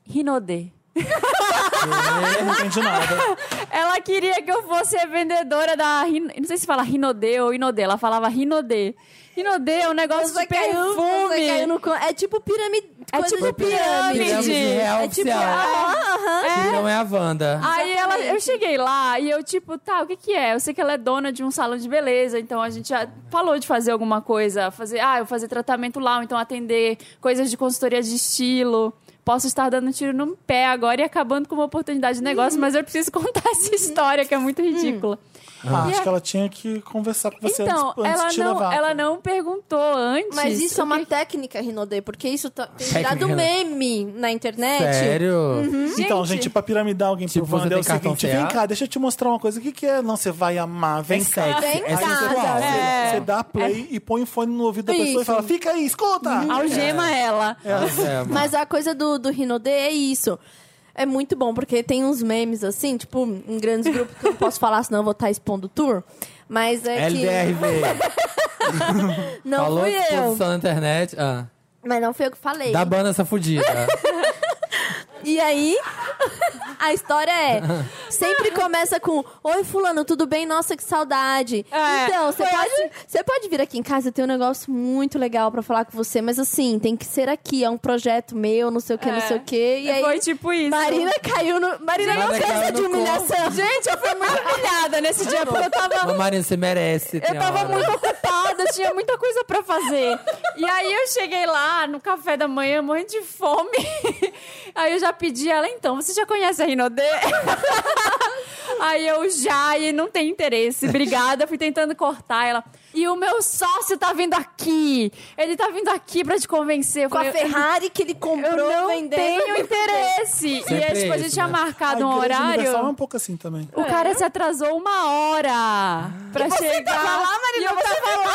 Speaker 3: Rinodê.
Speaker 1: Eu não entendi nada.
Speaker 3: Ela queria que eu fosse a vendedora da. Rin- Não sei se fala Rinodê ou Inodê. Ela falava Rinodê. Rinodê é um negócio de
Speaker 4: Você caiu- você
Speaker 3: perfume.
Speaker 4: caiu no con- é tipo pirâmide.
Speaker 3: É
Speaker 4: coisa
Speaker 3: tipo
Speaker 4: de
Speaker 3: pirâmide.
Speaker 2: Pirâmide real
Speaker 4: É tipo.
Speaker 2: oficial.
Speaker 4: Ah, aham.
Speaker 2: que Não é a Wanda.
Speaker 4: Ah,
Speaker 3: Aí ela,
Speaker 4: Exatamente.
Speaker 3: eu cheguei lá e eu, tipo, tá, o que que é? Eu sei que ela é dona de um salão de beleza, então a gente já falou de fazer alguma coisa, fazer, ah, eu fazer tratamento lá, ou então atender coisas de consultoria de estilo. Posso estar dando um tiro no pé agora e acabando com uma oportunidade de negócio, mas eu preciso contar essa história que é
Speaker 4: Uhum.
Speaker 3: muito ridícula.
Speaker 1: Ah,
Speaker 3: E
Speaker 1: acho
Speaker 3: a-
Speaker 1: que ela tinha que conversar com você
Speaker 3: Então,
Speaker 1: antes, antes
Speaker 3: ela
Speaker 1: de te
Speaker 3: não,
Speaker 1: levar.
Speaker 3: ela não perguntou antes.
Speaker 4: Mas isso é
Speaker 3: o
Speaker 4: uma
Speaker 3: que-
Speaker 4: técnica, Rinodê, porque isso tá, tem
Speaker 2: Técnica,
Speaker 4: virado
Speaker 2: né?
Speaker 4: meme na internet.
Speaker 2: Sério?
Speaker 4: Uhum.
Speaker 1: Então, gente, pra piramidar alguém
Speaker 2: Tipo,
Speaker 1: pro Wanda
Speaker 2: você
Speaker 1: é
Speaker 2: tem
Speaker 1: o
Speaker 2: cartão
Speaker 1: seguinte: vem
Speaker 2: CA?
Speaker 1: cá, deixa eu te mostrar uma coisa. O que, que é? Não, você vai amar, vem
Speaker 2: É sexy,
Speaker 1: cá.
Speaker 4: Vem
Speaker 2: é
Speaker 4: cá.
Speaker 2: sensual.
Speaker 1: É. Você dá play e põe o fone no ouvido da pessoa
Speaker 4: Isso.
Speaker 1: e fala: fica aí, escuta!
Speaker 3: É. Uhum. Algema ela.
Speaker 2: É, mano.
Speaker 4: Mas a coisa do, do Rinodê é isso. É muito bom, porque tem uns memes assim, tipo, em grandes grupos que eu não posso falar, senão eu vou estar expondo o tour. Mas é
Speaker 2: LDRV.
Speaker 4: que. Não
Speaker 2: Falou
Speaker 4: fui eu.
Speaker 2: exposição na internet. Ah.
Speaker 4: Mas não fui eu que falei.
Speaker 2: Dá banda essa fudida.
Speaker 4: E aí, a história é. Sempre começa com: Oi, Fulano, tudo bem? Nossa, que saudade.
Speaker 3: É,
Speaker 4: então, você
Speaker 3: foi
Speaker 4: pode, você pode vir aqui em casa, eu tenho um negócio muito legal pra falar com você, mas assim, tem que ser aqui. É um projeto meu, não sei o que, não
Speaker 3: É.
Speaker 4: sei o que. E aí,
Speaker 3: Foi tipo isso.
Speaker 4: Marina caiu no. Marina não
Speaker 2: Marina
Speaker 4: cansa
Speaker 2: caiu
Speaker 4: de
Speaker 2: no
Speaker 4: humilhação. Gente, eu fui muito.
Speaker 3: humilhada nesse dia, porque eu tava
Speaker 2: Ô, Marina, você merece. tem
Speaker 3: Eu tava
Speaker 2: hora.
Speaker 3: muito ocupada, eu tinha muita coisa pra fazer. E aí eu cheguei lá no café da manhã, morrendo de fome. Aí eu já pedi ela, então, você já conhece a Rinodê? Aí eu já, e não tem interesse. Obrigada, fui tentando cortar ela. E o meu sócio tá vindo aqui. Ele tá vindo aqui pra te convencer. Eu
Speaker 4: Com a
Speaker 3: falei,
Speaker 4: Ferrari que ele comprou
Speaker 3: Eu não
Speaker 4: vendendo.
Speaker 3: tenho interesse. e
Speaker 2: Sempre
Speaker 3: aí, tipo, a
Speaker 2: é
Speaker 3: gente
Speaker 2: isso,
Speaker 3: tinha
Speaker 2: né?
Speaker 1: A
Speaker 3: marcado um
Speaker 1: Igreja
Speaker 3: horário.
Speaker 1: Universal é um pouco assim também.
Speaker 3: O cara se atrasou uma hora pra chegar.
Speaker 4: lá, Marina,
Speaker 3: e eu tava lá.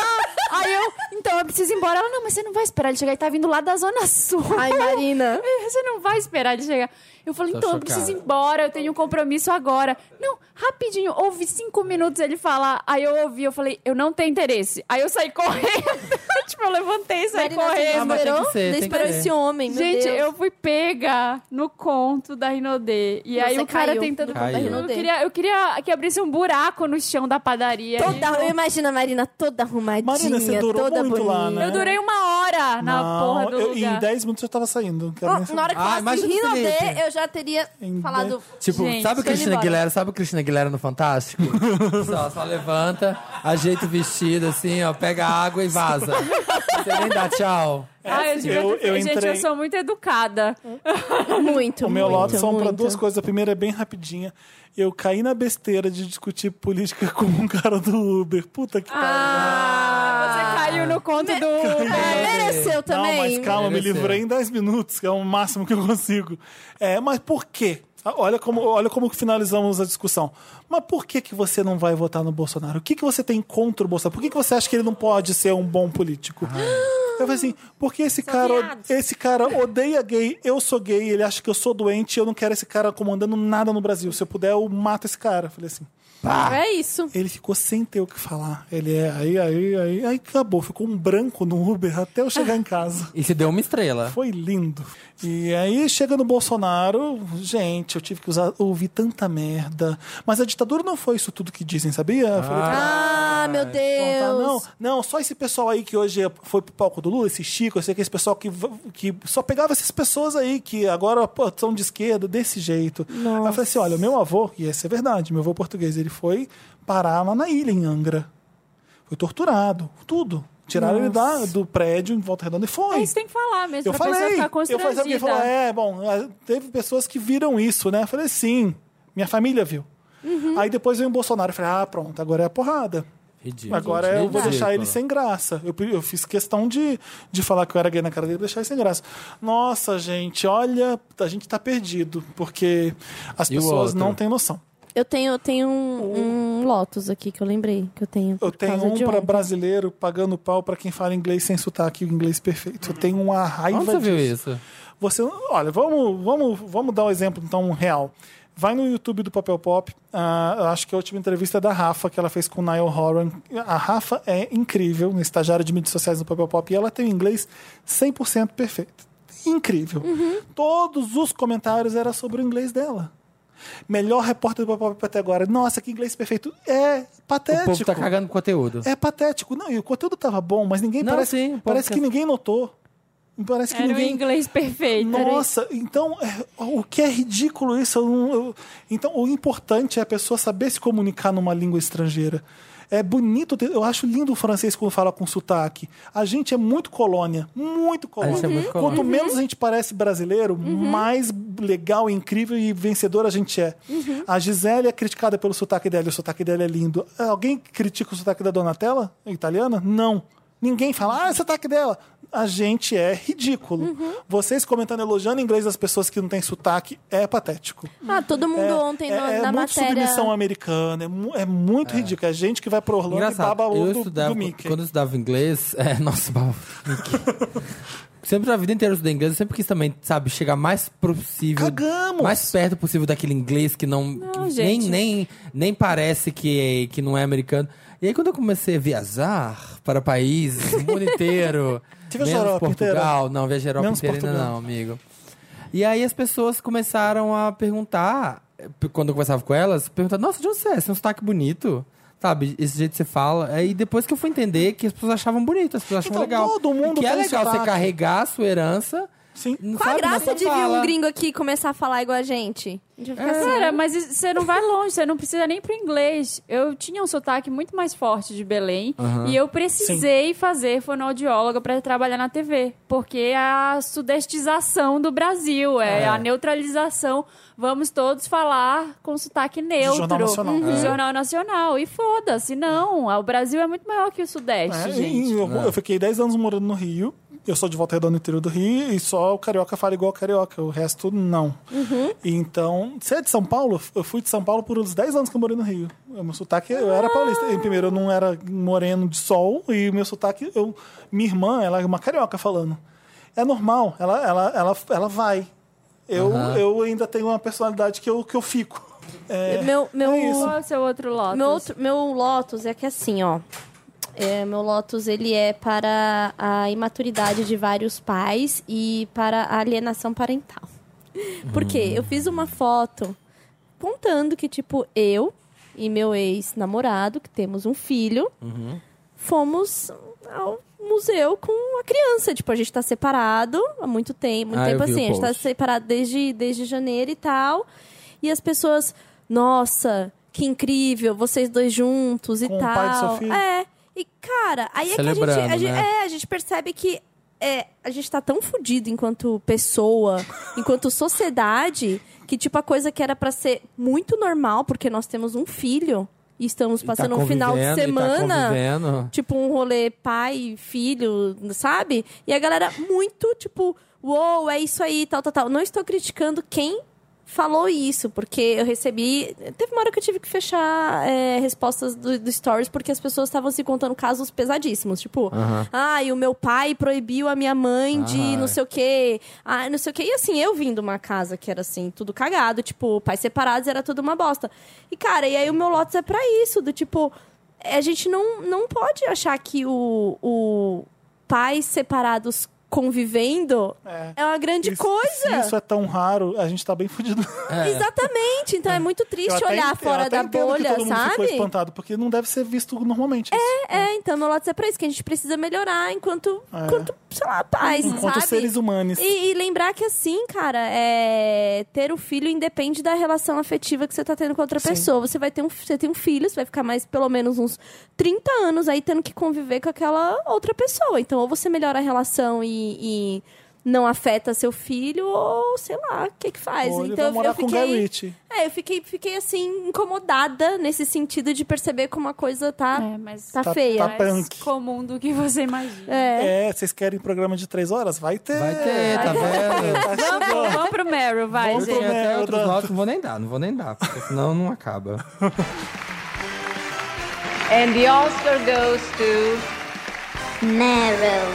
Speaker 3: Aí eu, então eu preciso ir embora. Ela, não, mas você não vai esperar ele chegar. Ele tá vindo lá da Zona Sul. "É,
Speaker 4: Ai, Marina.
Speaker 3: Você não vai esperar ele chegar. Eu falei,
Speaker 2: Tô
Speaker 3: então eu
Speaker 2: chocada.
Speaker 3: preciso ir embora, eu tenho um compromisso agora. Não, rapidinho, ouvi cinco minutos ele falar. Aí eu ouvi, eu falei, eu não tenho interesse. Aí eu saí correndo. tipo, eu levantei e saí
Speaker 4: Marina, você
Speaker 3: correndo.
Speaker 2: Ah, mas tem que
Speaker 4: esperou?
Speaker 2: ser, tem
Speaker 4: Você
Speaker 2: que
Speaker 4: esperou
Speaker 2: ser.
Speaker 4: esse homem, meu
Speaker 3: Gente,
Speaker 4: Deus.
Speaker 3: eu fui pega no conto da Rinodê. E
Speaker 4: Você
Speaker 3: aí o cara
Speaker 4: caiu
Speaker 3: tentando
Speaker 4: no
Speaker 2: conto da Caiu.
Speaker 4: Rinodê.
Speaker 3: Eu queria, eu queria que abrisse um buraco no chão da padaria.
Speaker 4: Toda, eu imagino a Marina toda arrumadinha,
Speaker 1: Marina, você durou
Speaker 4: toda
Speaker 1: muito
Speaker 4: bonita.
Speaker 1: lá, né?
Speaker 3: Eu durei uma hora na
Speaker 1: não,
Speaker 3: porra do
Speaker 1: eu-
Speaker 3: lugar.
Speaker 1: em 10 minutos eu tava saindo. Quero
Speaker 4: Ó,
Speaker 1: nem saber.
Speaker 4: Na hora que
Speaker 2: Ah,
Speaker 4: falasse
Speaker 2: imagina o Felipe.
Speaker 4: Rinodê, eu já teria
Speaker 1: Em
Speaker 4: falado...
Speaker 2: Tipo,
Speaker 3: Gente,
Speaker 2: sabe o
Speaker 4: tô indo
Speaker 2: Cristina
Speaker 4: embora.
Speaker 2: Aguilera? Sabe o Cristina Aguilera no Fantástico? só, só levanta, ajeita o vestido assim, ó, pega a água e vaza. Você nem dá tchau.
Speaker 3: Ai, eu, devia
Speaker 1: assim, eu-
Speaker 3: ter-
Speaker 1: eu
Speaker 3: Gente,
Speaker 1: entrei-
Speaker 3: eu sou muito educada.
Speaker 4: Muito,
Speaker 1: O meu
Speaker 4: muito,
Speaker 1: lote são para
Speaker 4: muito.
Speaker 1: duas coisas. A primeira é bem rapidinha. Eu caí na besteira de discutir política com um cara do Uber. Puta que
Speaker 3: Você caiu no conto do.
Speaker 4: É,
Speaker 1: pariu. Não,
Speaker 4: mereceu também.
Speaker 1: mas calma, me
Speaker 2: Mereceu.
Speaker 1: livrei em 10 minutos, que é o máximo que eu consigo. É, mas por quê? Ah, Olha como, olha como que finalizamos a discussão. Mas por que, que você não vai votar no Bolsonaro? O que, que você tem contra o Bolsonaro? Por que, que você acha que ele não pode ser um bom político? Eu falei assim, porque esse cara,
Speaker 3: viado.
Speaker 1: esse cara odeia gay, eu sou gay, ele acha que eu sou doente, eu não quero esse cara comandando nada no Brasil. Se eu puder, eu mato esse cara. Eu falei assim.
Speaker 4: É isso.
Speaker 1: Ele ficou sem ter o que falar. Ele é aí, aí, aí, aí acabou. Ficou um branco no Uber até eu chegar em casa.
Speaker 2: E se deu uma estrela.
Speaker 1: Foi lindo. E aí chega no Bolsonaro, gente, eu tive que usar, ouvir tanta merda. Mas a ditadura não foi isso tudo que dizem, sabia? Foi outra-
Speaker 4: Ah, meu Deus.
Speaker 1: não, não, não, só esse pessoal aí que hoje foi pro palco do Lula, esse Chico, esse, esse pessoal que, v- que só pegava essas pessoas aí que agora pô, são de esquerda, desse jeito. Aí eu falei assim: olha, o meu avô, e essa é verdade, meu avô português, ele foi parar lá na ilha, em Angra. Foi torturado, tudo. Tiraram ele da, do prédio em volta redonda e foi.
Speaker 3: É isso que tem que falar mesmo,
Speaker 1: Eu
Speaker 3: pra
Speaker 1: falei,
Speaker 3: pessoa ficar
Speaker 1: eu falei,
Speaker 3: constrangida.
Speaker 1: sabe quem falou? É, bom, ah, teve pessoas que viram isso, né? Eu falei, sim, minha família viu. Aí depois veio o Bolsonaro, eu falei, ah, pronto, agora é a porrada.
Speaker 2: Ridículo.
Speaker 1: Agora eu vou
Speaker 2: Ridículo.
Speaker 1: deixar ele sem graça. Eu, eu fiz questão de, de falar que eu era gay na cara dele pra deixar ele sem graça. Nossa, gente, olha, a gente tá perdido, porque as
Speaker 2: E o
Speaker 1: pessoas
Speaker 2: outro?
Speaker 1: não têm noção.
Speaker 4: Eu tenho, eu tenho um, um Lotus aqui que eu lembrei que eu tenho.
Speaker 1: Eu
Speaker 4: por
Speaker 1: tenho
Speaker 4: causa
Speaker 1: um
Speaker 4: de
Speaker 1: pra
Speaker 4: ontem.
Speaker 1: brasileiro pagando pau pra quem fala inglês sem sotaque, o inglês perfeito. Eu tenho uma raiva
Speaker 2: Onde você viu
Speaker 1: disso.
Speaker 2: isso?
Speaker 1: Você, olha, vamos, vamos, vamos dar um exemplo então real. Vai no YouTube do Papel Pop, ah, eu acho que a última entrevista é da Rafa, que ela fez com o Niall Horan. A Rafa é incrível, uma estagiária de mídias sociais do Papel Pop, e ela tem o inglês 100% perfeito. Incrível.
Speaker 2: Uhum.
Speaker 1: Todos os comentários eram sobre o inglês dela. Melhor repórter do Papel Pop até agora. Nossa, que inglês perfeito. É
Speaker 2: O
Speaker 1: patético.
Speaker 2: povo tá cagando com conteúdo.
Speaker 1: É patético. Não, e o conteúdo tava bom, mas ninguém
Speaker 2: Não,
Speaker 1: parece,
Speaker 2: sim, o povo tá-
Speaker 1: parece que
Speaker 2: quer-
Speaker 1: ninguém notou. Parece que
Speaker 3: Era o
Speaker 1: ninguém
Speaker 3: inglês perfeito.
Speaker 1: nossa, então é, o que é ridículo isso? eu não- eu- então o importante é a pessoa saber se comunicar numa língua estrangeira. É bonito, ter- eu acho lindo o francês quando fala com sotaque. A gente é muito colônia, muito colônia.
Speaker 4: Uhum.
Speaker 2: gente é muito colônia.
Speaker 1: Quanto menos a gente parece brasileiro, mais legal, incrível e vencedor a gente é.
Speaker 4: Uhum.
Speaker 1: A Gisele é criticada pelo sotaque dela, e o sotaque dela é lindo. Alguém critica o sotaque da Donatella, italiana? Não. Ninguém fala, ah, o sotaque dela. A gente é ridículo.
Speaker 4: Uhum.
Speaker 1: Vocês comentando, elogiando o inglês das pessoas que não têm sotaque é patético.
Speaker 4: Ah, todo mundo
Speaker 1: É,
Speaker 4: ontem
Speaker 1: é,
Speaker 4: na,
Speaker 1: é
Speaker 4: na
Speaker 1: muito
Speaker 4: matéria.
Speaker 1: submissão americana, é, mu- é muito ridículo. É gente que vai pro Orlando e
Speaker 2: Engraçado,
Speaker 1: baba
Speaker 2: eu
Speaker 1: o do,
Speaker 2: estudava,
Speaker 1: do Mickey.
Speaker 2: quando eu estudava inglês, é, nossa, baba. sempre na vida inteira eu estudei inglês, eu sempre quis também, sabe, chegar mais pro possível,
Speaker 1: Cagamos!
Speaker 2: mais perto possível daquele inglês que não, que nem,
Speaker 3: gente.
Speaker 2: nem, nem parece que, é- que não é americano. E aí quando eu comecei a viajar para países, o mundo inteiro,
Speaker 1: Você viajou a
Speaker 2: menos
Speaker 1: Europa
Speaker 2: Portugal, não, viajei a Europa
Speaker 1: Menos
Speaker 2: inteira ainda
Speaker 1: Portugal.
Speaker 2: não, amigo. E aí as pessoas começaram a perguntar, eh, quando eu conversava com elas, perguntar, nossa, de onde você é? Você tem um sotaque bonito. Sabe, esse jeito que você fala. Aí depois que eu fui entender que as pessoas achavam bonito, as pessoas achavam
Speaker 1: Então,
Speaker 2: legal.
Speaker 1: todo mundo
Speaker 2: E que é
Speaker 1: tem
Speaker 2: legal
Speaker 1: sotaque.
Speaker 2: você carregar a sua herança.
Speaker 1: Sim.
Speaker 2: não
Speaker 4: Qual a
Speaker 2: sabe, na
Speaker 4: graça
Speaker 2: sua
Speaker 4: de vir
Speaker 2: fala.
Speaker 4: um gringo aqui começar a falar igual a gente? A gente vai
Speaker 1: É.
Speaker 4: ficar assim,
Speaker 3: Cara, mas isso- você não vai longe, você não precisa nem pro inglês. Eu tinha um sotaque muito mais forte de Belém e eu precisei fazer fonoaudióloga para trabalhar na TV, porque é a sudestização do Brasil, é,
Speaker 2: É.
Speaker 3: a neutralização. Vamos todos falar com sotaque neutro.
Speaker 1: Jornal Nacional.
Speaker 3: Uhum.
Speaker 1: É.
Speaker 3: Jornal Nacional. E foda-se, não. O Brasil é muito maior que o Sudeste,
Speaker 1: É,
Speaker 3: gente.
Speaker 1: e eu, eu fiquei 10 anos morando no Rio. Eu sou de volta redonda no interior do Rio e só o carioca fala igual o carioca, o resto não. Então, você é de São Paulo? Eu fui de São Paulo por uns 10 anos que eu morei no Rio. O meu sotaque, eu era paulista. E, primeiro, eu não era moreno de sol e o meu sotaque, eu, minha irmã, ela é uma carioca falando. É normal, ela, ela, ela, ela vai. Eu, eu ainda tenho uma personalidade que eu, que eu fico. É,
Speaker 4: Meu, meu,
Speaker 1: é isso.
Speaker 3: Qual é o seu outro lote?
Speaker 4: meu, outro, meu Lotus é que assim, ó. É, meu Lotus, ele é para a imaturidade de vários pais e para a alienação parental. Por quê? Eu fiz uma foto contando que, tipo, eu e meu ex-namorado, que temos um filho,
Speaker 2: Uhum.
Speaker 4: fomos ao museu com a criança. Tipo, a gente tá separado há muito tempo. Muito
Speaker 2: Ah, eu
Speaker 4: tempo
Speaker 2: vi o
Speaker 4: assim, a gente tá
Speaker 2: post.
Speaker 4: separado desde, desde janeiro e tal. E as pessoas, nossa, que incrível, vocês dois juntos e
Speaker 1: Com o
Speaker 4: tal.
Speaker 1: pai de Sofia?
Speaker 4: É. E, cara, aí é que a gente,
Speaker 2: Celebrando,
Speaker 4: a gente-
Speaker 2: né?
Speaker 4: é, a gente percebe que é, a gente tá tão fudido enquanto pessoa, enquanto sociedade, que, tipo, a coisa que era pra ser muito normal, porque nós temos um filho e estamos
Speaker 1: tá
Speaker 2: tá
Speaker 4: passando um final de semana. Tipo, um rolê pai, filho, sabe? E a galera muito, tipo, uou, é isso aí, tal, tal, tal. Não estou criticando quem falou isso, porque eu recebi. Teve uma hora que eu tive que fechar é, respostas do, do Stories, porque as pessoas estavam se contando casos pesadíssimos. Tipo,
Speaker 2: Aham.
Speaker 4: ah, e o meu pai proibiu a minha mãe de
Speaker 2: Ah, é.
Speaker 4: não sei o quê. Ah, não sei o quê. E assim, eu vim de uma casa que era assim, tudo cagado, tipo, pais separados era tudo uma bosta. E, cara, e aí o meu Lotus é pra isso, do tipo, a gente não, não pode achar que o, o pais separados convivendo
Speaker 1: É.
Speaker 4: é uma grande
Speaker 1: Isso-
Speaker 4: coisa.
Speaker 1: Se isso é tão raro, a gente tá bem fudido.
Speaker 4: Exatamente, então é, muito
Speaker 1: Eu
Speaker 4: triste
Speaker 1: até ent-
Speaker 4: olhar
Speaker 1: eu
Speaker 4: fora
Speaker 1: até
Speaker 4: da
Speaker 1: entendo que
Speaker 4: bolha,
Speaker 1: todo mundo ficou
Speaker 4: sabe?
Speaker 1: espantado, porque não deve ser visto normalmente. isso.
Speaker 4: É, então meu Lotus é pra isso, que a gente precisa melhorar enquanto,
Speaker 1: É.
Speaker 4: enquanto sei lá, pais,
Speaker 1: assim, Enquanto
Speaker 4: sabe?
Speaker 1: seres humanos.
Speaker 4: E, e lembrar que assim, cara, é... ter o filho independe da relação afetiva que você tá tendo com outra pessoa. Você vai ter um, você tem um filho, você vai ficar mais pelo menos uns 30 anos aí tendo que conviver com aquela outra pessoa. Então, ou você melhora a relação e, e não afeta seu filho, ou sei lá, o que que faz.
Speaker 1: Ou ele
Speaker 4: então,
Speaker 1: vai morar com um o Guy Ritchie.
Speaker 4: é, eu fiquei, fiquei assim, incomodada nesse sentido de perceber como a coisa tá.
Speaker 3: É, mas
Speaker 4: Tá
Speaker 3: tá
Speaker 4: feia.
Speaker 1: Tá
Speaker 3: mais
Speaker 1: punk.
Speaker 3: comum do que você imagina.
Speaker 4: É.
Speaker 1: É, vocês querem programa de três horas? Vai ter.
Speaker 2: Vai ter, tá vendo?
Speaker 1: Tá
Speaker 3: Vamos,
Speaker 1: chegando.
Speaker 3: vamos pro Meryl, vai,
Speaker 2: Vamos
Speaker 3: gente.
Speaker 2: ter até
Speaker 1: merda.
Speaker 2: outros votos, não vou nem dar, não vou nem dar, porque senão não acaba.
Speaker 5: And the Oscar goes to
Speaker 6: Meryl.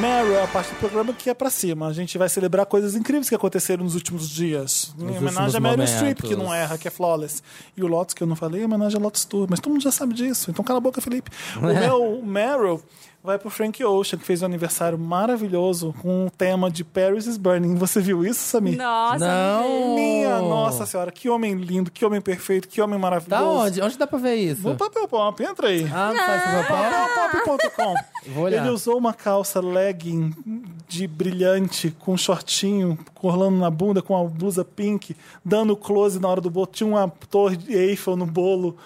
Speaker 1: Meryl é a parte do programa que é pra cima. A gente vai celebrar coisas incríveis que aconteceram nos últimos dias. em
Speaker 2: últimos
Speaker 1: homenagem a Meryl
Speaker 2: momentos.
Speaker 1: Streep, que não erra, que é flawless. E o Lotus, que eu não falei, é homenagem a Lotus Tour. Mas todo mundo já sabe disso. Então cala a boca, Felipe. O
Speaker 2: É.
Speaker 1: meu Meryl vai pro Frank Ocean, que fez um aniversário maravilhoso com o tema de Paris is Burning. Você viu isso, Samir?
Speaker 3: Nossa,
Speaker 2: não!
Speaker 1: Minha nossa senhora, que homem lindo, que homem perfeito, que homem maravilhoso.
Speaker 2: Tá onde? Onde dá pra ver isso?
Speaker 1: No Papel Pop, entra aí.
Speaker 2: Ah, não faz papel pop?
Speaker 1: Papelpop.com.
Speaker 2: Vou olhar.
Speaker 1: Ele usou uma calça legging de brilhante, com um shortinho, corlando na bunda, com uma blusa pink, dando close na hora do bolo. Tinha uma torre de Eiffel no bolo.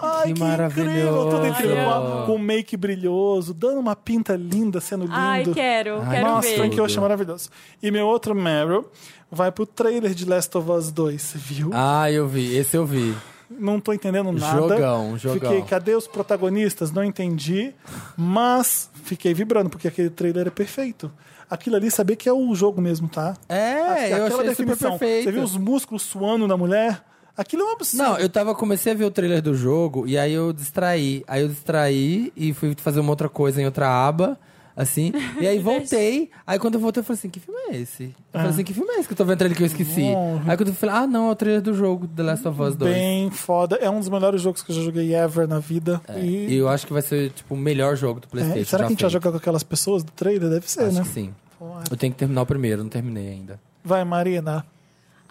Speaker 1: Ai,
Speaker 2: Que
Speaker 1: que, incrível, tudo incrível.
Speaker 2: maravilhoso.
Speaker 1: Com um make brilhoso, dando uma pinta linda, sendo lindo.
Speaker 3: Ai, quero,
Speaker 2: Ai,
Speaker 3: quero
Speaker 1: Nossa,
Speaker 3: ver.
Speaker 1: Frank Ocean é maravilhoso. E meu outro Meryl vai pro trailer de Last of Us 2, você viu?
Speaker 2: Ah, eu vi, esse eu vi.
Speaker 1: Não tô entendendo nada.
Speaker 2: Jogão, um jogão.
Speaker 1: Fiquei, cadê os protagonistas? Não entendi. Mas fiquei vibrando, porque aquele trailer é perfeito. Aquilo ali, saber que é o jogo mesmo, tá?
Speaker 2: É, eu achei super perfeito.
Speaker 1: Você viu os músculos suando na mulher? Aquilo é um absurdo.
Speaker 2: Não, eu tava, comecei a ver o trailer do jogo e aí eu distraí. Aí eu distraí e fui fazer uma outra coisa em outra aba, assim. E aí voltei. Aí quando eu voltei, eu falei assim: que filme é esse? Eu
Speaker 1: Ah.
Speaker 2: falei assim: que filme é esse que eu tô vendo trailer que eu esqueci?
Speaker 1: Bom.
Speaker 2: Aí quando eu falei: ah, não, é o trailer do jogo The Last of Us 2.
Speaker 1: Bem foda. É um dos melhores jogos que eu já joguei ever na vida.
Speaker 2: É, E
Speaker 1: E,
Speaker 2: eu acho que vai ser, tipo, o melhor jogo do
Speaker 1: é,
Speaker 2: PlayStation.
Speaker 1: e será que a gente vai
Speaker 2: feito.
Speaker 1: jogar com aquelas pessoas do trailer? Deve ser,
Speaker 2: Acho
Speaker 1: né?
Speaker 2: que sim.
Speaker 1: Porra.
Speaker 2: Eu tenho que terminar o primeiro, não terminei ainda.
Speaker 1: Vai, Marina.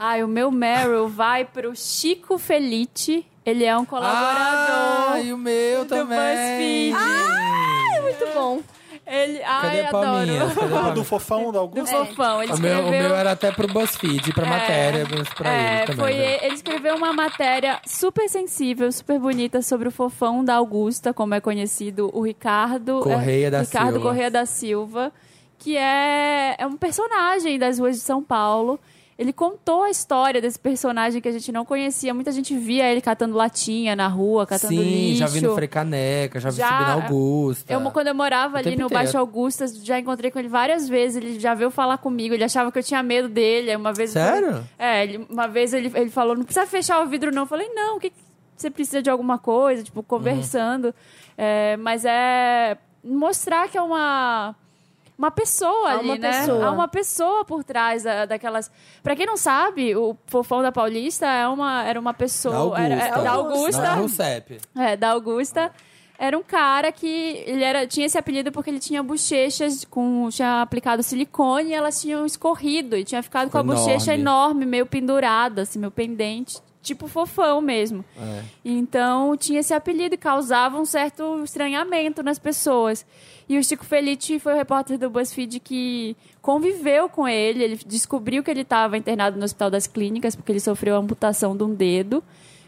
Speaker 3: Ai, o meu Meryl vai pro Chico Felite. Ele é um
Speaker 2: Ah,
Speaker 3: colaborador.
Speaker 2: e o meu
Speaker 3: do
Speaker 2: também.
Speaker 3: BuzzFeed.
Speaker 4: Muito bom.
Speaker 3: Ele, ai,
Speaker 2: Cadê a palminha?
Speaker 3: adoro.
Speaker 2: Cadê a
Speaker 1: Ah,
Speaker 2: palminha?
Speaker 1: do fofão, da
Speaker 3: Do
Speaker 1: Augusto?
Speaker 3: fofão. Ele
Speaker 2: O meu,
Speaker 3: escreveu...
Speaker 2: o meu era até pro BuzzFeed, pra
Speaker 3: É,
Speaker 2: matéria, mas pra
Speaker 3: é,
Speaker 2: ele também.
Speaker 3: foi,
Speaker 2: né?
Speaker 3: ele ele escreveu uma matéria super sensível, super bonita sobre o fofão da Augusta, como é conhecido o Ricardo
Speaker 2: Correia
Speaker 3: é,
Speaker 2: da
Speaker 3: Ricardo
Speaker 2: Silva.
Speaker 3: Correia da Silva, que é, é um personagem das ruas de São Paulo. Ele contou a história desse personagem que a gente não conhecia. Muita gente via ele catando latinha na rua, catando
Speaker 2: Sim,
Speaker 3: lixo.
Speaker 2: já vi no Frecaneca, já vi
Speaker 3: Já-
Speaker 2: subir na Augusta.
Speaker 3: Eu, quando eu
Speaker 2: O
Speaker 3: morava ali
Speaker 2: tempo
Speaker 3: no
Speaker 2: inteiro.
Speaker 3: Baixo Augusta, já encontrei com ele várias vezes. Ele já veio falar comigo, ele achava que eu tinha medo dele. Aí uma vez. eu
Speaker 2: Sério?
Speaker 3: falei- é, ele- uma vez ele, ele falou: não precisa fechar o vidro, não. Eu falei: não, o que, que- você precisa de alguma coisa? Tipo, conversando.
Speaker 2: Uhum.
Speaker 3: É, mas é mostrar que é uma. Uma pessoa
Speaker 4: Há
Speaker 3: ali,
Speaker 4: uma
Speaker 3: né?
Speaker 4: pessoa.
Speaker 3: Há uma pessoa por trás da- daquelas. Pra quem não sabe, o fofão da Paulista é uma, era uma pessoa.
Speaker 2: Da Augusta.
Speaker 3: Era, é, da Augusta.
Speaker 2: Na Rucep.
Speaker 3: É, da Augusta. Era um cara que ele era, tinha esse apelido porque ele tinha bochechas com tinha aplicado silicone e elas tinham escorrido e tinha ficado com a
Speaker 2: Ficou
Speaker 3: bochecha
Speaker 2: enorme.
Speaker 3: enorme, meio pendurada, assim, meio pendente, tipo fofão mesmo. Então tinha esse apelido e causava um certo estranhamento nas pessoas. E o Chico Felite foi o repórter do BuzzFeed que conviveu com ele, ele descobriu que ele estava internado no Hospital das Clínicas porque ele sofreu a amputação de um dedo.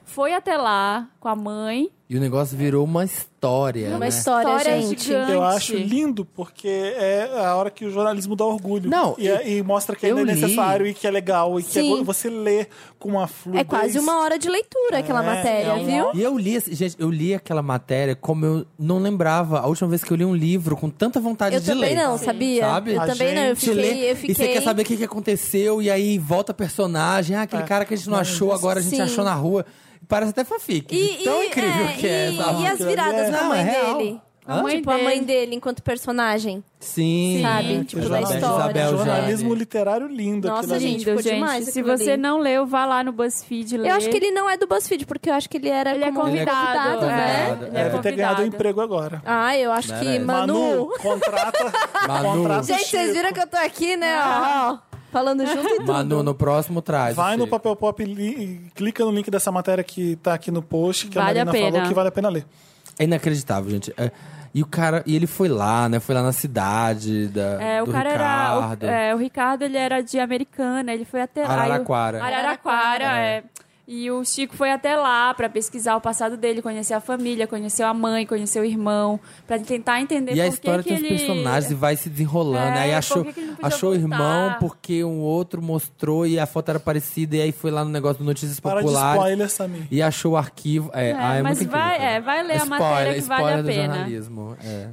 Speaker 3: Foi até lá com a mãe
Speaker 2: E o negócio virou uma
Speaker 1: É,
Speaker 2: história.
Speaker 4: Uma
Speaker 2: né?
Speaker 4: história,
Speaker 3: História
Speaker 4: gente.
Speaker 3: gigante.
Speaker 1: Eu acho lindo, porque é a hora que o jornalismo dá orgulho.
Speaker 2: Não,
Speaker 1: e, e mostra que ainda é
Speaker 2: eu li.
Speaker 1: necessário e que é legal. E que
Speaker 4: Sim.
Speaker 1: é- você lê com uma fluidez.
Speaker 4: É quase uma hora de leitura aquela
Speaker 1: É,
Speaker 4: matéria,
Speaker 1: é uma-
Speaker 4: viu?
Speaker 2: E eu li, esse- gente, eu li aquela matéria como eu não lembrava a última vez que eu li um livro com tanta vontade
Speaker 4: Eu
Speaker 2: de
Speaker 4: também
Speaker 2: ler.
Speaker 4: não, sabia?
Speaker 2: Sabe?
Speaker 4: Eu
Speaker 1: A
Speaker 4: também não, eu
Speaker 2: Você
Speaker 4: fiquei,
Speaker 2: lê,
Speaker 4: eu fiquei.
Speaker 2: E você quer saber o que, que aconteceu, e aí volta personagem. Ah, aquele
Speaker 1: É.
Speaker 2: cara que a gente não achou, agora a gente
Speaker 4: Sim.
Speaker 2: achou na rua. Parece até fanfic.
Speaker 4: assim, E,
Speaker 2: de tão
Speaker 4: e-
Speaker 2: incrível
Speaker 4: é,
Speaker 2: que é
Speaker 4: e,
Speaker 2: essa.
Speaker 4: e as viradas
Speaker 2: Não,
Speaker 4: da mãe
Speaker 2: é real.
Speaker 4: dele?
Speaker 2: Hã?
Speaker 3: Mãe
Speaker 4: tipo, a mãe
Speaker 3: dele.
Speaker 4: dele enquanto personagem,
Speaker 2: Sim. É,
Speaker 4: sabe? Tipo, da
Speaker 1: jornalismo-
Speaker 4: história.
Speaker 2: Isabel Jane.
Speaker 1: jornalismo literário lindo.
Speaker 4: Nossa,
Speaker 1: aquilo ali.
Speaker 4: gente,
Speaker 3: Lindo,
Speaker 4: ficou
Speaker 3: gente.
Speaker 4: demais
Speaker 3: Se
Speaker 4: aquilo
Speaker 3: você
Speaker 4: ali.
Speaker 3: não leu, vá lá no BuzzFeed ler.
Speaker 4: Eu acho que ele não é do BuzzFeed, porque eu acho que ele era
Speaker 3: Ele é
Speaker 4: como um
Speaker 2: Ele é
Speaker 3: convidado,
Speaker 4: convidado,
Speaker 3: né?
Speaker 2: né?
Speaker 3: Ele é
Speaker 1: Deve ter ganhado um
Speaker 3: convidado.
Speaker 1: emprego agora.
Speaker 4: Ah, eu acho que
Speaker 2: Merece.
Speaker 4: Manu...
Speaker 1: contrata.
Speaker 2: Manu.
Speaker 1: contrata o
Speaker 4: Gente, vocês
Speaker 1: Chico.
Speaker 4: viram que eu tô aqui, né? Ó, ó, falando junto e tudo.
Speaker 2: Manu, no próximo traz.
Speaker 1: Vai no
Speaker 2: Chico.
Speaker 1: Papel Pop e li- clica no link dessa matéria que tá aqui no post, que
Speaker 3: Vale
Speaker 1: a
Speaker 3: a
Speaker 1: Marina falou
Speaker 3: pena.
Speaker 1: que vale a pena ler.
Speaker 2: É inacreditável, gente. É, E o cara, e ele foi lá, né? Foi lá na cidade da,
Speaker 3: É, o
Speaker 2: do
Speaker 3: cara
Speaker 2: Ricardo.
Speaker 3: era. O, é, o Ricardo ele era de Americana, ele foi até lá.
Speaker 2: Araraquara.
Speaker 3: E o- Araraquara, é. E o Chico foi até lá pra pesquisar o passado dele, conhecer a família, conhecer a mãe, conhecer o irmão, pra tentar entender
Speaker 2: E a
Speaker 3: por que,
Speaker 2: história
Speaker 3: que
Speaker 2: tem os
Speaker 3: ele.
Speaker 2: personagens e vai se desenrolando.
Speaker 3: É,
Speaker 2: aí
Speaker 3: por
Speaker 2: achou,
Speaker 3: que que ele não podia
Speaker 2: achou o irmão
Speaker 3: voltar?
Speaker 2: porque um outro mostrou e a foto era parecida. E aí foi lá no negócio do Notícias
Speaker 1: Para de
Speaker 2: Populares.
Speaker 1: spoiler, Samir.
Speaker 2: E achou o arquivo. É,
Speaker 3: É,
Speaker 2: ah, é
Speaker 3: mas
Speaker 2: muito incrível,
Speaker 3: vai-
Speaker 2: cara.
Speaker 3: é, vai ler a
Speaker 2: spoiler,
Speaker 3: matéria que vale a
Speaker 2: spoiler do
Speaker 3: pena.
Speaker 2: jornalismo. é.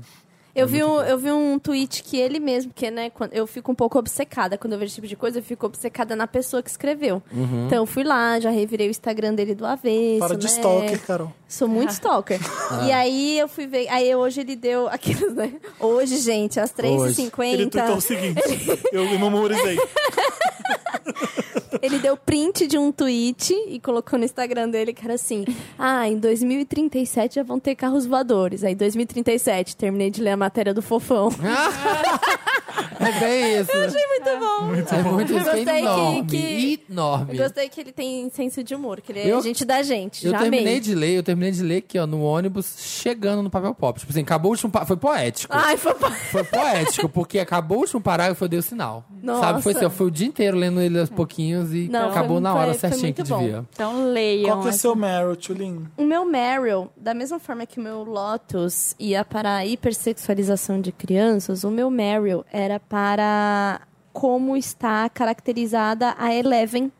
Speaker 4: Eu vi, um, eu vi um tweet que ele mesmo, porque né, quando- eu fico um pouco obcecada quando eu vejo esse tipo de coisa, eu fico obcecada na pessoa que escreveu. Então eu fui lá, já revirei o Instagram dele do avesso.
Speaker 1: Para Uhum. de
Speaker 4: né?
Speaker 1: stalker, Ah. Carol.
Speaker 4: Sou muito stalker. E aí eu fui ver. Aí hoje ele deu aquilo, né? Hoje, gente, às
Speaker 1: Ele tweetou o
Speaker 4: 3h50.
Speaker 1: seguinte: eu memorizei.
Speaker 4: Ele deu print de um tweet e colocou no Instagram dele que era assim: Ah, em 2037 já vão ter carros voadores. Aí 2037, terminei de ler a matéria do fofão.
Speaker 2: É bem isso.
Speaker 4: Muito bom.
Speaker 2: é muito
Speaker 4: Eu
Speaker 2: isso. É
Speaker 4: gostei que-
Speaker 2: enorme.
Speaker 4: que-
Speaker 2: Enorme.
Speaker 4: Eu gostei que ele tem senso de humor, que ele é
Speaker 2: Eu-
Speaker 4: gente da gente.
Speaker 2: Eu
Speaker 4: já
Speaker 2: terminei
Speaker 4: amei.
Speaker 2: de ler, eu terminei de ler aqui, ó, no ônibus, chegando no papel pop. Tipo assim, acabou o último. pa- Foi poético.
Speaker 4: Ai, foi pa-
Speaker 2: Foi poético, porque acabou o último parágrafo, eu dei o sinal.
Speaker 4: Nossa.
Speaker 2: Sabe? Foi assim, eu fui o dia inteiro lendo ele aos pouquinhos e
Speaker 4: Não,
Speaker 2: acabou
Speaker 4: foi-
Speaker 2: na hora
Speaker 4: foi- foi
Speaker 2: certinho que
Speaker 4: muito bom.
Speaker 2: devia.
Speaker 3: Então leiam.
Speaker 1: Qual que é o seu Meryl, Tulin?
Speaker 4: O meu Meryl, da mesma forma que o meu Lotus ia para a hipersexualização de crianças, o meu Meryl era para como está caracterizada a Eleven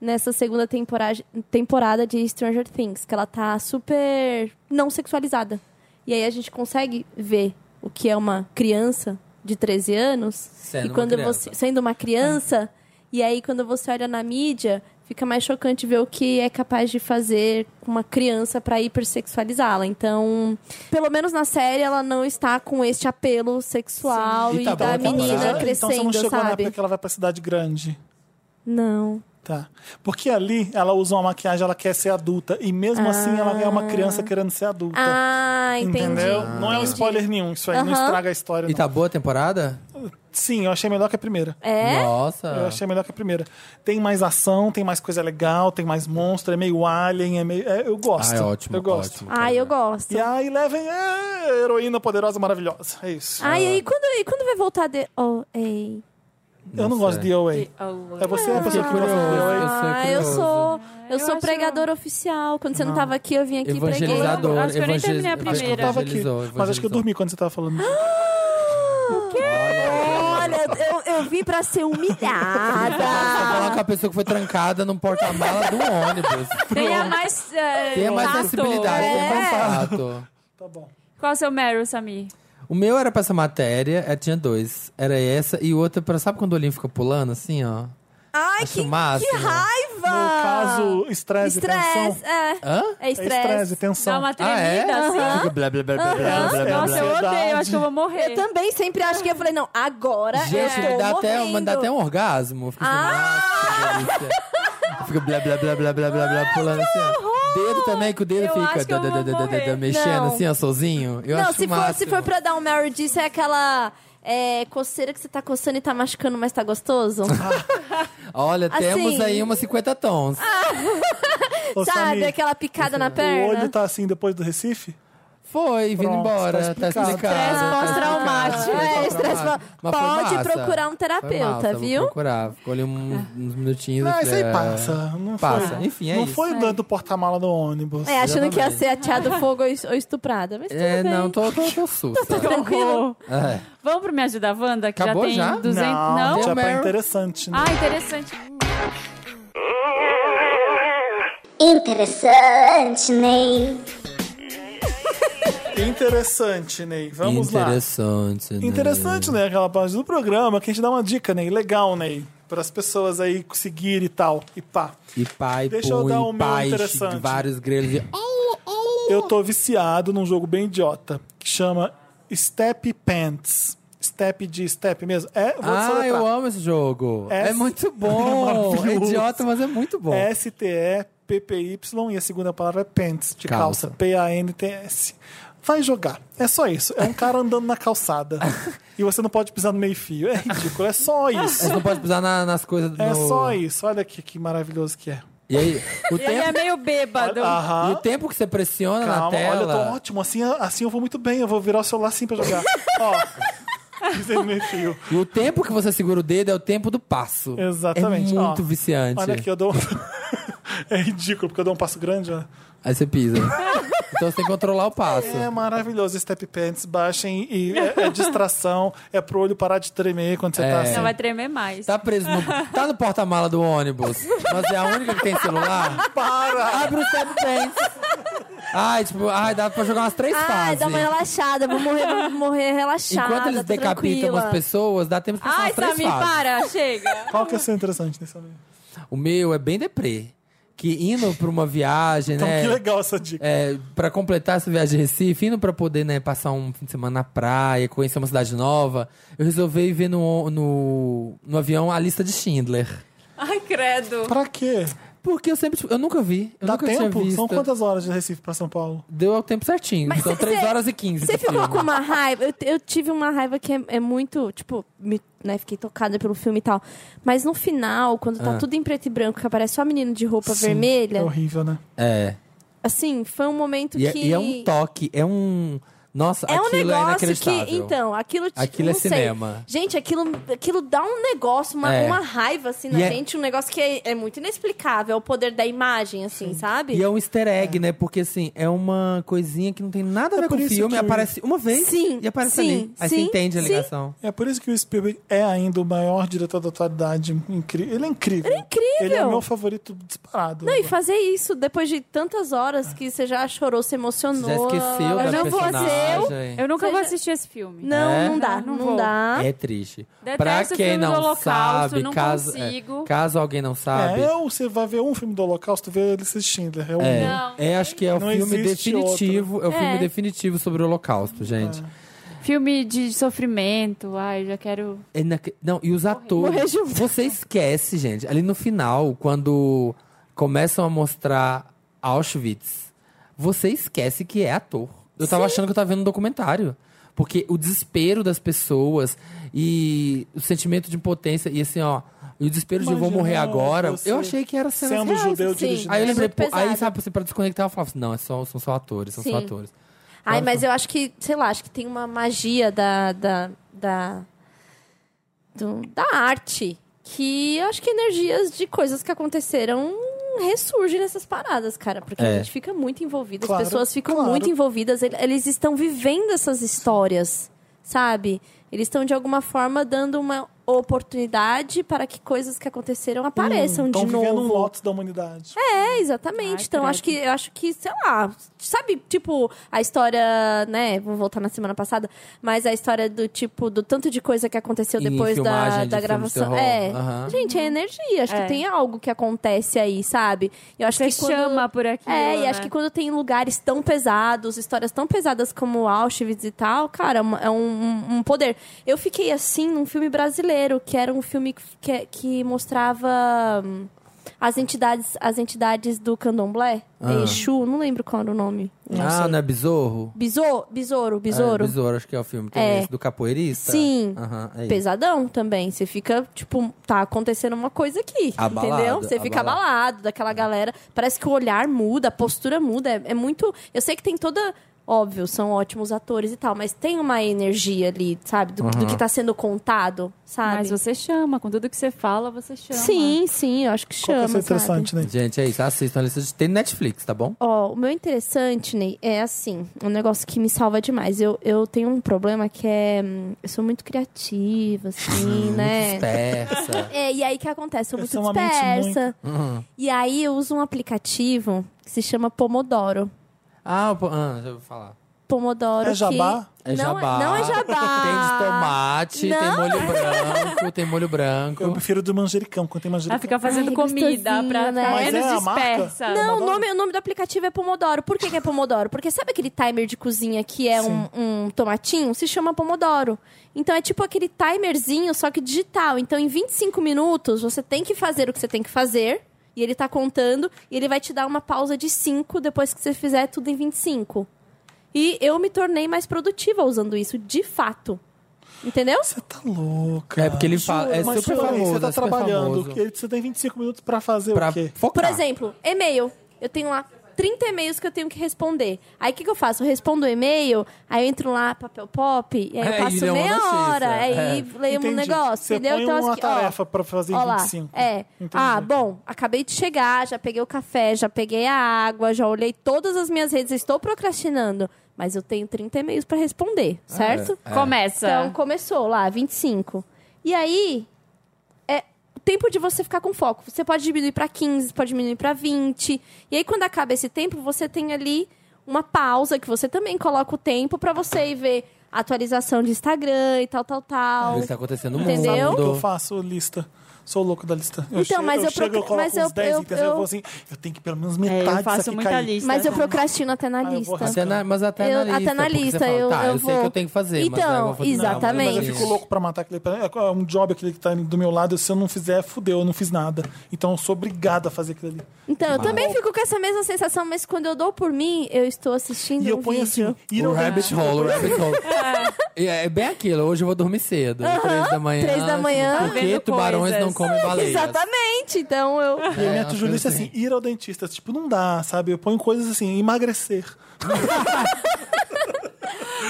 Speaker 4: nessa segunda temporada, temporada de Stranger Things, que ela tá super não sexualizada. E aí a gente consegue ver o que é uma criança de 13 anos
Speaker 2: Sendo
Speaker 4: e
Speaker 2: uma
Speaker 4: quando
Speaker 2: criança.
Speaker 4: você sendo uma criança, e aí quando você olha na mídia, fica mais chocante ver o que é capaz de fazer com uma criança para hipersexualizá-la. Então, pelo menos na série ela não está com este apelo sexual e,
Speaker 2: E tá bom,
Speaker 4: da
Speaker 2: tá bom.
Speaker 4: menina
Speaker 2: Então você não
Speaker 4: crescendo,
Speaker 1: então você não chegou na
Speaker 4: sabe?
Speaker 1: época que ela vai pra cidade grande.
Speaker 4: Não.
Speaker 1: Tá. Porque ali ela usa uma maquiagem, ela quer ser adulta. E mesmo assim ela é uma criança querendo ser adulta.
Speaker 4: Ah, entendi.
Speaker 1: Entendeu? Não é um
Speaker 4: entendi.
Speaker 1: spoiler nenhum, isso aí não
Speaker 4: Aham.
Speaker 1: estraga a história.
Speaker 2: E
Speaker 1: não.
Speaker 2: tá boa a temporada?
Speaker 1: Sim, eu achei melhor que a primeira.
Speaker 4: É?
Speaker 1: Eu
Speaker 2: Nossa.
Speaker 1: achei melhor que a primeira. Tem mais ação, tem mais coisa legal, tem mais monstro, é meio alien, é meio. é, eu gosto.
Speaker 2: Ah, é ótimo.
Speaker 1: Eu gosto.
Speaker 2: ótimo.
Speaker 4: Ah, eu gosto.
Speaker 1: E a Eleven é heroína poderosa, maravilhosa. É isso.
Speaker 4: Ah, e aí quando, e quando vai voltar de... Oh, ei.
Speaker 1: eu não
Speaker 2: Nossa,
Speaker 1: gosto de DOA.
Speaker 3: Oh,
Speaker 1: É você a pessoa que gosta de DOA.
Speaker 4: Ah, eu
Speaker 2: curioso.
Speaker 4: sou...
Speaker 3: Eu
Speaker 4: Eu sou
Speaker 3: acho-
Speaker 4: pregador oficial. Quando você não tava aqui, eu vim aqui e preguei.
Speaker 2: Evangelizador.
Speaker 3: Acho que eu nem
Speaker 2: evangeliz-
Speaker 3: terminei a primeira.
Speaker 1: Eu tava aqui.
Speaker 2: evangelizou,
Speaker 1: Mas acho que eu
Speaker 2: evangelizou.
Speaker 1: dormi quando você tava falando.
Speaker 4: Olha, eu, eu vim pra ser
Speaker 2: Nossa,
Speaker 4: humilhada.
Speaker 2: falar tá com a pessoa que foi trancada num porta-mala do ônibus.
Speaker 3: Tenha mais. É,
Speaker 2: Tem mais
Speaker 3: contato.
Speaker 2: sensibilidade, tem
Speaker 4: É.
Speaker 2: mais contato.
Speaker 1: Tá bom.
Speaker 3: Qual é o seu Meryl, Samir?
Speaker 2: O meu era pra essa matéria, é, tinha dois. Era essa e o outro pra. Sabe quando o olhinho fica pulando assim, ó?
Speaker 4: Ai,
Speaker 2: Acho
Speaker 4: que,
Speaker 2: o máximo.
Speaker 4: que raiva!
Speaker 1: No caso, estresse e tensão.
Speaker 4: Estresse, é.
Speaker 2: Hã?
Speaker 4: É
Speaker 1: É
Speaker 4: estresse.
Speaker 1: estresse e
Speaker 3: Dá
Speaker 1: tensão.
Speaker 3: uma
Speaker 2: Ah, é?
Speaker 3: tremida, assim?
Speaker 2: Fica blá, blá, blá, blá, blá, blá, blá, blá.
Speaker 3: Nossa, eu odeio, acho que eu vou morrer.
Speaker 4: Eu também sempre acho que eu falei, não, agora
Speaker 2: Gente,
Speaker 4: eu
Speaker 2: me
Speaker 4: é, tô
Speaker 2: dá até,
Speaker 4: morrendo. Ah!
Speaker 2: me dá até um orgasmo. Eu Fico assim, nossa, que delícia. Eu Fico blá, blá, blá, blá, blá, blá, blá, pulando assim, ó. Dedo também, que o dedo
Speaker 3: Eu
Speaker 2: fica
Speaker 3: acho que eu
Speaker 2: dá, dá,
Speaker 3: vou
Speaker 2: dá, dá, dá,
Speaker 3: morrer.
Speaker 2: mexendo
Speaker 4: Não.
Speaker 2: assim, ó, sozinho. Eu
Speaker 4: Não,
Speaker 2: acho
Speaker 4: se
Speaker 2: o
Speaker 4: for, se
Speaker 2: máximo.
Speaker 4: for pra dar um Mary disso, é aquela é, coceira que você tá coçando e tá machucando, mas tá gostoso.
Speaker 2: Olha,
Speaker 4: assim- Ah!
Speaker 2: temos aí umas 50 tons.
Speaker 1: Ô,
Speaker 4: Sabe,
Speaker 1: Samir,
Speaker 4: aquela picada na
Speaker 1: O tá
Speaker 4: perna.
Speaker 1: olho tá assim depois do Recife?
Speaker 2: Foi, vindo
Speaker 1: Pronto,
Speaker 2: embora.
Speaker 1: tá
Speaker 2: Tá
Speaker 1: explicado.
Speaker 2: explicado.
Speaker 4: Estresse
Speaker 2: tá
Speaker 4: pós-traumático.
Speaker 2: explicado,
Speaker 4: É,
Speaker 2: tá
Speaker 4: estresse
Speaker 2: explicado.
Speaker 4: pós-
Speaker 2: Mas foi
Speaker 4: Pode
Speaker 2: massa.
Speaker 4: procurar um
Speaker 2: Foi
Speaker 4: terapeuta,
Speaker 2: massa, vou
Speaker 4: viu?
Speaker 2: procurar. Ficou ali um- uns minutinhos.
Speaker 1: Não,
Speaker 2: eu
Speaker 1: Ah, isso
Speaker 2: falei,
Speaker 1: aí
Speaker 2: é,
Speaker 1: passa. Não
Speaker 2: Passa.
Speaker 1: foi,
Speaker 2: Enfim, é
Speaker 1: Não
Speaker 2: isso.
Speaker 1: foi dando porta-mala no ônibus.
Speaker 4: É, achando que ia
Speaker 2: Exatamente.
Speaker 4: ser ateado fogo ou es- ou estuprada. Mas tudo
Speaker 2: É,
Speaker 4: bem.
Speaker 2: não, tô, tô, tô sussa.
Speaker 3: Que horror.
Speaker 2: É.
Speaker 3: Vamos pro Me Ajuda Wanda, que
Speaker 2: Acabou
Speaker 3: já tem
Speaker 2: já?
Speaker 3: 200...
Speaker 1: Não, já tá
Speaker 2: Meryl?
Speaker 1: interessante. Né?
Speaker 3: Ah, interessante.
Speaker 6: Interessante, Ney.
Speaker 1: Interessante, Ney. Vamos lá.
Speaker 2: Interessante, né?
Speaker 1: Interessante, né? Aquela parte do programa que a gente dá uma dica, Ney. Legal, Ney. Para as pessoas aí seguir e tal. E pá.
Speaker 2: E pai,
Speaker 1: Deixa
Speaker 2: punho,
Speaker 1: eu dar o meu
Speaker 2: pai,
Speaker 1: interessante.
Speaker 2: vários grelhos de...
Speaker 1: Eu tô viciado num jogo bem idiota que chama Step Pants. Step de step mesmo. É, vou
Speaker 2: Ah,
Speaker 1: soletrar.
Speaker 2: eu amo esse jogo.
Speaker 1: S-
Speaker 2: É muito bom. É
Speaker 1: É maravilhoso.
Speaker 2: idiota, mas é muito bom.
Speaker 1: S-T-E-P-P-Y e a segunda palavra é pants, de calça.
Speaker 2: Calça.
Speaker 1: P-A-N-T-S. Vai jogar. É só isso. É um cara andando na calçada. e você não pode pisar no meio-fio. É ridículo. É só isso.
Speaker 2: Você não pode pisar na- nas coisas
Speaker 1: É
Speaker 2: no-
Speaker 1: só isso. Olha aqui que maravilhoso que é.
Speaker 2: E aí, o
Speaker 3: Ele é
Speaker 2: tempo,
Speaker 3: meio bêbado.
Speaker 1: Aham.
Speaker 2: e o tempo que você pressiona na
Speaker 1: Calma, olha, eu
Speaker 2: tela...
Speaker 1: tô ótimo. Assim, assim eu vou muito bem. Eu vou virar o celular assim pra jogar. Ó. Pisei no meio-fio.
Speaker 2: E o tempo que você segura o dedo é o tempo do passo.
Speaker 1: Exatamente.
Speaker 2: É
Speaker 1: ó.
Speaker 2: muito viciante.
Speaker 1: Olha aqui, eu dou. é ridículo, porque eu dou um passo grande, ó.
Speaker 2: Aí você pisa. então você tem que controlar o passo.
Speaker 1: É maravilhoso Step Pants, baixem e é, é distração, é pro olho parar de tremer quando você tá
Speaker 2: É.
Speaker 1: assim.
Speaker 3: Não vai tremer mais.
Speaker 2: Tá preso no... Tá no porta-mala do ônibus, mas é a única que tem celular.
Speaker 1: Para!
Speaker 2: Abre o step pants. Ai, tipo, ai, dá pra jogar umas três
Speaker 4: Ai,
Speaker 2: fases.
Speaker 4: dá uma relaxada. Vou morrer, vou morrer relaxada.
Speaker 2: Enquanto eles
Speaker 4: tô
Speaker 2: decapitam
Speaker 4: tranquila.
Speaker 2: as pessoas, dá tempo de passar
Speaker 3: Ai,
Speaker 2: umas três
Speaker 3: Samir,
Speaker 2: fases.
Speaker 3: para, chega.
Speaker 1: Qual que é o seu interessante nesse amigo?
Speaker 2: O meu é bem deprê. Que indo pra uma viagem,
Speaker 1: Então,
Speaker 2: né?
Speaker 1: que legal essa dica.
Speaker 2: É, para completar essa viagem de Recife, indo pra poder né, passar um fim de semana na praia, conhecer uma cidade nova, eu resolvi ver no, no, no avião a lista de Schindler.
Speaker 3: Ai, credo.
Speaker 1: Pra quê?
Speaker 2: Porque eu sempre. tipo, Eu nunca vi. Eu
Speaker 1: Dá
Speaker 2: nunca
Speaker 1: tempo?
Speaker 2: tinha visto.
Speaker 1: São quantas horas de Recife pra São Paulo?
Speaker 2: Deu o tempo certinho.
Speaker 4: Mas
Speaker 2: São
Speaker 4: cê-
Speaker 2: 3
Speaker 4: cê-
Speaker 2: horas e tá 15.
Speaker 4: Você
Speaker 2: do
Speaker 4: ficou
Speaker 2: filme.
Speaker 4: com uma raiva? Eu, eu tive uma raiva que é, é muito, tipo, me, né, fiquei tocada pelo filme e tal. Mas no final, quando tá
Speaker 2: Ah.
Speaker 4: tudo em preto e branco, que aparece só menino de roupa
Speaker 1: Sim, É
Speaker 4: vermelha,
Speaker 1: horrível, né?
Speaker 2: É.
Speaker 4: assim, foi um momento
Speaker 2: E, é-
Speaker 4: que.
Speaker 2: e é um toque, é um. Nossa,
Speaker 4: É um
Speaker 2: aquilo é
Speaker 4: negócio
Speaker 2: inacreditável.
Speaker 4: que. Então, aquilo te-
Speaker 2: Aquilo
Speaker 4: não
Speaker 2: é
Speaker 4: sei.
Speaker 2: cinema.
Speaker 4: Gente, aquilo, aquilo dá um negócio, uma,
Speaker 2: É.
Speaker 4: uma raiva, assim, na
Speaker 2: E é-
Speaker 4: gente. Um negócio que é, é muito inexplicável. É o poder da imagem, assim, sabe?
Speaker 2: E é um easter egg, né? Porque assim, é uma coisinha que não tem nada a
Speaker 1: É
Speaker 2: ver com
Speaker 1: por
Speaker 2: o
Speaker 1: isso
Speaker 2: filme.
Speaker 1: que-
Speaker 2: Aparece uma vez
Speaker 4: Sim,
Speaker 2: e aparece
Speaker 4: sim,
Speaker 2: ali. Aí
Speaker 4: sim,
Speaker 2: você entende a
Speaker 4: sim.
Speaker 2: ligação.
Speaker 1: É por isso que o Spielberg é ainda o maior diretor da atualidade. Incri... Ele é incrível. Ele é
Speaker 4: incrível!
Speaker 1: Ele é o meu favorito disparado.
Speaker 4: Não, e fazer isso depois de tantas horas que você já chorou, se emocionou.
Speaker 2: Já esqueceu
Speaker 4: ela
Speaker 2: da
Speaker 4: já-
Speaker 3: não vou ser
Speaker 2: personagem.
Speaker 3: Eu nunca
Speaker 4: Você
Speaker 3: vou
Speaker 4: já-
Speaker 3: assistir esse filme.
Speaker 4: Não,
Speaker 2: É?
Speaker 4: não dá,
Speaker 3: Não,
Speaker 4: não,
Speaker 3: não vou.
Speaker 4: dá.
Speaker 2: É triste.
Speaker 3: Detesto
Speaker 2: pra
Speaker 3: filme
Speaker 2: quem
Speaker 3: do
Speaker 2: não
Speaker 3: Holocausto,
Speaker 2: sabe,
Speaker 3: não
Speaker 2: caso, é,
Speaker 3: consigo.
Speaker 2: caso alguém não sabe,
Speaker 1: É, ou você vai ver um filme do Holocausto, vê ele Schindler. É, um...
Speaker 2: É,
Speaker 3: Não.
Speaker 2: é, acho que é o
Speaker 1: Não
Speaker 2: filme
Speaker 1: existe É.
Speaker 2: definitivo. É o filme
Speaker 4: É.
Speaker 2: definitivo sobre o Holocausto, gente.
Speaker 3: Filme de sofrimento. Ai, já quero...
Speaker 2: É inac- Não, e os atores.
Speaker 4: Morrer junto.
Speaker 2: Você esquece, gente. Ali no final, quando começam a mostrar Auschwitz, você esquece que é ator. Eu tava achando que eu tava vendo um documentário. Porque o desespero das pessoas e o sentimento de impotência, e assim, ó, e o desespero de eu vou
Speaker 1: Imagina
Speaker 2: morrer agora.
Speaker 1: você
Speaker 2: Eu achei que era cenas
Speaker 1: Sendo
Speaker 2: reais,
Speaker 1: judeu
Speaker 4: sim.
Speaker 1: dirigindo.
Speaker 2: Aí eu
Speaker 4: É
Speaker 2: lembrei,
Speaker 4: muito
Speaker 2: pô,
Speaker 4: pesado.
Speaker 2: aí sabe, você pra desconectar, eu falava assim, não, é só, são só atores, são
Speaker 4: Sim.
Speaker 2: só atores.
Speaker 4: Ai,
Speaker 2: Claro
Speaker 4: mas eu acho que, sei lá, acho que tem uma magia da. da, da, do- da arte. Que eu acho que energias de coisas que aconteceram ressurgem nessas paradas, cara. Porque a
Speaker 2: É.
Speaker 4: gente fica muito envolvido,
Speaker 1: Claro,
Speaker 4: as pessoas ficam
Speaker 1: claro.
Speaker 4: muito envolvidas, ele- eles estão vivendo essas histórias, sabe? Eles estão, de alguma forma, dando uma oportunidade para que coisas que aconteceram apareçam
Speaker 1: Estão
Speaker 4: de
Speaker 1: vivendo
Speaker 4: novo.
Speaker 1: um lotus da humanidade.
Speaker 4: É, exatamente.
Speaker 3: Ai,
Speaker 4: então,
Speaker 3: credo.
Speaker 4: acho que, eu acho que, sei lá, sabe, tipo, a história, né? Vamos voltar na semana passada, mas a história do tipo, do tanto de coisa que aconteceu
Speaker 2: Em
Speaker 4: Então, depois
Speaker 2: filmagem
Speaker 4: da,
Speaker 2: de
Speaker 4: da
Speaker 2: filme de
Speaker 4: gravação.
Speaker 2: terror.
Speaker 4: É.
Speaker 2: Aham.
Speaker 4: Gente, é energia. Acho
Speaker 3: É.
Speaker 4: que tem algo que acontece aí, sabe? Eu acho
Speaker 3: Você
Speaker 4: que quando-
Speaker 3: chama por aqui. né?
Speaker 4: É, e acho que quando tem lugares tão pesados, histórias tão pesadas como Auschwitz e tal, cara, é um- é um, um poder. Eu fiquei assim num filme brasileiro, que era um filme que, que mostrava hum, as entidades, as entidades do candomblé. É Exu, não lembro qual era o nome. Não
Speaker 2: ah,
Speaker 4: sei.
Speaker 2: não é Besorro?
Speaker 4: Besouro, besouro, besouro.
Speaker 2: É, besouro, acho que é o filme. Tem
Speaker 4: É.
Speaker 2: esse do capoeirista?
Speaker 4: Sim.
Speaker 2: Aham, é isso.
Speaker 4: Pesadão também. Você fica, tipo, tá acontecendo uma coisa aqui.
Speaker 2: Abalado,
Speaker 4: entendeu? Você fica
Speaker 2: abalado.
Speaker 4: abalado daquela galera. Parece que o olhar muda, a postura muda. É, é muito. Eu sei que tem toda. Óbvio, são ótimos atores e tal, mas tem uma energia ali, sabe? Do, do
Speaker 2: Uhum.
Speaker 4: que tá sendo contado, sabe?
Speaker 3: Mas você chama, com tudo que você fala, você chama.
Speaker 4: Sim, sim, eu acho que
Speaker 1: Qual
Speaker 4: chama.
Speaker 1: que é o seu
Speaker 4: sabe?
Speaker 1: interessante, né?
Speaker 2: Gente, é isso. Assistam a lista de... Tem Netflix, tá bom?
Speaker 4: Ó, o meu interessante, Ney, é assim, um negócio que me salva demais. Eu, eu tenho um problema que é. hum, Eu sou muito criativa, assim,
Speaker 2: Hum,
Speaker 4: né?
Speaker 2: Dispersa.
Speaker 4: É, e aí o que acontece? Eu sou
Speaker 1: Eu sou
Speaker 4: muito
Speaker 1: uma mente
Speaker 4: dispersa.
Speaker 2: Uhum.
Speaker 4: E aí eu uso um aplicativo que se chama Pomodoro.
Speaker 2: Ah, o po- ah, já vou falar.
Speaker 4: Pomodoro.
Speaker 1: É jabá?
Speaker 4: Que...
Speaker 2: É
Speaker 4: não,
Speaker 2: jabá.
Speaker 4: Não é jabá.
Speaker 2: Tem de tomate, tem
Speaker 4: Não.
Speaker 2: molho branco, tem molho branco.
Speaker 1: Eu prefiro do manjericão, quando tem
Speaker 3: Ela
Speaker 2: Ah,
Speaker 1: manjericão.
Speaker 3: fica fazendo
Speaker 4: Ai,
Speaker 3: comida pra
Speaker 4: gostosinho, né?
Speaker 3: ficar
Speaker 1: Mas
Speaker 3: menos
Speaker 1: é a marca?
Speaker 3: dispersa.
Speaker 4: Não, o
Speaker 1: Pomodoro?
Speaker 4: nome, o nome do aplicativo é Pomodoro. Por que, que é Pomodoro? Porque sabe aquele timer de cozinha que é um, um tomatinho? Se chama Pomodoro. Então é tipo aquele timerzinho, só que digital. Então em 25 minutos você tem que fazer o que você tem que fazer. E ele tá contando. E ele vai te dar uma pausa de 5 depois que você fizer tudo em 25. E eu me tornei mais produtiva usando isso, de fato. Entendeu?
Speaker 1: Você tá louca.
Speaker 2: É porque ele fala. É
Speaker 1: Mas
Speaker 2: super
Speaker 1: peraí,
Speaker 2: famoso.
Speaker 1: Você tá
Speaker 2: é super
Speaker 1: trabalhando.
Speaker 2: famoso.
Speaker 1: que Você tem 25 minutos pra fazer
Speaker 2: Pra
Speaker 1: o quê?
Speaker 2: focar.
Speaker 4: Por exemplo, e-mail. Eu tenho lá 30 e-mails que eu tenho que responder. Aí o que, que eu faço? Eu respondo o e-mail, aí eu entro lá, papel pop, e aí
Speaker 2: É,
Speaker 4: eu
Speaker 2: e
Speaker 4: passo
Speaker 2: lê uma
Speaker 4: meia
Speaker 2: notícia,
Speaker 4: hora,
Speaker 2: é.
Speaker 4: aí leio um
Speaker 1: Entendi.
Speaker 4: negócio,
Speaker 1: Você
Speaker 4: entendeu?
Speaker 1: põe
Speaker 4: Então,
Speaker 1: uma
Speaker 4: assim, ó,
Speaker 1: tarefa pra fazer em
Speaker 4: ó lá,
Speaker 1: 25.
Speaker 4: É.
Speaker 1: Entendi. Tá
Speaker 4: Ah, bom, acabei de chegar, já peguei o café, já peguei a água, já olhei todas as minhas redes, estou procrastinando. Mas eu tenho 30 e-mails para responder, certo?
Speaker 2: É.
Speaker 3: Começa.
Speaker 4: Então começou lá, 25. E aí, é o tempo de você ficar com foco. Você pode diminuir para 15, pode diminuir para 20. E aí, quando acaba esse tempo, você tem ali uma pausa que você também coloca o tempo para você ir ver atualização de Instagram e tal, tal, tal.
Speaker 2: Isso tá acontecendo no
Speaker 4: Entendeu?
Speaker 1: O que então eu
Speaker 2: mundo.
Speaker 1: faço lista. Sou louco da lista. Eu
Speaker 4: Então,
Speaker 1: chego,
Speaker 4: mas
Speaker 1: eu
Speaker 4: eu
Speaker 1: chego,
Speaker 4: proc-
Speaker 1: eu coloco
Speaker 4: mas eu-
Speaker 1: uns 10
Speaker 4: eu-
Speaker 1: itens, aí eu
Speaker 4: eu-
Speaker 1: vou assim, eu tenho que pelo menos
Speaker 3: É,
Speaker 2: Tá,
Speaker 1: metade
Speaker 3: eu faço
Speaker 1: disso aqui
Speaker 3: muita
Speaker 1: cair.
Speaker 3: lista.
Speaker 4: Mas eu procrastino até na
Speaker 1: Ah, eu vou
Speaker 4: lista.
Speaker 1: arrasar.
Speaker 2: Até na- mas até
Speaker 4: Eu-
Speaker 2: na lista.
Speaker 4: até na
Speaker 2: porque você
Speaker 4: lista,
Speaker 2: fala,
Speaker 4: eu-
Speaker 2: tá,
Speaker 4: eu
Speaker 2: sei que
Speaker 4: vou-
Speaker 2: eu tenho que fazer. mas
Speaker 4: Então,
Speaker 2: aí eu vou fazer, não,
Speaker 4: exatamente.
Speaker 1: Ah, Mas eu fico louco pra matar aquele. É um job aquele que tá do meu lado. Se eu não fizer, fudeu, eu não fiz nada. Então eu sou obrigado a fazer aquilo ali.
Speaker 4: Então, eu também fico com essa mesma sensação, mas quando eu dou por mim, eu estou assistindo
Speaker 1: E eu
Speaker 4: um
Speaker 1: ponho
Speaker 4: vídeo.
Speaker 1: assim. ir
Speaker 2: O
Speaker 1: ao
Speaker 2: rabbit
Speaker 1: dentista.
Speaker 2: hole, o rabbit hole. E É bem aquilo, hoje eu vou dormir cedo. Três da manhã. assim,
Speaker 4: três da manhã.
Speaker 2: Porque
Speaker 3: Vendo
Speaker 2: tubarões
Speaker 3: coisas.
Speaker 2: não comem baleias.
Speaker 4: Exatamente. Então, eu...
Speaker 1: E a minha
Speaker 2: É,
Speaker 1: to-do list é assim, ir ao dentista. Tipo, não dá, sabe? Eu ponho coisas assim, emagrecer.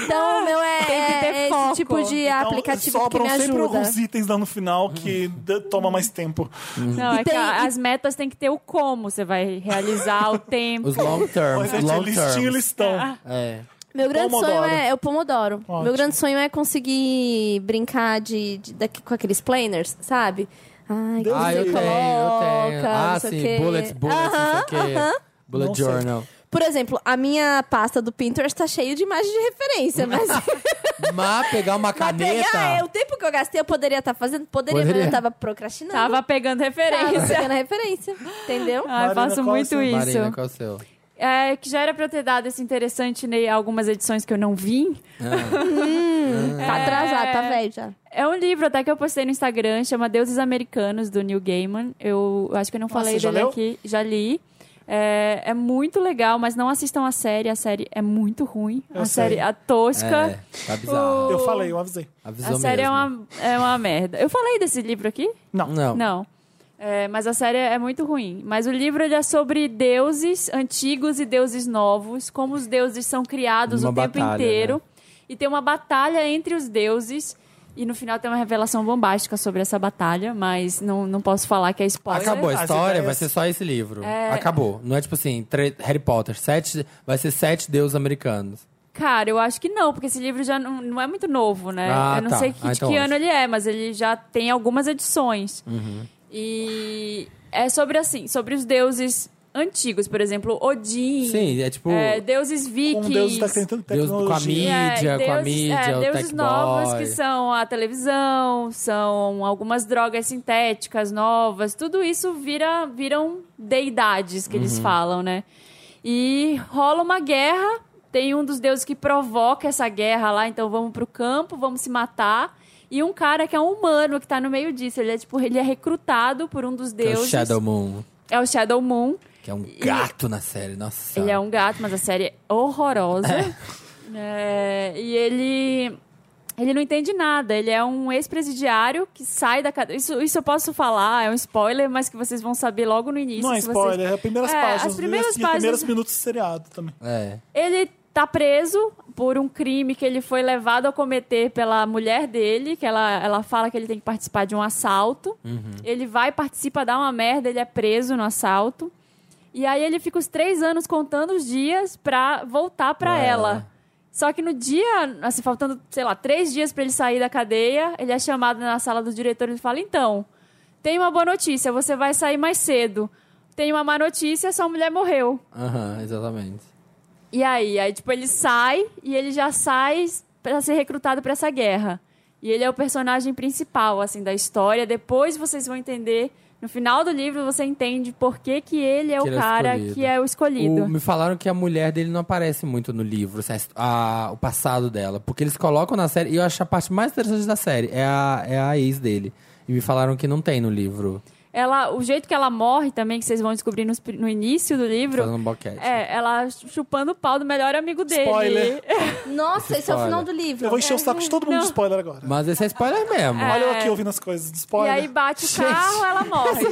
Speaker 4: Então, o meu é,
Speaker 3: Tem que ter
Speaker 4: é
Speaker 3: foco.
Speaker 4: esse tipo de
Speaker 1: Então,
Speaker 4: aplicativo que
Speaker 1: sobram
Speaker 4: me
Speaker 1: sempre
Speaker 4: ajuda.
Speaker 1: alguns itens lá no final que d- toma mais tempo.
Speaker 3: Não, é
Speaker 4: tem-
Speaker 3: que a-
Speaker 4: e-
Speaker 3: as metas tem que ter o como você vai realizar, o tempo.
Speaker 2: Os long term.
Speaker 1: Mas, gente,
Speaker 2: Long
Speaker 1: listinho,
Speaker 2: term.
Speaker 1: listão.
Speaker 2: É.
Speaker 4: Meu grande
Speaker 1: Pomodoro.
Speaker 4: sonho é, é o Pomodoro.
Speaker 1: Ótimo.
Speaker 4: Meu grande sonho é conseguir brincar de, de- daqui- com aqueles planners, sabe? Ai, que
Speaker 1: Deus
Speaker 2: Ah, eu
Speaker 1: Você
Speaker 2: tenho, eu tenho.
Speaker 4: coloca,
Speaker 2: Ah,
Speaker 4: não sei o
Speaker 2: sim,
Speaker 4: quê.
Speaker 2: bullets, bullets,
Speaker 4: Aham,
Speaker 2: não sei o
Speaker 4: aham.
Speaker 2: quê. Bullet
Speaker 1: Não sei.
Speaker 2: journal.
Speaker 4: Por exemplo, a minha pasta do Pinterest tá cheia de imagens de referência, mas...
Speaker 2: Mas pegar uma
Speaker 4: pra
Speaker 2: caneta.
Speaker 4: pegar, é, o tempo que eu gastei, eu poderia estar fazendo, poderia,
Speaker 2: Poderia.
Speaker 4: mas eu tava procrastinando.
Speaker 3: Tava pegando
Speaker 4: Tava
Speaker 3: referência.
Speaker 4: pegando a referência, entendeu?
Speaker 3: Ah,
Speaker 1: Marina,
Speaker 3: eu faço
Speaker 1: qual
Speaker 3: muito
Speaker 1: o seu?
Speaker 3: isso.
Speaker 2: Marina, qual é o seu?
Speaker 3: É, que já era pra eu ter dado esse interessante em algumas edições que eu não vim.
Speaker 2: É.
Speaker 4: Tá atrasado, tá velho já.
Speaker 3: É um livro até que eu postei no Instagram, chama Deuses Americanos, do Neil Gaiman. Eu acho que eu não
Speaker 1: Nossa,
Speaker 3: falei
Speaker 1: Ah, já
Speaker 3: dele
Speaker 1: leu?
Speaker 3: aqui, já li. É, é muito legal, mas não assistam a série, a série é muito ruim.
Speaker 1: Eu
Speaker 3: a
Speaker 1: sei.
Speaker 3: série é tosca.
Speaker 2: É, tá bizarro.
Speaker 1: Eu falei, eu avisei.
Speaker 2: Avisou
Speaker 3: A série é
Speaker 2: mesmo.
Speaker 3: uma, é uma merda. Eu falei desse livro aqui?
Speaker 1: Não.
Speaker 2: Não.
Speaker 3: Não. É, mas a série é muito ruim. Mas o livro ele é sobre deuses antigos e deuses novos, como os deuses são criados
Speaker 2: Uma
Speaker 3: o tempo
Speaker 2: batalha,
Speaker 3: inteiro.
Speaker 2: né?
Speaker 3: E tem uma batalha entre os deuses. E no final tem uma revelação bombástica sobre essa batalha, mas não, não posso falar que é spoiler.
Speaker 2: Acabou a
Speaker 1: As
Speaker 2: história,
Speaker 1: ideias-
Speaker 2: vai ser só esse livro. Acabou. Não é tipo assim, tre- Harry Potter, sete, vai ser sete deuses americanos.
Speaker 3: Cara, eu acho que não, porque esse livro já não, não é muito novo, né?
Speaker 2: Ah,
Speaker 3: eu não
Speaker 2: tá.
Speaker 3: sei que-
Speaker 2: Ah,
Speaker 3: de
Speaker 2: então
Speaker 3: que
Speaker 2: ótimo.
Speaker 3: ano ele é, mas ele já tem algumas edições.
Speaker 2: Uhum.
Speaker 3: E é sobre assim, sobre os deuses antigos, por exemplo, Odin.
Speaker 2: Sim, é tipo
Speaker 3: é, deuses
Speaker 1: Um
Speaker 3: vikings.
Speaker 1: deus está tentando
Speaker 2: Deus tá com a
Speaker 1: tecnologia.
Speaker 2: mídia, com a mídia,
Speaker 3: é,
Speaker 2: o
Speaker 3: deuses
Speaker 2: tech
Speaker 3: novos
Speaker 2: boy.
Speaker 3: que são a televisão, são algumas drogas sintéticas novas, tudo isso vira, viram deidades que
Speaker 2: Uhum.
Speaker 3: eles falam, né? E rola uma guerra, tem um dos deuses que provoca essa guerra lá, então vamos pro campo, vamos se matar. E um cara que é um humano que tá no meio disso, ele é tipo, ele é recrutado por um dos
Speaker 2: que é o
Speaker 3: deuses.
Speaker 2: Shadow Moon.
Speaker 3: É o Shadow Moon.
Speaker 2: Que é um gato na série, nossa.
Speaker 3: Ele
Speaker 2: senhora.
Speaker 3: é um gato, mas a série é horrorosa. É, e ele. Ele não entende nada. Ele é um ex-presidiário que sai da cadeia. Isso, isso eu posso falar, é um spoiler, mas que vocês vão saber logo no início.
Speaker 1: Não é
Speaker 3: se vocês-
Speaker 1: spoiler, é as primeiras
Speaker 3: É,
Speaker 1: páginas.
Speaker 3: as primeiras
Speaker 1: e os primeiros
Speaker 3: páginas-
Speaker 1: minutos do seriado também.
Speaker 2: É.
Speaker 3: Ele tá preso por um crime que ele foi levado a cometer pela mulher dele, que ela, ela fala que ele tem que participar de um assalto. Ele vai, participa, dá uma merda, ele é preso no assalto. E aí ele fica os três anos contando os dias pra voltar pra
Speaker 2: Pra
Speaker 3: ela.
Speaker 2: ela.
Speaker 3: Só que no dia, assim, faltando, sei lá, três dias pra ele sair da cadeia, ele é chamado na sala do diretor e ele fala, então, tem uma boa notícia, você vai sair mais cedo. Tem uma má notícia, sua mulher morreu.
Speaker 2: Aham, exatamente.
Speaker 3: E aí, aí tipo ele sai e ele já sai pra ser recrutado pra essa guerra. E ele é o personagem principal assim da história. Depois vocês vão entender no final do livro você entende por que, que ele é
Speaker 2: Que
Speaker 3: o
Speaker 2: ele é
Speaker 3: cara
Speaker 2: escolhido.
Speaker 3: que é o escolhido.
Speaker 2: O- me falaram que a mulher dele não aparece muito no livro, assim, a his- a- o passado dela. Porque eles colocam na série, e eu acho a parte mais interessante da série, é a, é a ex dele. E me falaram que não tem no livro,
Speaker 3: Ela, o jeito que ela morre também que vocês vão descobrir nos pri- no, início do livro.
Speaker 2: fazendo um boquete.
Speaker 3: É, ela chupando o pau do melhor amigo dele.
Speaker 1: Spoiler.
Speaker 4: Nossa,
Speaker 2: Esse
Speaker 4: esse, é o
Speaker 2: spoiler.
Speaker 4: final do livro.
Speaker 1: Eu vou encher o saco de todo mundo de spoiler agora.
Speaker 2: Mas esse é spoiler mesmo.
Speaker 1: Olha eu aqui ouvindo as coisas de
Speaker 3: É. E
Speaker 1: spoiler.
Speaker 3: aí bate o
Speaker 2: Gente.
Speaker 3: carro, ela morre.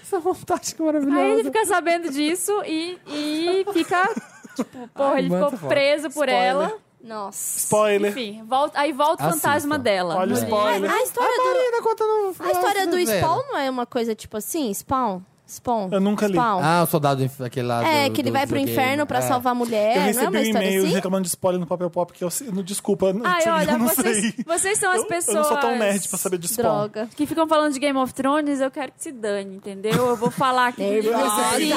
Speaker 2: Essa vontade maravilhosa.
Speaker 3: Aí ele fica sabendo disso e, e fica. Tipo, porra,
Speaker 2: Ai,
Speaker 3: ele
Speaker 2: manda
Speaker 3: ficou
Speaker 2: fora.
Speaker 3: preso por
Speaker 2: Spoiler.
Speaker 3: ela.
Speaker 4: Nossa.
Speaker 1: spoiler.
Speaker 3: Enfim, volta, aí volta o
Speaker 2: Assista.
Speaker 3: fantasma dela.
Speaker 1: Olha o
Speaker 3: no livro.
Speaker 1: spoiler.
Speaker 4: A história do,
Speaker 2: Marina tá contando
Speaker 4: a história do
Speaker 2: novela.
Speaker 4: Spawn não é uma coisa tipo assim? Spawn? Spawn?
Speaker 1: Eu nunca li.
Speaker 4: Spawn.
Speaker 2: Ah, o soldado inf- aquele lá
Speaker 4: é,
Speaker 2: do-
Speaker 4: que ele
Speaker 2: do
Speaker 4: vai pro
Speaker 2: videogame.
Speaker 4: inferno pra
Speaker 2: É.
Speaker 4: salvar a mulher.
Speaker 1: Eu
Speaker 4: não é
Speaker 1: recebi
Speaker 4: uma
Speaker 1: um
Speaker 4: história
Speaker 1: e-mail
Speaker 4: assim?
Speaker 1: reclamando de spoiler no Papel Pop, que eu sei- não- desculpa, eu não-
Speaker 3: Ai, olha,
Speaker 1: eu não sei.
Speaker 3: vocês, vocês são as
Speaker 1: Eu-
Speaker 3: pessoas
Speaker 1: Eu não sou tão nerd pra saber de Spawn.
Speaker 4: Droga.
Speaker 3: que ficam falando de Game of Thrones, eu quero que se dane, entendeu? Eu vou falar aqui.
Speaker 4: É,
Speaker 3: do
Speaker 1: um
Speaker 3: livro,
Speaker 4: Nervosa.
Speaker 3: sim.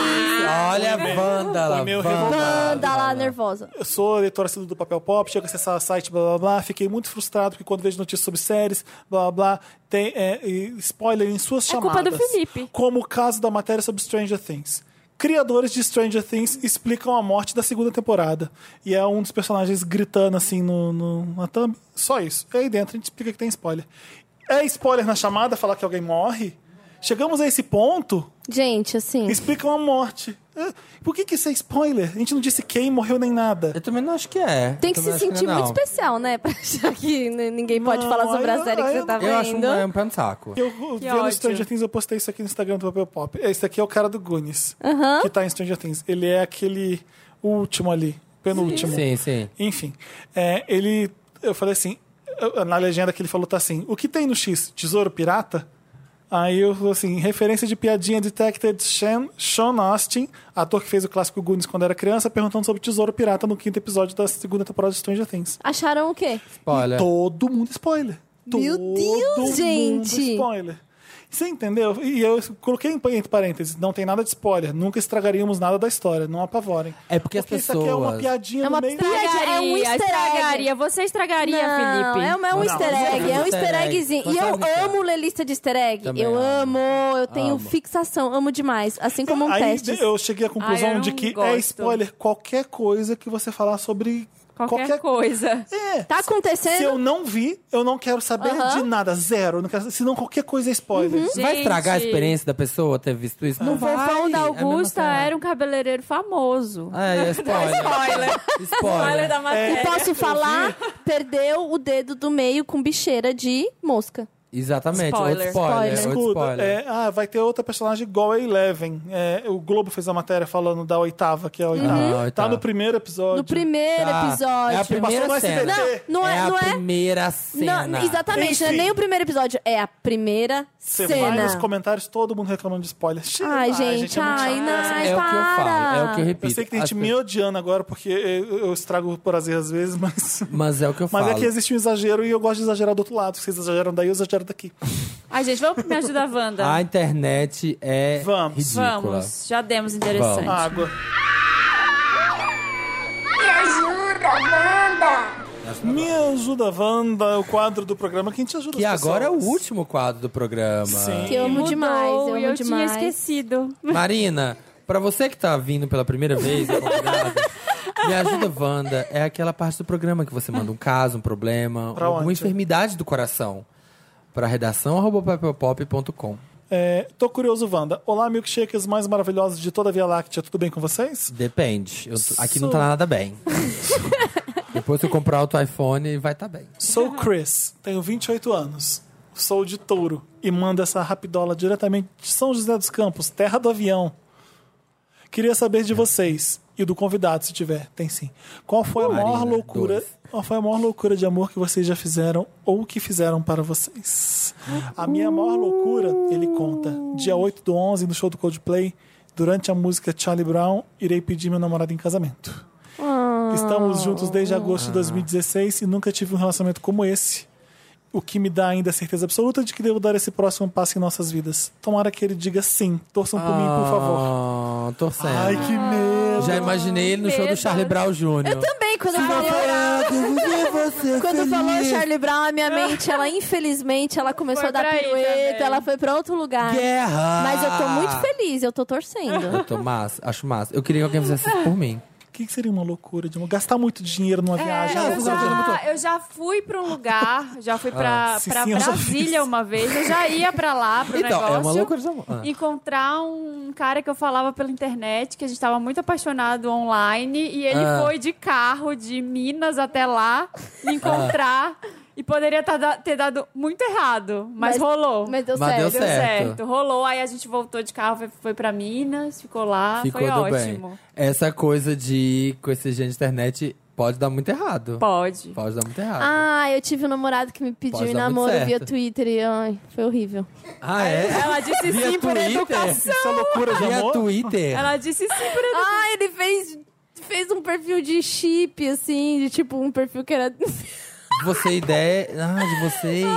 Speaker 2: Olha a Wanda lá.
Speaker 1: Foi meio
Speaker 2: Wanda.
Speaker 1: revoltado.
Speaker 4: Anda lá, nervosa.
Speaker 1: Eu sou leitor assíduo do Papel Pop, chego a acessar o site, blá blá blá. Fiquei muito frustrado porque quando vejo notícias sobre séries, blá blá blá, tem é, e spoiler em suas
Speaker 3: É culpa
Speaker 1: chamadas.
Speaker 3: do Felipe.
Speaker 1: Como o caso da matéria sobre Stranger Things. Criadores de Stranger Things explicam a morte da segunda temporada. E é um dos personagens gritando assim no, no, na thumb. Só isso. E aí dentro a gente explica que tem spoiler. É spoiler na chamada falar que alguém morre? Chegamos a esse ponto,
Speaker 4: Gente, assim.
Speaker 1: explicam a morte. É, Por que, que isso é spoiler? A gente não disse quem morreu nem nada.
Speaker 2: Eu também não acho que é.
Speaker 4: Tem que
Speaker 2: Eu também
Speaker 4: se
Speaker 2: acho
Speaker 4: sentir
Speaker 2: não é,
Speaker 4: muito
Speaker 2: não.
Speaker 4: especial, né? Pra achar que n- ninguém pode
Speaker 1: Não,
Speaker 4: falar sobre
Speaker 1: aí
Speaker 4: a série
Speaker 1: eu-
Speaker 4: que
Speaker 1: aí
Speaker 4: você
Speaker 1: eu-
Speaker 4: tá
Speaker 1: Eu
Speaker 4: vendo.
Speaker 2: Eu acho um, é um pé no saco.
Speaker 1: Eu vendo
Speaker 3: ódio.
Speaker 1: Stranger Things, eu postei isso aqui no Instagram do Papel Pop. Esse aqui é o cara do Goonies, que tá em Stranger Things. Ele é aquele último ali, penúltimo.
Speaker 2: Sim, sim.
Speaker 1: Enfim, é, ele. Eu falei assim, eu- na legenda que ele falou, tá assim: o que tem no X? Tesouro pirata? Aí eu falei assim, referência de piadinha detected Sean, Sean Austin, ator que fez o clássico Goonies quando era criança, perguntando sobre Tesouro Pirata no quinto episódio da segunda temporada de Stranger Things.
Speaker 4: Acharam o quê?
Speaker 2: Olha.
Speaker 1: Todo mundo spoiler.
Speaker 4: Meu
Speaker 1: Todo
Speaker 4: Deus,
Speaker 1: mundo
Speaker 4: gente.
Speaker 1: spoiler. Você entendeu? E eu coloquei em- entre parênteses, não tem nada de spoiler, nunca estragaríamos nada da história, não apavorem.
Speaker 2: É porque as
Speaker 1: isso aqui é uma
Speaker 2: pessoas-
Speaker 1: piadinha
Speaker 4: É uma
Speaker 1: no meio.
Speaker 4: piada. É um easter egg.
Speaker 3: estragaria. Você estragaria,
Speaker 4: não,
Speaker 3: Felipe.
Speaker 4: É, um- é um
Speaker 1: Não,
Speaker 4: easter
Speaker 1: mas
Speaker 4: egg,
Speaker 2: é um
Speaker 4: é um
Speaker 2: easter
Speaker 4: easter
Speaker 2: egg.
Speaker 4: eggzinho. E
Speaker 2: Mas
Speaker 4: eu
Speaker 2: sabe que-
Speaker 4: amo ler lista de easter egg.
Speaker 2: Também
Speaker 4: eu
Speaker 2: amo.
Speaker 4: amo, eu tenho
Speaker 2: Amo.
Speaker 4: fixação, amo demais. Assim como um
Speaker 1: Aí
Speaker 4: teste.
Speaker 1: de- eu cheguei à conclusão
Speaker 3: Ai, eu não
Speaker 1: de que é
Speaker 3: gosto.
Speaker 1: spoiler qualquer coisa que você falar sobre
Speaker 3: Qualquer,
Speaker 1: qualquer,
Speaker 3: coisa.
Speaker 1: É.
Speaker 4: Tá
Speaker 1: Se eu
Speaker 4: acontecendo?
Speaker 1: não vi, eu não quero saber
Speaker 4: Aham.
Speaker 1: de nada, zero, eu não quero, senão qualquer coisa é spoiler.
Speaker 2: Vai
Speaker 3: Gente.
Speaker 2: estragar a experiência da pessoa ter visto isso? Não
Speaker 3: O
Speaker 2: vai.
Speaker 3: fofão da Augusta
Speaker 2: é
Speaker 3: era um cabeleireiro famoso.
Speaker 2: Ah, é spoiler.
Speaker 3: Spoiler.
Speaker 2: spoiler.
Speaker 1: É.
Speaker 3: da matéria.
Speaker 4: E posso falar? Perdeu o dedo do meio com bicheira de mosca.
Speaker 2: Exatamente, outro
Speaker 3: Spoiler.
Speaker 2: spoiler. Outro
Speaker 1: Escuta,
Speaker 2: spoiler.
Speaker 1: é, ah, vai ter outra personagem igual a Eleven. É, o Globo fez a matéria falando da oitava, que é a oitava.
Speaker 2: Ah,
Speaker 1: Tá
Speaker 2: oitava.
Speaker 1: no primeiro episódio.
Speaker 4: Uhum. No primeiro
Speaker 2: Tá.
Speaker 4: episódio.
Speaker 2: É a primeira
Speaker 1: Passou no
Speaker 2: cena.
Speaker 1: SBT.
Speaker 4: Não, não é-
Speaker 2: a
Speaker 4: não é-
Speaker 2: primeira cena.
Speaker 4: Não, exatamente, não é
Speaker 1: Enfim.
Speaker 4: nem o primeiro episódio, é a primeira
Speaker 1: Você
Speaker 4: cena.
Speaker 1: vai nos comentários, todo mundo reclamando de spoiler. Chega,
Speaker 4: Ai, gente,
Speaker 1: é muito
Speaker 4: ai,
Speaker 1: chato.
Speaker 4: não.
Speaker 2: É o que eu falo, é o que eu repito.
Speaker 1: Eu sei que tem
Speaker 2: As
Speaker 1: gente me odiando agora, porque eu eu estrago o prazer às vezes, mas...
Speaker 2: Mas é o que eu
Speaker 1: Mas
Speaker 2: falo.
Speaker 1: é que existe um exagero e eu gosto de exagerar do outro lado. Vocês exageram daí, eu exagero daqui.
Speaker 3: Ai, gente, vamos pro Me Ajuda Wanda.
Speaker 2: A internet é
Speaker 1: Vamos.
Speaker 2: ridícula.
Speaker 3: vamos. Já demos interessante.
Speaker 2: Vamos.
Speaker 1: Água.
Speaker 6: Me ajuda, Wanda!
Speaker 1: Me ajuda, Wanda, é o quadro do programa. Quem te ajuda?
Speaker 2: Que
Speaker 1: as
Speaker 2: agora é o
Speaker 1: pessoas.
Speaker 2: último quadro do programa.
Speaker 1: Sim.
Speaker 4: Que eu amo
Speaker 3: Mudou,
Speaker 4: demais, eu amo
Speaker 3: e eu
Speaker 4: demais.
Speaker 3: tinha esquecido.
Speaker 2: Marina, pra você que tá vindo pela primeira vez, convidada, me ajuda, Wanda, é aquela parte do programa que você manda um caso, um problema,
Speaker 1: Pra
Speaker 2: alguma
Speaker 1: onde?
Speaker 2: enfermidade do coração. Pra redação arroba papelpop.com.
Speaker 1: É, tô curioso, Wanda. Olá, milkshakers mais maravilhosos de toda a Via Láctea. Tudo bem com vocês?
Speaker 2: Depende. Eu tô- aqui não tá nada bem. Depois que eu comprar outro iPhone, vai tá bem.
Speaker 1: Sou Chris, tenho 28 anos. Sou de touro e mando essa rapidola diretamente de São José dos Campos, terra do avião. Queria saber
Speaker 2: É.
Speaker 1: de vocês e do convidado, se tiver, tem sim. Qual foi a maior
Speaker 2: Marina,
Speaker 1: loucura?
Speaker 2: dois.
Speaker 1: Qual foi a maior loucura de amor que vocês já fizeram ou que fizeram para vocês? A minha maior loucura, ele conta, dia 8 do 11, no show do Coldplay, durante a música Charlie Brown, irei pedir meu namorado em casamento. Estamos juntos desde agosto de 2016 e nunca tive um relacionamento como esse. O que me dá ainda a certeza absoluta de que devo dar esse próximo passo em nossas vidas. Tomara que ele diga sim. Torçam por mim, por favor.
Speaker 2: Ah, Torcendo.
Speaker 1: Ai, que medo.
Speaker 2: Já imaginei ele no show do
Speaker 3: medo.
Speaker 2: Charlie Brown Jr.
Speaker 4: Eu também, quando falou, quando falou Charlie Brown, a minha mente, ela infelizmente, ela começou
Speaker 3: Foi
Speaker 4: a dar
Speaker 3: pra aí
Speaker 4: pirueta,
Speaker 3: também.
Speaker 4: ela foi pra outro lugar.
Speaker 2: Guerra!
Speaker 4: Mas eu tô muito feliz, eu tô torcendo.
Speaker 2: Eu tô massa, acho massa. Eu queria que alguém fizesse isso por mim.
Speaker 1: O que que seria uma loucura de amor? gastar muito dinheiro numa
Speaker 3: É,
Speaker 1: viagem? Ah,
Speaker 3: eu, já, eu já fui pra um lugar, já fui pra,
Speaker 1: Ah, sim,
Speaker 3: pra
Speaker 1: sim, eu já
Speaker 3: Brasília
Speaker 1: fiz.
Speaker 3: uma vez, eu já ia pra lá pro
Speaker 2: Então,
Speaker 3: negócio.
Speaker 2: é uma loucura de amor. Ah.
Speaker 3: Encontrar um cara que eu falava pela internet, que a gente tava muito apaixonado online, e ele
Speaker 2: Ah.
Speaker 3: foi de carro de Minas até lá me encontrar. E poderia tá da- ter dado muito errado, mas,
Speaker 4: Mas-
Speaker 3: rolou.
Speaker 4: Mas deu
Speaker 2: Mas
Speaker 4: certo.
Speaker 2: deu
Speaker 3: Deu
Speaker 2: certo.
Speaker 3: certo. rolou. Aí a gente voltou de carro, foi, foi pra Minas, ficou lá,
Speaker 2: Ficou
Speaker 3: Ah, foi
Speaker 2: do
Speaker 3: ótimo.
Speaker 2: bem. Essa coisa de com esse gente de internet pode dar muito errado.
Speaker 3: Pode.
Speaker 2: Pode dar muito errado.
Speaker 4: Ah, eu tive um namorado que me pediu
Speaker 2: Pode
Speaker 4: em
Speaker 2: dar muito
Speaker 4: namoro
Speaker 2: certo.
Speaker 4: via Twitter e ai, foi horrível.
Speaker 2: Ah, é?
Speaker 3: Ela disse
Speaker 2: Via
Speaker 3: sim por
Speaker 2: Twitter?
Speaker 3: educação.
Speaker 1: Isso é loucura de
Speaker 2: Via
Speaker 1: amor?
Speaker 2: Twitter.
Speaker 3: Ela disse sim por educação.
Speaker 4: Ah, ele fez, fez um perfil de chip, assim, de tipo um perfil que era.
Speaker 2: Você ideia. Ah, de vocês.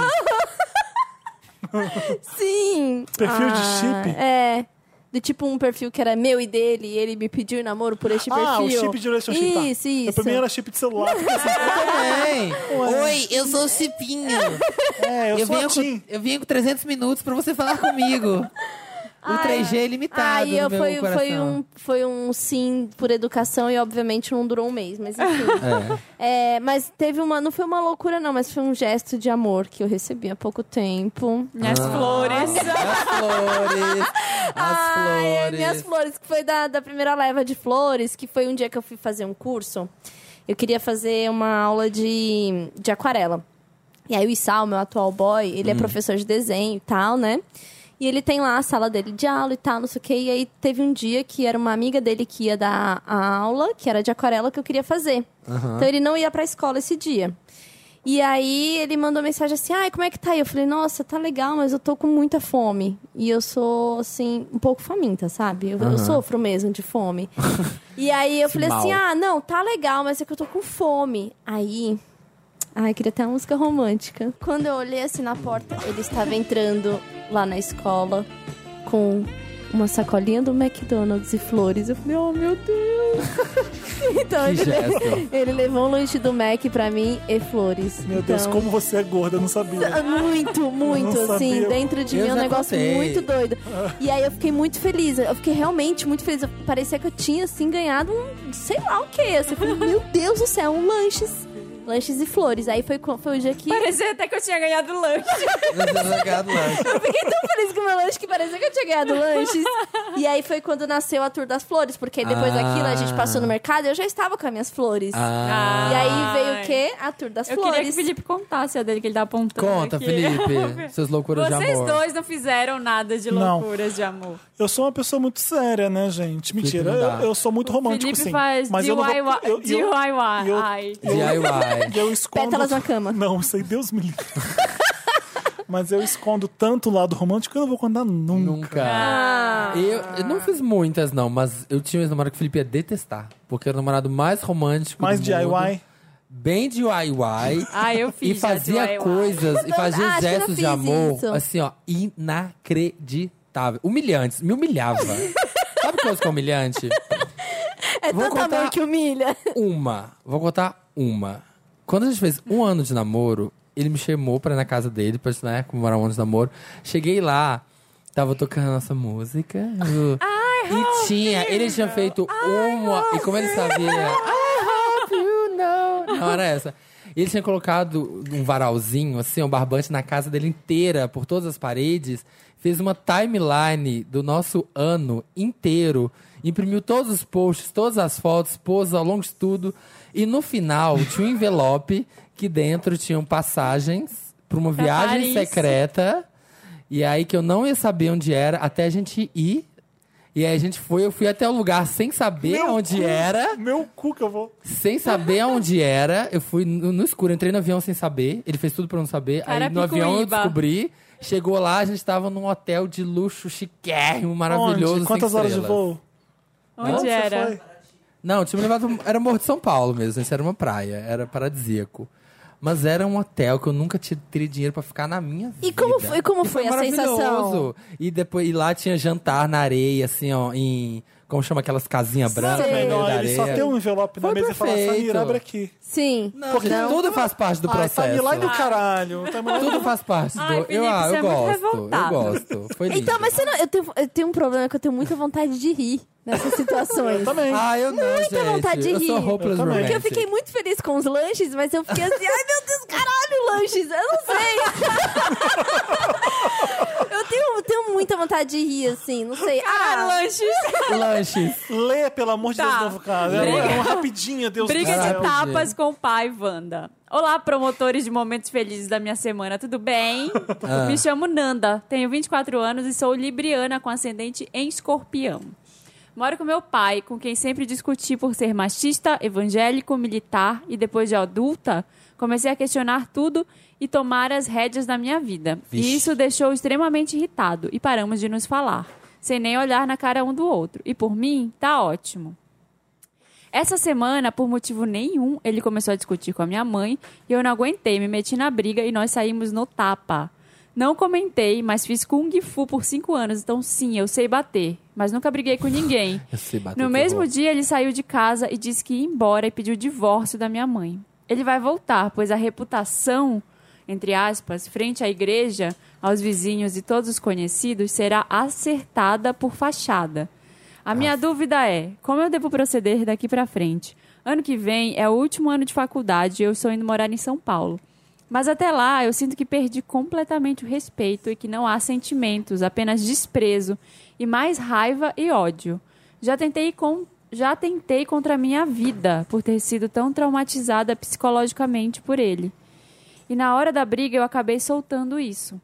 Speaker 4: Sim!
Speaker 1: Perfil de
Speaker 4: Ah,
Speaker 1: chip?
Speaker 4: É. Do tipo um perfil que era meu e dele, e ele me pediu em namoro por este perfil.
Speaker 1: Ah, o chip de relationship. tá.
Speaker 4: Isso, isso.
Speaker 1: Eu, pra mim era chip de celular. porque assim,
Speaker 2: Também. Oi, eu sou o Chipinho.
Speaker 1: é, eu, sou a
Speaker 2: com-
Speaker 1: Tim.
Speaker 2: eu vim com 300 minutos pra você falar comigo. O 3G limitado
Speaker 4: Aí
Speaker 2: no
Speaker 4: eu
Speaker 2: meu
Speaker 4: foi,
Speaker 2: coração.
Speaker 4: foi, um, foi um sim por educação e obviamente não durou um mês, mas enfim.
Speaker 2: É.
Speaker 4: É, mas teve uma. Não foi uma loucura, não, mas foi um gesto de amor que eu recebi há pouco tempo.
Speaker 3: Minhas flores.
Speaker 2: As flores. As
Speaker 4: Ai, é,
Speaker 2: flores.
Speaker 4: minhas flores, que foi da, da primeira leva de flores, que foi um dia que eu fui fazer um curso. Eu queria fazer uma aula de, de aquarela. E aí o Isal, meu atual boy, ele é professor de desenho e tal, né? E ele tem lá a sala dele de aula e tal, não sei o quê. E aí teve um dia que era uma amiga dele que ia dar a aula, que era de aquarela, que eu queria fazer. Então ele não ia pra escola esse dia. E aí ele mandou mensagem assim: ai, como é que tá aí? Eu falei: nossa, tá legal, mas eu tô com muita fome. E eu sou, assim, um pouco faminta, sabe? Eu, eu sofro mesmo de fome. e aí eu
Speaker 2: Esse
Speaker 4: falei
Speaker 2: mal.
Speaker 4: assim: ah, não, tá legal, mas é que eu tô com fome. Aí. Ai, queria até uma música romântica. Quando eu olhei assim na porta, ele estava entrando lá na escola com uma sacolinha do McDonald's e flores. Eu falei, oh meu Deus! então
Speaker 2: Que
Speaker 4: ele,
Speaker 2: gesto.
Speaker 4: ele levou um lanche do Mac pra mim e flores.
Speaker 1: Meu Deus,
Speaker 4: Então,
Speaker 1: como você é gorda, eu não sabia.
Speaker 4: Ah, Muito, muito,
Speaker 1: Eu não
Speaker 4: assim,
Speaker 1: sabia.
Speaker 4: dentro de
Speaker 2: Eu
Speaker 4: mim é um
Speaker 2: já
Speaker 4: negócio
Speaker 2: contei. Ah.
Speaker 4: muito doido. E aí eu fiquei muito feliz, eu fiquei realmente muito feliz. Eu- Parecia que eu tinha, assim, ganhado um, sei lá o quê. Assim, eu falei, meu Deus do céu, um lanches. Lanches e flores. Aí foi, co- foi o dia que.
Speaker 3: Parecia até que eu tinha ganhado lanche.
Speaker 2: Mas é legado lá.
Speaker 4: Eu fiquei é tão feliz com o meu lanche que parecia que eu tinha ganhado lanches. E aí foi quando nasceu a Tour das Flores, porque depois
Speaker 2: Ah.
Speaker 4: daquilo a gente passou no mercado e eu já estava com as minhas flores.
Speaker 2: Ah.
Speaker 4: E aí veio o quê? A Tour das
Speaker 3: Eu queria que o
Speaker 4: Flores.
Speaker 3: Felipe contasse a dele, que ele tá apontando.
Speaker 2: Conta,
Speaker 3: aqui.
Speaker 2: Felipe. Suas loucuras de
Speaker 3: Vocês
Speaker 2: amor.
Speaker 3: dois não fizeram nada de
Speaker 1: Não.
Speaker 3: loucuras de amor.
Speaker 1: Eu sou uma pessoa muito séria, né, gente? Mentira,
Speaker 2: não dá.
Speaker 1: eu, eu sou muito romântico,
Speaker 3: Felipe
Speaker 1: sim.
Speaker 3: faz
Speaker 1: tipo assim, mas eu não vou... eu-
Speaker 3: DIY.
Speaker 1: eu- eu-
Speaker 3: Ai.
Speaker 1: E
Speaker 2: DIY.
Speaker 1: eu escondo...
Speaker 4: Pétalas na cama.
Speaker 1: Não, isso aí Deus me livre. Mas eu escondo tanto o lado romântico que eu não vou contar nunca.
Speaker 2: Nunca.
Speaker 3: Ah,
Speaker 2: Eu, eu não fiz muitas, não, mas eu tinha um namorado que o Felipe ia detestar. Porque era o namorado mais romântico.
Speaker 1: Mais
Speaker 2: do
Speaker 1: DIY.
Speaker 2: mundo, Bem DIY.
Speaker 3: Ah, eu fiz
Speaker 2: E
Speaker 3: já
Speaker 2: fazia
Speaker 3: DIY.
Speaker 2: coisas, e fazia
Speaker 4: Ah, acho que eu já
Speaker 2: gestos de
Speaker 4: fiz
Speaker 2: amor,
Speaker 4: isso.
Speaker 2: assim, ó, inacreditável. Humilhantes, me humilhava. Sabe coisa que é humilhante?
Speaker 4: É
Speaker 2: Vou
Speaker 4: tanto
Speaker 2: contar-
Speaker 4: amor que humilha.
Speaker 2: Uma. Vou contar uma. Quando a gente fez um ano de namoro, ele me chamou pra ir na casa dele, pra gente, né, comemorar um ano de namoro. Cheguei lá, tava tocando a nossa música. o- e tinha, ele tinha feito uma. E como ele sabia. I hope you know. Não era essa. Ele tinha colocado um varalzinho, assim, um barbante na casa dele inteira, por todas as paredes. Fez uma timeline do nosso ano inteiro. Imprimiu todos os posts, todas as fotos, pôs ao longo de tudo. E no final tinha um envelope que dentro tinham passagens para uma
Speaker 3: Pra
Speaker 2: viagem
Speaker 3: Paris.
Speaker 2: secreta. E aí que eu não ia saber onde era, até a gente ir. E aí a gente foi, eu fui até o lugar sem saber onde
Speaker 1: cu,
Speaker 2: era
Speaker 1: Meu cu que eu vou.
Speaker 2: sem saber onde era. Eu fui no, no escuro, entrei no avião sem saber. Ele fez tudo pra eu não saber. Aí no
Speaker 3: Carapicuíba.
Speaker 2: avião eu descobri. Chegou lá, a gente tava num hotel de luxo chiquérrimo, maravilhoso.
Speaker 1: Onde?
Speaker 2: sem
Speaker 1: Quantas horas de
Speaker 2: estrelas.
Speaker 1: voo?
Speaker 3: Onde
Speaker 1: você
Speaker 3: era?
Speaker 1: foi?
Speaker 2: Não, tinha me levado. Era Morro de São Paulo mesmo, isso era uma praia, era paradisíaco. Mas era um hotel que eu nunca ti- teria dinheiro pra ficar na minha vida.
Speaker 4: E como foi- e como foi a
Speaker 2: maravilhoso.
Speaker 4: sensação?
Speaker 2: E depois e lá tinha jantar na areia, assim, ó, em. Como chama aquelas casinhas brancas no meio
Speaker 1: Melhor
Speaker 2: da
Speaker 1: ele
Speaker 2: areia?
Speaker 1: só ter um envelope na
Speaker 2: Foi
Speaker 1: mesa e falar,
Speaker 2: perfeito.
Speaker 1: Samir, abre aqui.
Speaker 4: Sim.
Speaker 2: Não, porque tudo faz parte do
Speaker 1: Ai, tá
Speaker 2: processo.
Speaker 1: timeline do caralho. Tá Timeline
Speaker 2: Tudo faz parte do.
Speaker 3: Ai, Felipe,
Speaker 2: eu ah,
Speaker 3: você
Speaker 2: eu
Speaker 3: é muito
Speaker 2: gosto. eu
Speaker 3: revoltado.
Speaker 2: gosto. Foi lindo.
Speaker 4: Então, mas você não, eu, tenho, eu tenho um problema que eu tenho muita vontade de rir nessas situações.
Speaker 1: também.
Speaker 2: Ah, eu não,
Speaker 4: Muita
Speaker 2: gente.
Speaker 4: vontade de
Speaker 2: eu sou
Speaker 4: rir.
Speaker 2: hopeless
Speaker 1: Eu também.
Speaker 4: Porque eu
Speaker 2: romantic.
Speaker 4: fiquei muito feliz com os lanches, mas eu fiquei assim, ai meu Deus, caralho, lanches, eu não sei. eu tenho, eu tenho muita vontade de rir, assim, não sei.
Speaker 3: Ah,
Speaker 4: Ah,
Speaker 3: lanches.
Speaker 2: Lanches.
Speaker 1: Lê, pelo amor de
Speaker 3: Tá.
Speaker 1: Deus, novo caso. Era
Speaker 3: Briga.
Speaker 1: era uma rapidinha, Deus
Speaker 3: Briga
Speaker 1: do
Speaker 3: de
Speaker 1: céu.
Speaker 2: Caralho,
Speaker 3: tapas
Speaker 2: gente.
Speaker 3: com o pai, Wanda. Olá, promotores de momentos felizes da minha semana, tudo bem?
Speaker 1: Ah.
Speaker 3: Me chamo Nanda, tenho 24 anos e sou libriana com ascendente em escorpião. Moro com meu pai, com quem sempre discuti por ser machista, evangélico, militar e depois de adulta, comecei a questionar tudo e tomar as rédeas da minha vida.
Speaker 2: Vixe.
Speaker 3: E isso deixou extremamente irritado e paramos de nos falar, sem nem olhar na cara um do outro. E por mim, tá ótimo. Essa semana, por motivo nenhum, ele começou a discutir com a minha mãe e eu não aguentei, me meti na briga e nós saímos no tapa. Não comentei, mas fiz Kung Fu por cinco anos, então sim, eu sei bater, mas nunca briguei com ninguém.
Speaker 2: Eu sei bater,
Speaker 3: No
Speaker 2: que
Speaker 3: mesmo
Speaker 2: horror.
Speaker 3: dia, ele saiu de casa e disse que ia embora e pediu o divórcio da minha mãe. Ele vai voltar, pois a reputação, entre aspas, frente à igreja, aos vizinhos e todos os conhecidos, será acertada por fachada. A minha dúvida é: como eu devo proceder daqui pra frente? Ano que vem é o último ano de faculdade e eu estou indo morar em São Paulo. Mas até lá, eu sinto que perdi completamente o respeito e que não há sentimentos, apenas desprezo e mais raiva e ódio. Já tentei com já tentei contra a minha vida por ter sido tão traumatizada psicologicamente por ele. E na hora da briga eu acabei soltando isso.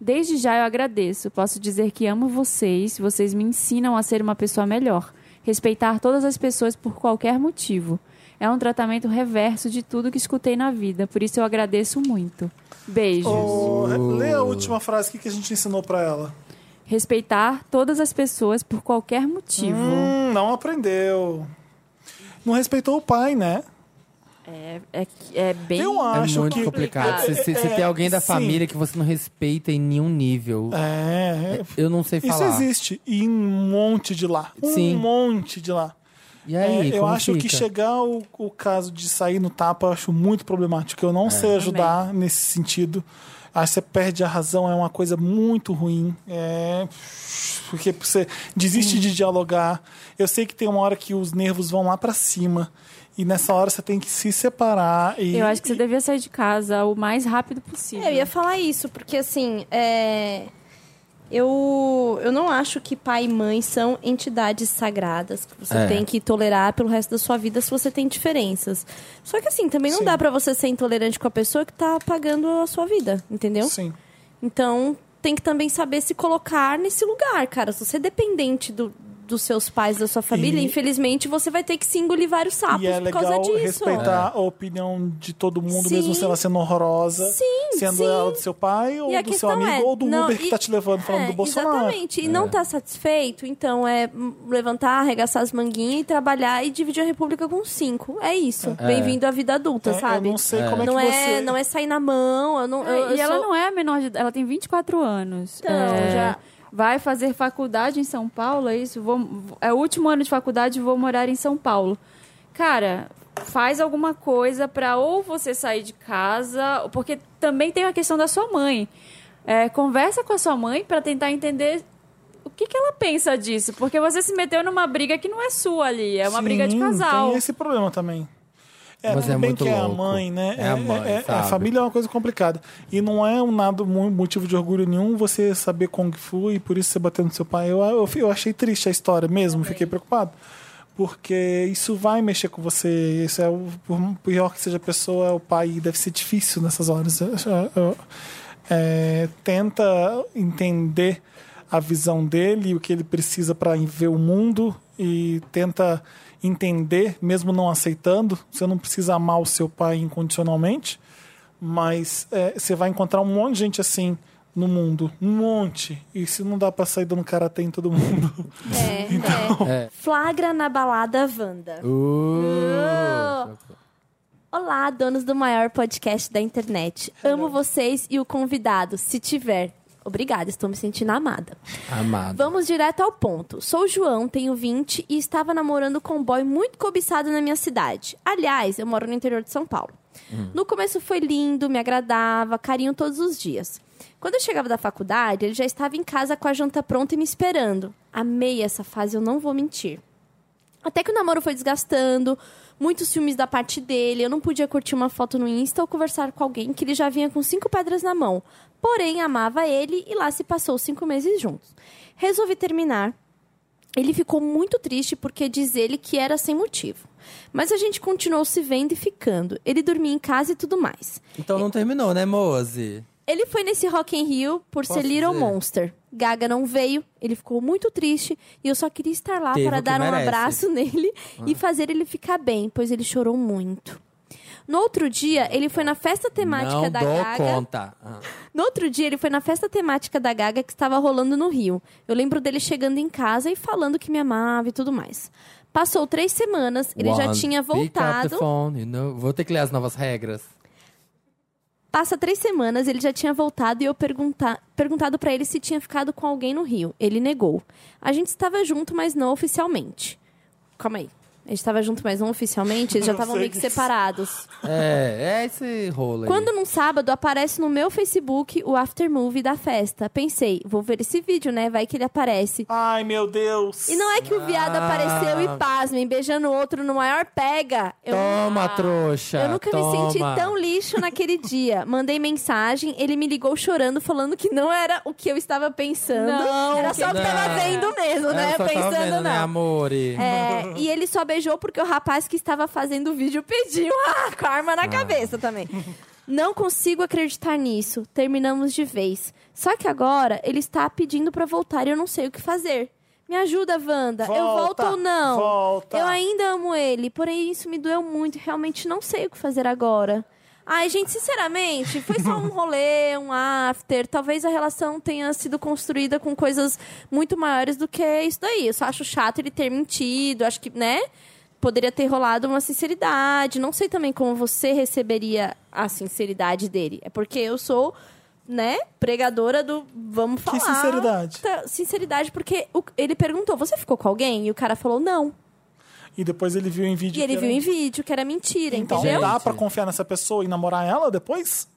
Speaker 3: Desde já eu agradeço. Posso dizer que amo vocês, vocês me ensinam a ser uma pessoa melhor, respeitar todas as pessoas por qualquer motivo. É um tratamento reverso de tudo que escutei na vida, por isso eu agradeço muito. Beijos.
Speaker 4: Oh.
Speaker 1: Ô, lê a última frase, o que, que a gente ensinou pra ela?
Speaker 3: Respeitar todas as pessoas por qualquer motivo.
Speaker 1: Hum, não aprendeu. Não respeitou o pai, né?
Speaker 3: É, é, é bem.
Speaker 1: Eu
Speaker 2: É
Speaker 1: acho
Speaker 2: muito
Speaker 1: que...
Speaker 2: complicado. Se, se- se
Speaker 1: É,
Speaker 2: tem alguém da
Speaker 1: sim.
Speaker 2: família que você não respeita em nenhum nível,
Speaker 1: É,
Speaker 2: eu não sei
Speaker 1: isso
Speaker 2: falar.
Speaker 1: existe. E em um monte de lá. Um
Speaker 2: Sim.
Speaker 1: monte de lá.
Speaker 2: E aí,
Speaker 1: É, eu
Speaker 2: como
Speaker 1: acho que
Speaker 2: fica?
Speaker 1: chegar o, o caso de sair no tapa, eu acho muito problemático. Eu
Speaker 2: É.
Speaker 1: não sei ajudar nesse sentido. Acho que você perde a razão, é uma coisa muito ruim. É, porque você desiste de dialogar. Eu sei que tem uma hora que os nervos vão lá pra cima. E nessa hora você tem que se separar. E,
Speaker 3: Eu acho que você
Speaker 1: e-
Speaker 3: devia sair de casa o mais rápido possível.
Speaker 4: É, eu ia falar isso, porque assim, é, Eu, eu não acho que pai e mãe são entidades sagradas que você
Speaker 2: É.
Speaker 4: tem que tolerar pelo resto da sua vida se você tem diferenças. Só que assim, também não
Speaker 1: Sim.
Speaker 4: dá pra você ser intolerante com a pessoa que tá pagando a sua vida, entendeu?
Speaker 1: Sim.
Speaker 4: Então, tem que também saber se colocar nesse lugar, cara. Se você é dependente do- dos seus pais, da sua família,
Speaker 1: E-
Speaker 4: infelizmente você vai ter que se engolir vários sapos
Speaker 1: E é
Speaker 4: por causa
Speaker 1: legal
Speaker 4: disso.
Speaker 1: respeitar
Speaker 2: É.
Speaker 1: a opinião de todo mundo,
Speaker 4: Sim.
Speaker 1: mesmo se ela sendo horrorosa.
Speaker 4: Sim,
Speaker 1: sendo
Speaker 4: sim.
Speaker 1: ela do seu pai, ou
Speaker 4: E a
Speaker 1: do seu
Speaker 4: questão
Speaker 1: amigo,
Speaker 4: é,
Speaker 1: ou do
Speaker 4: não,
Speaker 1: Uber que
Speaker 4: e-
Speaker 1: tá te levando falando
Speaker 4: é,
Speaker 1: do Bolsonaro. É.
Speaker 4: Exatamente. E não tá satisfeito, então é hum, levantar, arregaçar as manguinhas e trabalhar e dividir a república com cinco. É isso. Bem-vindo à vida adulta,
Speaker 1: É,
Speaker 4: sabe?
Speaker 1: Eu não sei como é que
Speaker 4: não,
Speaker 1: você...
Speaker 4: é, não é sair na mão. Eu não,
Speaker 3: É,
Speaker 4: eu- eu
Speaker 3: e ela
Speaker 4: sou-
Speaker 3: não é a menor de idade, ela tem 24 anos.
Speaker 4: Então,
Speaker 3: É,
Speaker 4: já-
Speaker 3: Vai fazer faculdade em São Paulo, é isso? Vou, é o último ano de faculdade e vou morar em São Paulo. Cara, faz alguma coisa pra ou você sair de casa, porque também tem a questão da sua mãe. É, conversa com a sua mãe pra tentar entender o que, que ela pensa disso, porque você se meteu numa briga que não é sua ali, é uma
Speaker 1: Sim,
Speaker 3: briga de casal.
Speaker 1: Tem esse problema também. É,
Speaker 2: Mas
Speaker 1: tudo
Speaker 2: é
Speaker 1: bem
Speaker 2: muito
Speaker 1: que é a
Speaker 2: louco.
Speaker 1: mãe, né?
Speaker 2: É a mãe,
Speaker 1: é- a
Speaker 2: sabe?
Speaker 1: família é uma coisa complicada. E não é um nada mu- motivo de orgulho nenhum você saber Kung Fu e por isso você bater no seu pai. Eu, eu, eu achei triste a história mesmo, fiquei preocupado. Porque isso vai mexer com você. Isso é o, por pior que seja a pessoa, é o pai deve ser difícil nessas horas. Eu- eu- eu- é, tenta entender a visão dele, o que ele precisa para ver o mundo e tenta entender, mesmo não aceitando. Você não precisa amar o seu pai incondicionalmente, mas é, você vai encontrar um monte de gente assim no mundo, um monte. E se não dá para sair dando karatê em todo mundo,
Speaker 4: É,
Speaker 1: Então.
Speaker 4: é. Flagra na balada Wanda.
Speaker 2: Uh.
Speaker 4: Olá, donos do maior podcast da internet. Amo vocês e o convidado, se tiver. Obrigada, estou me sentindo amada.
Speaker 2: Amado.
Speaker 4: Vamos direto ao ponto. Sou o João, tenho 20 e estava namorando com um boy muito cobiçado na minha cidade. Aliás, eu moro no interior de São Paulo. No começo foi lindo, me agradava, carinho todos os dias. Quando eu chegava da faculdade, ele já estava em casa com a janta pronta e me esperando. Amei essa fase, eu não vou mentir. Até que o namoro foi desgastando, muitos ciúmes da parte dele, eu não podia curtir uma foto no Insta ou conversar com alguém que ele já vinha com cinco pedras na mão. Porém, amava ele e lá se passou cinco meses juntos. Resolvi terminar. Ele ficou muito triste porque diz ele que era sem motivo. Mas a gente continuou se vendo e ficando. Ele dormia em casa e tudo mais.
Speaker 2: Então não terminou, né, Moze?
Speaker 4: Ele foi nesse Rock in Rio por
Speaker 2: Posso
Speaker 4: ser Little
Speaker 2: dizer?
Speaker 4: Monster. Gaga não veio, ele ficou muito triste e eu só queria estar lá
Speaker 2: Teve o
Speaker 4: para
Speaker 2: que
Speaker 4: dar um
Speaker 2: merece. Ah.
Speaker 4: abraço nele e fazer ele ficar bem, pois ele chorou muito. No outro dia, ele foi na festa temática
Speaker 2: não
Speaker 4: da
Speaker 2: dou
Speaker 4: Gaga.
Speaker 2: conta. Ah.
Speaker 4: No outro dia, ele foi na festa temática da Gaga que estava rolando no Rio. Eu lembro dele chegando em casa e falando que me amava e tudo mais. Passou três semanas, ele já
Speaker 2: One,
Speaker 4: tinha
Speaker 2: pick up the
Speaker 4: voltado.
Speaker 2: phone, you know? Vou ter que ler as novas regras.
Speaker 4: Passa três semanas, ele já tinha voltado e eu pergunta- perguntado pra ele se tinha ficado com alguém no Rio. Ele negou. A gente estava junto, mas não oficialmente. Calma aí. A gente estava junto, mas não oficialmente. Eles já
Speaker 1: Não
Speaker 4: estavam
Speaker 1: sei
Speaker 4: meio que
Speaker 1: disso.
Speaker 4: separados.
Speaker 2: É, é esse rolo aí.
Speaker 4: Quando num sábado aparece no meu Facebook o aftermovie da festa. Pensei, vou ver esse vídeo, né? Vai que ele aparece.
Speaker 1: ai meu Deus.
Speaker 4: E não é que o viado
Speaker 2: Ah.
Speaker 4: apareceu e pasmem, beijando o outro no maior pega. Eu
Speaker 2: Toma, trouxa!
Speaker 4: Eu nunca
Speaker 2: Tá, toma.
Speaker 4: me senti tão lixo naquele dia. Mandei mensagem, ele me ligou chorando, falando que não era o que eu estava pensando.
Speaker 3: Não,
Speaker 4: era só o que
Speaker 2: não.
Speaker 4: tava vendo mesmo,
Speaker 2: É,
Speaker 4: né?
Speaker 2: só tava
Speaker 4: Pensando
Speaker 2: vendo,
Speaker 4: não.
Speaker 2: né, amor?
Speaker 4: É, e ele só beijou porque o rapaz que estava fazendo o vídeo pediu ah, com a arma na cabeça também. Não consigo acreditar nisso. Terminamos de vez. Só que agora ele está pedindo pra voltar e eu não sei o que fazer. Me ajuda, Wanda. eu volto
Speaker 1: Volta,
Speaker 4: ou não?
Speaker 1: volta.
Speaker 4: Eu ainda amo ele, porém isso me doeu muito. e Realmente não sei o que fazer agora. Ai, gente, sinceramente, foi só um rolê, um after. Talvez a relação tenha sido construída com coisas muito maiores do que isso daí. Eu só acho chato ele ter mentido. Acho que, né? Poderia ter rolado uma sinceridade. Não sei também como você receberia a sinceridade dele. É porque eu sou, né, pregadora do vamos falar.
Speaker 1: Que sinceridade.
Speaker 4: Tá, Sinceridade, porque o- ele perguntou: você ficou com alguém? E o cara falou: não.
Speaker 1: E depois ele viu em vídeo.
Speaker 4: E ele
Speaker 1: que
Speaker 4: viu
Speaker 1: era-
Speaker 4: em vídeo que era mentira,
Speaker 1: Então,
Speaker 4: entendeu?
Speaker 1: dá pra confiar nessa pessoa e namorar ela depois?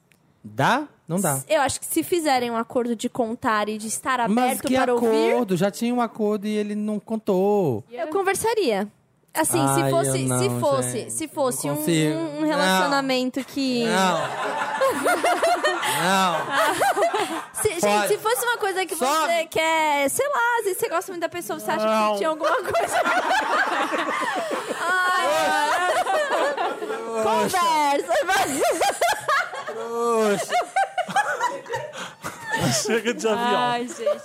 Speaker 2: Dá? Não dá.
Speaker 4: Eu acho que se fizerem um acordo de contar e de estar aberto
Speaker 2: tá. Mas que
Speaker 4: para
Speaker 2: acordo?
Speaker 4: ouvir,
Speaker 2: Já tinha um acordo e ele não contou.
Speaker 4: eu conversaria. Assim,
Speaker 2: Ai,
Speaker 4: se fosse,
Speaker 2: eu não,
Speaker 4: se fosse,
Speaker 2: gente.
Speaker 4: se fosse
Speaker 2: Não
Speaker 4: um,
Speaker 2: consigo.
Speaker 4: um- um relacionamento que
Speaker 2: Não. não.
Speaker 4: Se- gente,
Speaker 2: Pode.
Speaker 4: se fosse uma coisa que
Speaker 2: Sobe.
Speaker 4: você quer, sei lá, às vezes você gosta muito da pessoa, você acha
Speaker 1: Não.
Speaker 4: que tinha alguma coisa. Ai, Conversa.
Speaker 1: Chega de avião.
Speaker 3: Ai, gente.
Speaker 1: Nunca mais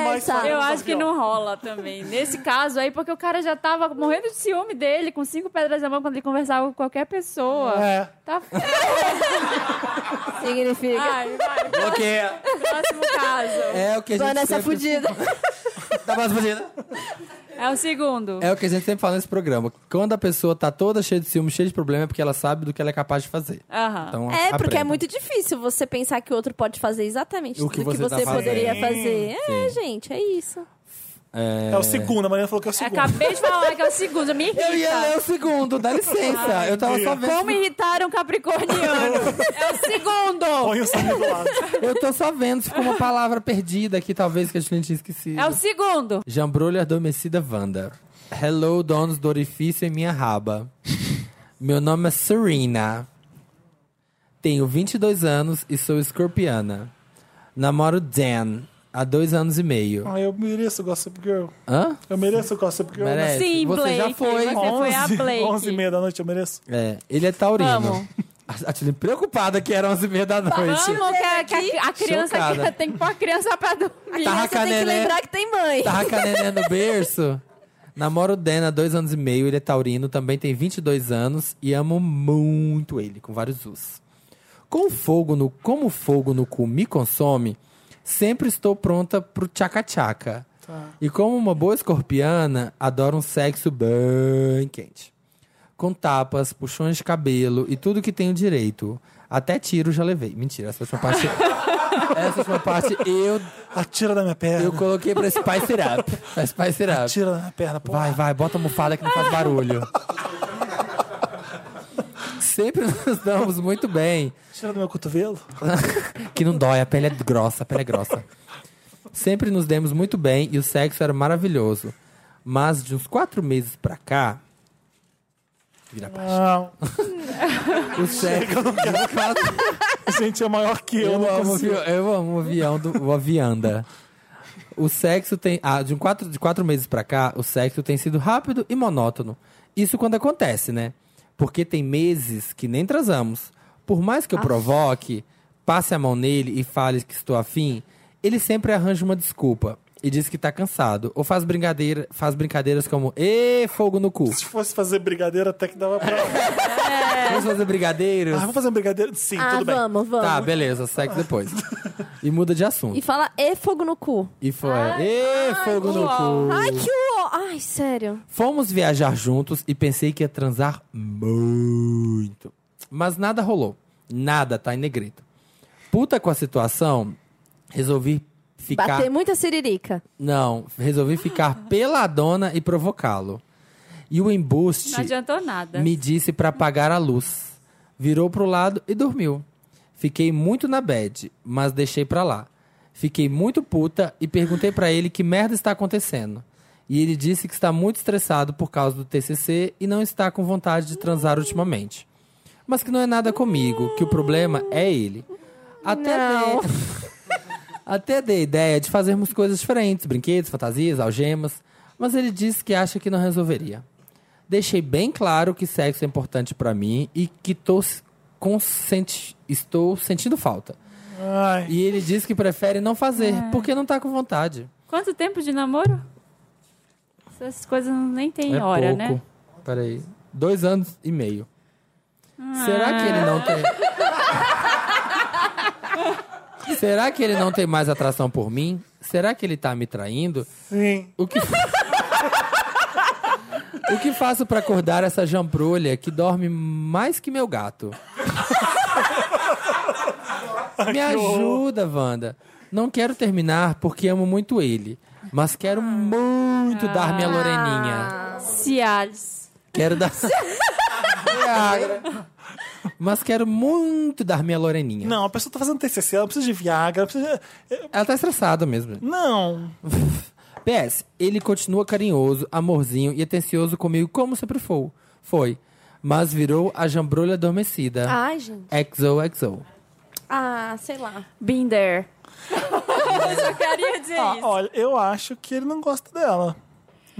Speaker 4: Conversa.
Speaker 1: falei.
Speaker 3: Eu acho que não rola também. Nesse caso aí, porque o cara já tava morrendo de ciúme dele, com cinco pedras na mão, quando ele conversava com qualquer pessoa.
Speaker 1: É.
Speaker 3: Tá feio.
Speaker 4: Significa.
Speaker 3: Ai, vai.
Speaker 2: É Bloqueia.
Speaker 3: Próximo caso.
Speaker 2: É o que a gente
Speaker 4: Dona essa
Speaker 2: sempre...
Speaker 4: fudida.
Speaker 2: Tá mais fudida.
Speaker 3: É o segundo.
Speaker 2: É o que a gente sempre fala nesse programa. Quando a pessoa tá toda cheia de ciúme, cheia de problema, é porque ela sabe do que ela é capaz de fazer.
Speaker 3: Aham.
Speaker 2: Então,
Speaker 4: É, porque é
Speaker 2: aprenda.
Speaker 4: muito difícil você pensar que o outro pode fazer exatamente
Speaker 2: O que
Speaker 4: tudo que
Speaker 2: você tá
Speaker 4: você
Speaker 2: fazendo.
Speaker 4: poderia fazer. É, gente, é isso.
Speaker 1: É o segundo, a Mariana falou que é o segundo.
Speaker 3: Acabei de falar que é o segundo. Me irrita.
Speaker 2: Eu ia ler o segundo, dá licença. eu tava só vendo.
Speaker 3: Como irritar um capricorniano? é o segundo.
Speaker 1: Põe o sangue do lado.
Speaker 2: Eu tô só vendo se ficou uma palavra perdida aqui, talvez, que a gente tinha esquecido.
Speaker 3: É o segundo.
Speaker 2: Jambrolha adormecida Wanda. Hello, donos do orifício em minha raba. Meu nome é Serena. Tenho 22 anos e sou escorpiana. Namoro Dan há dois anos e meio.
Speaker 1: Ah, eu mereço Gossip Girl.
Speaker 2: Hã?
Speaker 1: Eu mereço Gossip Girl.
Speaker 2: Merece.
Speaker 3: Sim,
Speaker 2: Você
Speaker 3: Blake.
Speaker 2: já foi.
Speaker 3: Você foi a
Speaker 1: 11,
Speaker 3: Blake.
Speaker 1: 11 e meia da noite eu mereço.
Speaker 2: É, ele é taurino.
Speaker 3: Vamos.
Speaker 2: A, a Tilly preocupada que era 11 e meia da noite.
Speaker 3: Vamos, que a, que a- a criança
Speaker 2: Chocada.
Speaker 3: tem que pôr a criança pra
Speaker 2: Tá.
Speaker 3: dormir.
Speaker 4: Criança tem que
Speaker 2: Racanelé.
Speaker 4: lembrar que tem mãe.
Speaker 2: Tava com a neném no berço. Namoro o Dan há dois anos e meio, ele é taurino, também tem 22 anos e amo muito ele, com vários us. Com fogo no, como fogo no cu me consome, sempre estou pronta pro tchaca-tchaca. E como uma boa escorpiana, adoro um sexo bem quente. Com tapas, puxões de cabelo e tudo que tenho direito. Até tiro já levei. Mentira, essa última parte... essa última parte eu
Speaker 1: Atira da minha perna.
Speaker 2: eu coloquei pra Spice It Up. Pra Spice It Up.
Speaker 1: Atira da minha perna, pô.
Speaker 2: Vai, vai, bota a almofada que não faz barulho. Sempre nos damos muito bem.
Speaker 1: Atira do meu cotovelo.
Speaker 2: que não dói, a pele é grossa, a pele é grossa. Sempre nos demos muito bem e o sexo era maravilhoso. Mas de uns quatro meses pra cá. Vira a página.
Speaker 1: Não.
Speaker 2: O sexo.
Speaker 1: Gente, é maior que eu.
Speaker 2: Eu,
Speaker 1: não
Speaker 2: amo,
Speaker 1: consigo.
Speaker 2: o avi- eu amo o avião do o avianda. O sexo tem. Ah, de, um quatro, de quatro meses pra cá, o sexo tem sido rápido e monótono. Isso quando acontece, né? Porque tem meses que nem transamos. Por mais que eu provoque, passe a mão nele e fale que estou afim, ele sempre arranja uma desculpa e diz que tá cansado. Ou faz, brincadeira, faz brincadeiras como, ê, fogo no cu.
Speaker 1: Se fosse fazer brigadeiro, até que dava
Speaker 2: É.
Speaker 1: pra.
Speaker 2: Vamos fazer brigadeiros?
Speaker 1: É. Ah, vamos fazer um brigadeiro? Sim,
Speaker 4: Ah,
Speaker 1: tudo bem.
Speaker 4: vamos, vamos.
Speaker 2: Tá, beleza, sexo depois. E muda de assunto.
Speaker 4: E fala e fogo no cu.
Speaker 2: E foi. Ê, fogo no cu.
Speaker 4: Ai, que uó. Ai, sério.
Speaker 2: Fomos viajar juntos e pensei que ia transar muito. Mas nada rolou. Nada, tá em negrito. Puta com a situação, resolvi ficar.
Speaker 4: Bater muita siririca.
Speaker 2: Não, resolvi ficar peladona e provocá-lo. E o embuste
Speaker 3: Não adiantou nada.
Speaker 2: me disse pra apagar a luz. Virou pro lado e dormiu. Fiquei muito na bad, mas deixei pra lá. Fiquei muito puta e perguntei pra ele que merda está acontecendo. E ele disse que está muito estressado por causa do TCC e não está com vontade de transar ultimamente. Mas que não é nada comigo, que o problema é ele. Até dei-
Speaker 4: Não.
Speaker 2: Até dei ideia de fazermos coisas diferentes, brinquedos, fantasias, algemas, mas ele disse que acha que não resolveria. Deixei bem claro que sexo é importante pra mim e que tô s- consenti- estou sentindo falta.
Speaker 1: Ai.
Speaker 2: E ele disse que prefere não fazer,
Speaker 3: Ah.
Speaker 2: porque não tá com vontade.
Speaker 3: Quanto tempo de namoro? Essas coisas não- nem tem
Speaker 2: é
Speaker 3: hora,
Speaker 2: pouco.
Speaker 3: né?
Speaker 2: Peraí. Dois anos e meio. Será que ele não tem. Será que ele não tem mais atração por mim? Será que ele tá me traindo?
Speaker 1: Sim.
Speaker 2: O que... o que faço pra acordar essa jambrulha que dorme mais que meu gato? Me ajuda, Wanda. Não quero terminar porque amo muito ele. Mas quero muito dar minha Loreninha.
Speaker 3: Cialis.
Speaker 2: Quero dar. Viagra. Mas quero muito dar minha Loreninha.
Speaker 1: Não, a pessoa tá fazendo TCC, ela precisa de Viagra, ela precisa. de- é,
Speaker 2: Ela tá estressada mesmo.
Speaker 1: Não.
Speaker 2: PS, ele continua carinhoso, amorzinho e atencioso comigo como sempre foi. Foi. Mas virou a jambrolha adormecida.
Speaker 4: Ai, gente.
Speaker 2: Exo, exo.
Speaker 4: Ah, sei lá.
Speaker 3: Been there. eu só queria dizer
Speaker 4: É
Speaker 1: Ah,
Speaker 3: isso.
Speaker 1: olha, eu acho que ele não gosta dela.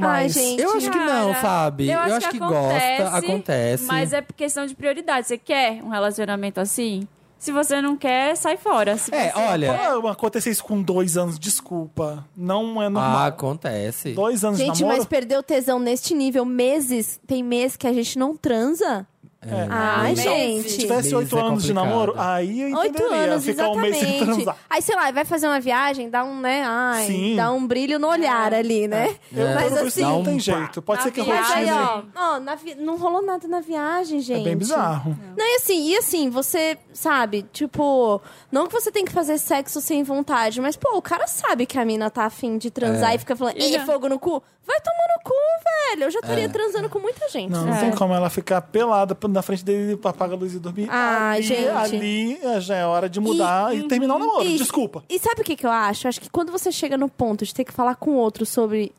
Speaker 4: Ai,
Speaker 1: Mas
Speaker 4: gente.
Speaker 2: Eu acho que não,
Speaker 3: Cara,
Speaker 2: sabe?
Speaker 3: Eu acho, que,
Speaker 2: gosta, acontece.
Speaker 3: Mas é questão de prioridade. Você quer um relacionamento assim? Se você não quer, sai fora. Se
Speaker 2: É,
Speaker 3: você
Speaker 2: olha.
Speaker 3: quer-
Speaker 1: Ah, aconteceu isso com dois anos, desculpa. Não é
Speaker 2: Ah,
Speaker 1: normal.
Speaker 2: acontece.
Speaker 1: dois anos
Speaker 4: Gente,
Speaker 1: de namoro.
Speaker 4: mas perdeu tesão neste nível meses? Tem mês que a gente não transa?
Speaker 1: É.
Speaker 4: Ai,
Speaker 3: Não,
Speaker 1: Se
Speaker 4: gente.
Speaker 1: tivesse
Speaker 2: Isso
Speaker 1: oito
Speaker 2: é
Speaker 1: anos de
Speaker 2: complicado.
Speaker 1: namoro, aí eu
Speaker 4: Oito
Speaker 1: entenderia.
Speaker 4: anos,
Speaker 1: ficar um mês sem
Speaker 4: exatamente.
Speaker 1: transar.
Speaker 4: Aí, sei lá, vai fazer uma viagem, dá um, né? Ai,
Speaker 1: Sim.
Speaker 4: dá um brilho no olhar ali, né?
Speaker 2: É.
Speaker 4: Mas
Speaker 1: Tudo isso
Speaker 4: assim,
Speaker 1: não
Speaker 2: Dá
Speaker 1: tem
Speaker 2: um
Speaker 1: jeito. Pode
Speaker 3: Na
Speaker 1: ser que a
Speaker 3: viagem.
Speaker 4: Mas aí,
Speaker 1: rotina
Speaker 4: ó, ó na vi- não rolou nada na viagem, gente.
Speaker 1: é bem bizarro.
Speaker 4: Não, e assim, e assim, você sabe, tipo, não que você tem que fazer sexo sem vontade, mas, pô, o cara sabe que a mina tá afim de transar e fica falando,
Speaker 3: E
Speaker 4: e
Speaker 3: já-
Speaker 4: fogo no cu? Vai tomar no cu, velho. Eu já estaria transando com muita gente.
Speaker 1: Não,
Speaker 4: né?
Speaker 1: não tem como ela ficar pelada na frente dele, apaga a luz e dormir.
Speaker 4: Ah,
Speaker 1: ali,
Speaker 4: gente.
Speaker 1: Ali é, já é hora de mudar e, terminar o namoro.
Speaker 4: E- uhum,
Speaker 1: Desculpa.
Speaker 4: E sabe o que, que eu acho? Acho que quando você chega no ponto de ter que falar com outro sobre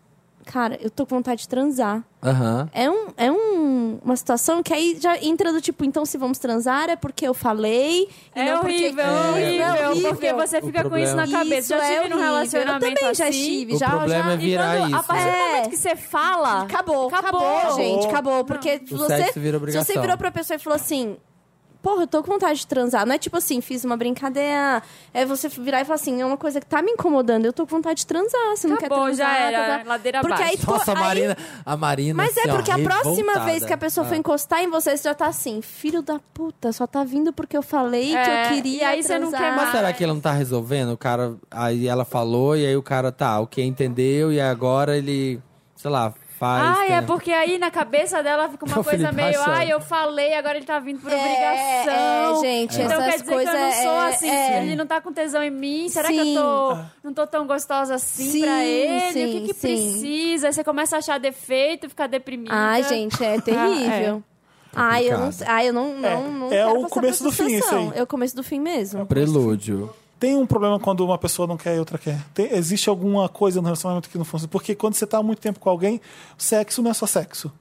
Speaker 4: cara, eu tô com vontade de transar.
Speaker 2: Aham.
Speaker 4: É, um, é um, uma situação que aí já entra do tipo, então se vamos transar é porque eu falei. e
Speaker 3: É
Speaker 4: não porque-
Speaker 3: horrível,
Speaker 4: É
Speaker 3: horrível, porque você
Speaker 2: O
Speaker 3: fica com
Speaker 2: problema-
Speaker 3: isso na cabeça.
Speaker 4: Isso
Speaker 3: já
Speaker 4: é
Speaker 3: tive num
Speaker 4: horrível.
Speaker 3: relacionamento
Speaker 4: Eu também
Speaker 3: assim.
Speaker 4: já estive,
Speaker 2: O
Speaker 4: já,
Speaker 2: problema
Speaker 4: já.
Speaker 2: é virar
Speaker 3: quando, A
Speaker 2: isso.
Speaker 3: partir
Speaker 4: É.
Speaker 3: do momento que você fala,
Speaker 4: Acabou, acabou,
Speaker 3: Acabou.
Speaker 4: gente, acabou. Porque se
Speaker 2: O
Speaker 4: você,
Speaker 2: sexo vira
Speaker 4: se você
Speaker 2: obrigação.
Speaker 4: virou pra pessoa e falou assim. Porra, eu tô com vontade de transar. Não é tipo assim, fiz uma brincadeira. É você virar e falar assim, é uma coisa que tá me incomodando. Eu tô com vontade de transar. Você não quer
Speaker 3: Acabou,
Speaker 4: transar?
Speaker 3: já era,
Speaker 4: tá, tá.
Speaker 3: ladeira
Speaker 4: porque
Speaker 3: abaixo.
Speaker 4: aí, pô,
Speaker 2: Nossa, a
Speaker 4: aí-
Speaker 2: Marina. A Marina.
Speaker 4: Mas
Speaker 2: assim,
Speaker 4: é
Speaker 2: ó,
Speaker 4: porque a próxima
Speaker 2: revoltada.
Speaker 4: vez que a pessoa
Speaker 2: Ah.
Speaker 4: for encostar em você, você já tá assim, filho da puta, só tá vindo porque eu falei
Speaker 3: É,
Speaker 4: que eu queria.
Speaker 3: e aí você não
Speaker 4: transar."
Speaker 3: quer
Speaker 2: Mas
Speaker 3: mais.
Speaker 2: será que ele não tá resolvendo? O cara. Aí ela falou, e aí o cara tá, o que entendeu, e agora ele, sei lá, faz.
Speaker 3: Ah, é
Speaker 2: tem-
Speaker 3: porque aí na cabeça dela fica uma
Speaker 2: Meu filho
Speaker 3: coisa
Speaker 2: tá
Speaker 3: meio,
Speaker 2: achando.
Speaker 3: ai, eu falei, agora ele tá vindo por
Speaker 4: É,
Speaker 3: obrigação.
Speaker 4: é, gente,
Speaker 3: então
Speaker 4: essas
Speaker 3: quer dizer
Speaker 4: coisas
Speaker 3: que eu não sou
Speaker 4: é-
Speaker 3: assim,
Speaker 4: é.
Speaker 3: ele não tá com tesão em mim, será que
Speaker 4: Sim.
Speaker 3: eu tô,
Speaker 2: Ah.
Speaker 3: não tô tão gostosa assim
Speaker 4: Sim,
Speaker 3: pra ele? o
Speaker 4: sim,
Speaker 3: que que
Speaker 4: sim.
Speaker 3: precisa? Aí você começa a achar defeito, ficar deprimida.
Speaker 4: Ai, gente,
Speaker 3: Ah,
Speaker 4: é terrível. Ai, eu não,
Speaker 2: Complicado.
Speaker 4: ai, eu não, não,
Speaker 1: É,
Speaker 4: não
Speaker 1: é
Speaker 4: quero
Speaker 1: o
Speaker 4: passar por
Speaker 1: começo
Speaker 4: essa
Speaker 1: do fim, isso
Speaker 4: situação.
Speaker 1: aí.
Speaker 4: É o começo do fim mesmo.
Speaker 2: Prelúdio.
Speaker 1: Tem um problema quando uma pessoa não quer e outra quer. Tem- existe alguma coisa no relacionamento que não funciona. Porque quando você está há muito tempo com alguém, sexo não é só sexo.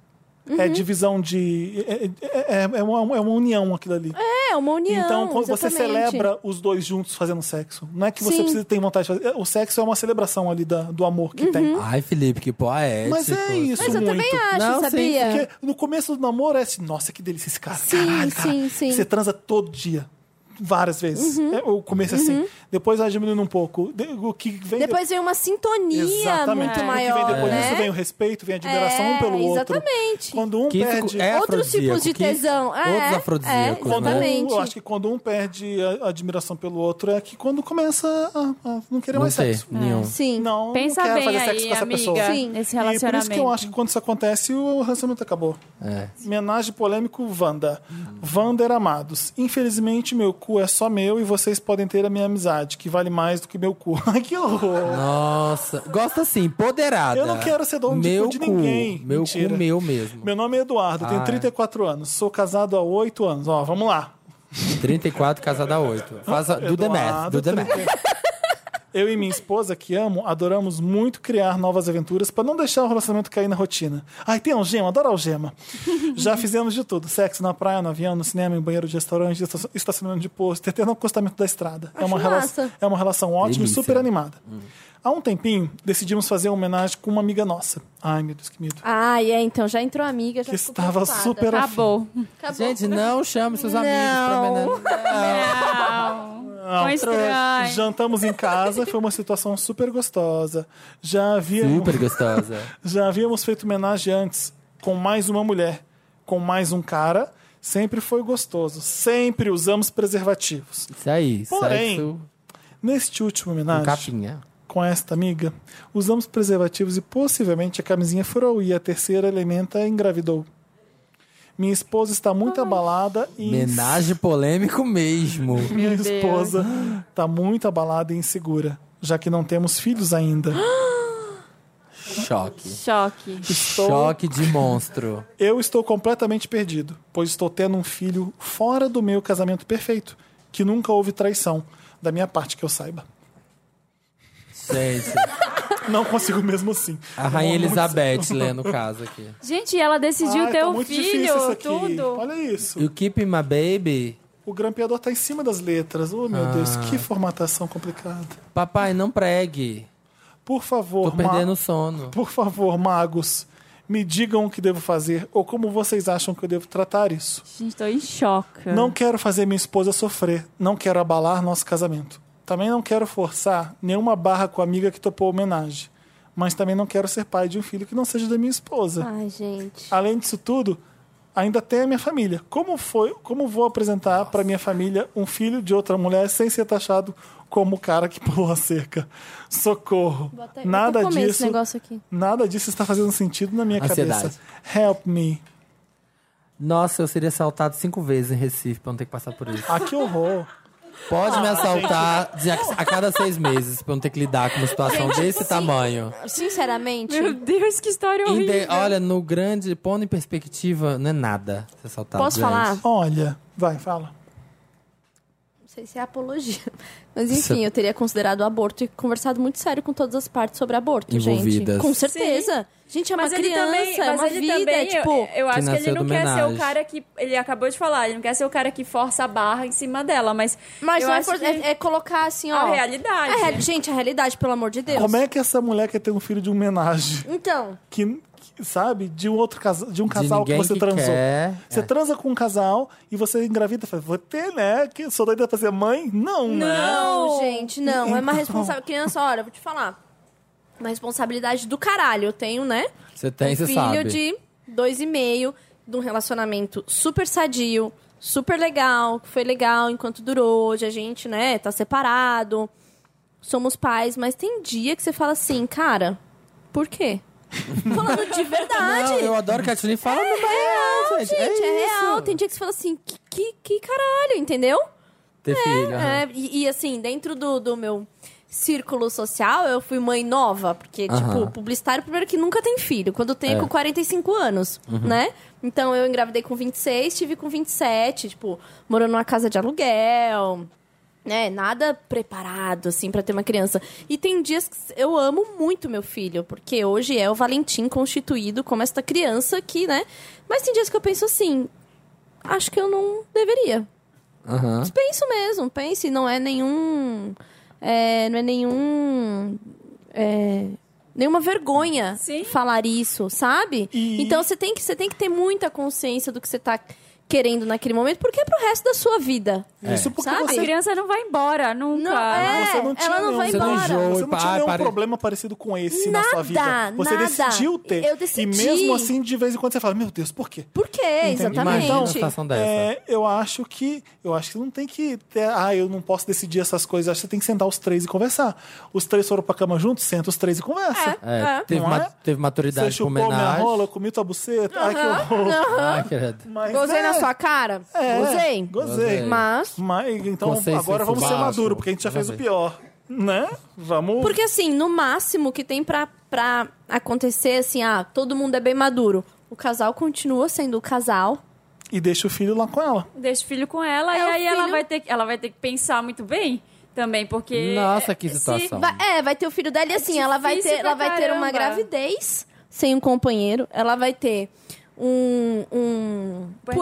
Speaker 1: É
Speaker 4: Uhum.
Speaker 1: divisão de. É, é- é- é uma, é uma união aquilo ali.
Speaker 4: É, uma união,
Speaker 1: então, quando você
Speaker 4: exatamente.
Speaker 1: celebra os dois juntos fazendo sexo. Não é que você
Speaker 4: Sim.
Speaker 1: precisa ter vontade de fazer. O sexo é uma celebração ali da- do amor que
Speaker 4: Uhum.
Speaker 1: tem.
Speaker 2: Ai, Felipe, que poético.
Speaker 1: Mas é isso,
Speaker 4: Mas eu
Speaker 1: muito.
Speaker 4: também acho,
Speaker 2: Não, sim,
Speaker 4: sabia?
Speaker 1: Porque no começo do namoro é assim, nossa, que delícia esse cara.
Speaker 4: Sim,
Speaker 1: caralho, cara.
Speaker 4: sim, sim. Uhum.
Speaker 1: Você transa todo dia. Várias vezes. É, o começo é assim. Depois vai diminuindo um pouco. De- o que vem
Speaker 4: Depois vem uma sintonia
Speaker 1: Exatamente.
Speaker 4: muito
Speaker 1: o que vem
Speaker 4: maior,
Speaker 1: depois
Speaker 4: né? É,
Speaker 1: disso vem o respeito, vem a admiração um pelo outro.
Speaker 4: Exatamente.
Speaker 1: Quando um
Speaker 2: Que isso
Speaker 1: perde.
Speaker 2: é
Speaker 4: Outros tipos de
Speaker 2: afrodisíaco, que-
Speaker 4: tesão. É,
Speaker 2: outros
Speaker 4: é,
Speaker 2: afrodisíacos, né?
Speaker 1: quando um-
Speaker 4: exatamente.
Speaker 1: eu acho que quando um perde a a admiração pelo outro é que quando começa a, a não querer
Speaker 2: Não
Speaker 1: mais
Speaker 2: sei,
Speaker 1: sexo.
Speaker 2: nenhum.
Speaker 4: Sim.
Speaker 1: um- Não,
Speaker 3: Pensa
Speaker 1: não quero
Speaker 3: bem
Speaker 1: é fazer
Speaker 3: aí,
Speaker 1: sexo com essa
Speaker 3: amiga,
Speaker 1: pessoa.
Speaker 4: Sim.
Speaker 3: nesse
Speaker 1: E por
Speaker 3: relacionamento.
Speaker 1: isso que eu acho que quando isso acontece, o relacionamento acabou.
Speaker 2: É.
Speaker 1: Homenagem polêmico Wanda. Wander Amados. Infelizmente, meu cu é só meu e vocês podem ter a minha amizade, que vale mais do que meu cu. Ai, que horror.
Speaker 2: Nossa, gosta assim, empoderada.
Speaker 1: Eu não quero ser dono de
Speaker 2: meu
Speaker 1: cu de ninguém.
Speaker 2: Meu
Speaker 1: Mentira.
Speaker 2: cu, meu mesmo.
Speaker 1: Meu nome é Eduardo, tenho
Speaker 2: Ah, é.
Speaker 1: 34 anos, sou casado há 8 anos. Ó, vamos lá.
Speaker 2: 34, casada 8. Faça do the math,
Speaker 1: Eduardo,
Speaker 2: do the math.
Speaker 1: 30. Eu e minha esposa, que amo, adoramos muito criar novas aventuras para não deixar o relacionamento cair na rotina. Ai, tem algema, adoro algema. Já fizemos de tudo: sexo na praia, no avião, no cinema, em banheiro de restaurante, esta- estacionamento de posto, até no acostamento da estrada. É uma,
Speaker 4: Acho
Speaker 1: rela-
Speaker 4: massa.
Speaker 1: é uma relação ótima
Speaker 2: Delícia. Hum.
Speaker 1: e super animada. Há um tempinho, decidimos fazer uma homenagem com uma amiga nossa. Ai, meu Deus, que medo.
Speaker 4: Ah, é, então já entrou a amiga, já
Speaker 1: Que
Speaker 4: ficou
Speaker 1: estava
Speaker 4: preocupada.
Speaker 1: super afim.
Speaker 3: Acabou.
Speaker 2: Gente, não chame seus amigos pra homenagem.
Speaker 3: Não. Foi um estranho.
Speaker 1: Jantamos em casa, foi uma situação super gostosa. Já
Speaker 2: Não.
Speaker 1: havíamos,
Speaker 2: Super gostosa.
Speaker 1: já havíamos feito homenagem antes, com mais uma mulher, com mais um cara. Sempre foi gostoso. Sempre usamos preservativos.
Speaker 2: Isso aí,
Speaker 1: Porém,
Speaker 2: sexo
Speaker 1: Neste último
Speaker 2: com
Speaker 1: homenagem,
Speaker 2: capinha.
Speaker 1: com esta amiga, usamos preservativos e possivelmente a camisinha furou e a terceira elementa engravidou. Minha esposa está muito abalada e
Speaker 2: Homenagem polêmico mesmo.
Speaker 1: minha esposa está muito abalada e insegura, já que não temos filhos ainda.
Speaker 2: Choque.
Speaker 3: um Choque.
Speaker 1: Estou-
Speaker 2: Choque de monstro.
Speaker 1: Eu estou completamente perdido, pois estou tendo um filho fora do meu casamento perfeito, que nunca houve traição, da minha parte que eu saiba.
Speaker 2: Gente,
Speaker 1: Não consigo mesmo assim.
Speaker 2: a Rainha Elizabeth lendo o caso aqui.
Speaker 3: Gente, ela decidiu
Speaker 1: Ai,
Speaker 3: ter
Speaker 1: tá
Speaker 3: um
Speaker 1: muito
Speaker 3: filho,
Speaker 1: difícil isso aqui.
Speaker 3: tudo.
Speaker 1: Olha isso.
Speaker 2: You keep my baby?
Speaker 1: O grampeador tá em cima das letras. Oh, meu Deus,
Speaker 2: Ah.
Speaker 1: que formatação complicada.
Speaker 2: Papai, não pregue.
Speaker 1: Por favor,
Speaker 2: Tô perdendo
Speaker 1: ma...
Speaker 2: o sono.
Speaker 1: por favor, magos, me digam o que devo fazer ou como vocês acham que eu devo tratar isso.
Speaker 3: Gente, tô em choque.
Speaker 4: É.
Speaker 1: Não quero fazer minha esposa sofrer. Não quero abalar nosso casamento. Também não quero forçar nenhuma barra com a amiga que topou a homenagem. Mas também não quero ser pai de um filho que não seja da minha esposa.
Speaker 4: Ai, gente.
Speaker 1: Além disso tudo, ainda tem a minha família. Como foi? Como vou apresentar para minha família um filho de outra mulher sem ser taxado como o cara que pulou a cerca? Socorro.
Speaker 4: Bota-
Speaker 1: Nada
Speaker 4: bota comer esse
Speaker 1: disso.
Speaker 4: negócio aqui.
Speaker 1: Nada disso está fazendo sentido na minha
Speaker 2: Ansiedade.
Speaker 1: cabeça. Help me.
Speaker 2: Nossa, eu seria assaltado cinco vezes em Recife pra não ter que passar por isso.
Speaker 1: Ah, que horror.
Speaker 2: Pode me assaltar de a, a cada seis meses pra eu não ter que lidar com uma situação desse tamanho.
Speaker 4: Sinceramente,
Speaker 3: Meu Deus, que história
Speaker 2: Em
Speaker 3: horrível.
Speaker 2: de- olha, no grande, pondo em perspectiva, não é nada ser assaltado.
Speaker 4: posso
Speaker 2: gente.
Speaker 4: falar?
Speaker 1: Olha, vai, fala.
Speaker 4: sei se é apologia. Mas
Speaker 2: é
Speaker 4: enfim, eu teria considerado o aborto e conversado muito sério com todas as partes sobre aborto,
Speaker 2: Envolvidas.
Speaker 4: gente. Com certeza. Gente, é uma
Speaker 3: mas ele
Speaker 4: criança,
Speaker 3: também,
Speaker 4: é
Speaker 3: mas
Speaker 4: uma
Speaker 3: ele
Speaker 4: vida,
Speaker 3: também,
Speaker 4: é tipo...
Speaker 3: eu, eu acho que, ele
Speaker 2: nasceu
Speaker 3: não
Speaker 2: do
Speaker 3: quer ser o
Speaker 2: homenagem.
Speaker 3: cara que ele acabou de falar, ele não quer ser o cara que força a barra em cima dela, mas
Speaker 4: Mas
Speaker 3: eu
Speaker 4: não é,
Speaker 3: acho
Speaker 4: for-
Speaker 3: que
Speaker 4: é- é colocar assim, ó...
Speaker 3: a realidade.
Speaker 4: A real- Gente, a realidade, pelo amor de Deus.
Speaker 1: Como é que essa mulher quer ter um filho de homenagem?
Speaker 4: Então,
Speaker 1: Que, que, sabe? De um outro casal, de um casal que
Speaker 2: ninguém
Speaker 1: você
Speaker 2: que
Speaker 1: transou.
Speaker 2: quer. É.
Speaker 4: é.
Speaker 1: Você transa com um casal e você engravida e fala, vou ter, né? Que sou doida pra ser mãe? Não, né?
Speaker 4: Não, gente, não.
Speaker 2: Então.
Speaker 4: É uma responsabilidade. Criança, olha, eu vou te falar. Uma responsabilidade do caralho. Eu tenho, né?
Speaker 2: Você tem,
Speaker 4: um
Speaker 2: É, você
Speaker 4: filho
Speaker 2: sabe.
Speaker 4: de dois e meio, de um relacionamento super sadio, super legal, que foi legal enquanto durou. Hoje a gente, né, tá separado. Somos pais, mas tem dia que você fala assim, cara, por quê? Falando de verdade.
Speaker 2: Não, eu adoro que a Tilly fala no
Speaker 4: Real,
Speaker 2: É real,
Speaker 4: gente, é, real. Tem dia que você fala assim, que, que, que caralho, entendeu?
Speaker 2: Ter filho. aham.
Speaker 4: É, e, e, assim, dentro do, do meu círculo social, eu fui mãe nova, porque,
Speaker 2: Aham.
Speaker 4: tipo, publicitário, primeiro que nunca tem filho, quando tem é com 45 anos,
Speaker 2: Uhum.
Speaker 4: né? Então eu engravidei com 26, tive com 27, tipo, morando numa casa de aluguel. Né, nada preparado, assim, pra ter uma criança. E tem dias que eu amo muito meu filho, porque hoje é o Valentim constituído como esta criança aqui, né? Mas tem dias que eu penso assim, acho que eu não deveria.
Speaker 2: Aham.
Speaker 4: Mas penso mesmo, pense, não é nenhum. é, não é nenhum. é, nenhuma vergonha
Speaker 3: Sim.
Speaker 4: falar isso, sabe?
Speaker 1: E-
Speaker 4: Então você tem, que, você tem que ter muita consciência do que você tá querendo naquele momento, porque é pro resto da sua vida.
Speaker 1: É. Isso porque
Speaker 4: Sabe?
Speaker 3: A
Speaker 1: você
Speaker 3: criança não vai embora nunca.
Speaker 4: Não, é,
Speaker 1: Você não tinha
Speaker 4: ela não
Speaker 1: nenhum-
Speaker 4: vai
Speaker 1: Você
Speaker 2: não
Speaker 4: embora.
Speaker 2: enjoa.
Speaker 1: Você não tinha
Speaker 2: Ai,
Speaker 1: nenhum
Speaker 2: pare-
Speaker 1: problema parecido com esse na sua
Speaker 4: Nada,
Speaker 1: vida. Você
Speaker 4: nada.
Speaker 1: decidiu ter.
Speaker 4: Eu decidi.
Speaker 1: E mesmo assim, de vez em quando você fala, meu Deus, por quê?
Speaker 4: Por quê? Exatamente.
Speaker 2: Imagina a situação dessa.
Speaker 1: É, eu acho que eu acho que não tem que ter, ah, eu não posso decidir essas coisas. Acho que você tem que sentar os três e conversar. Os três foram pra cama juntos, senta os três e conversa.
Speaker 2: É,
Speaker 4: É.
Speaker 2: Teve,
Speaker 1: Não
Speaker 2: ma-
Speaker 1: é?
Speaker 2: teve
Speaker 1: Você
Speaker 2: maturidade com
Speaker 1: chupou minha
Speaker 2: homenagem.
Speaker 1: rola, eu comi tua buceta. Ai, que horror.
Speaker 2: Ah, querido.
Speaker 1: Mas
Speaker 4: Gozei
Speaker 1: é,
Speaker 4: na sua cara?
Speaker 1: é,
Speaker 4: Gozei.
Speaker 1: Gozei.
Speaker 4: Mas.
Speaker 1: Mas, então
Speaker 2: Gozei,
Speaker 1: agora
Speaker 2: seu
Speaker 1: vamos ser
Speaker 2: fubaço.
Speaker 1: maduro, porque a gente já
Speaker 2: Já
Speaker 1: fez o
Speaker 2: vi.
Speaker 1: pior. Né? Vamos.
Speaker 4: Porque, assim, no máximo que tem pra, pra acontecer, assim, ah, todo mundo é bem maduro. O casal continua sendo o casal.
Speaker 1: E deixa o filho lá com ela.
Speaker 3: Deixa o filho com ela
Speaker 4: É,
Speaker 3: e
Speaker 4: o
Speaker 3: aí ela
Speaker 4: filho-
Speaker 3: vai ter que ela vai ter que pensar muito bem também, porque
Speaker 2: Nossa, que
Speaker 3: se-
Speaker 2: situação.
Speaker 4: Vai- é, vai ter o filho dela e assim,
Speaker 3: É
Speaker 4: ela vai ter,
Speaker 3: difícil pra
Speaker 4: ela vai ter uma
Speaker 3: caramba.
Speaker 4: gravidez sem um companheiro, ela vai ter um, um
Speaker 3: Puerpério.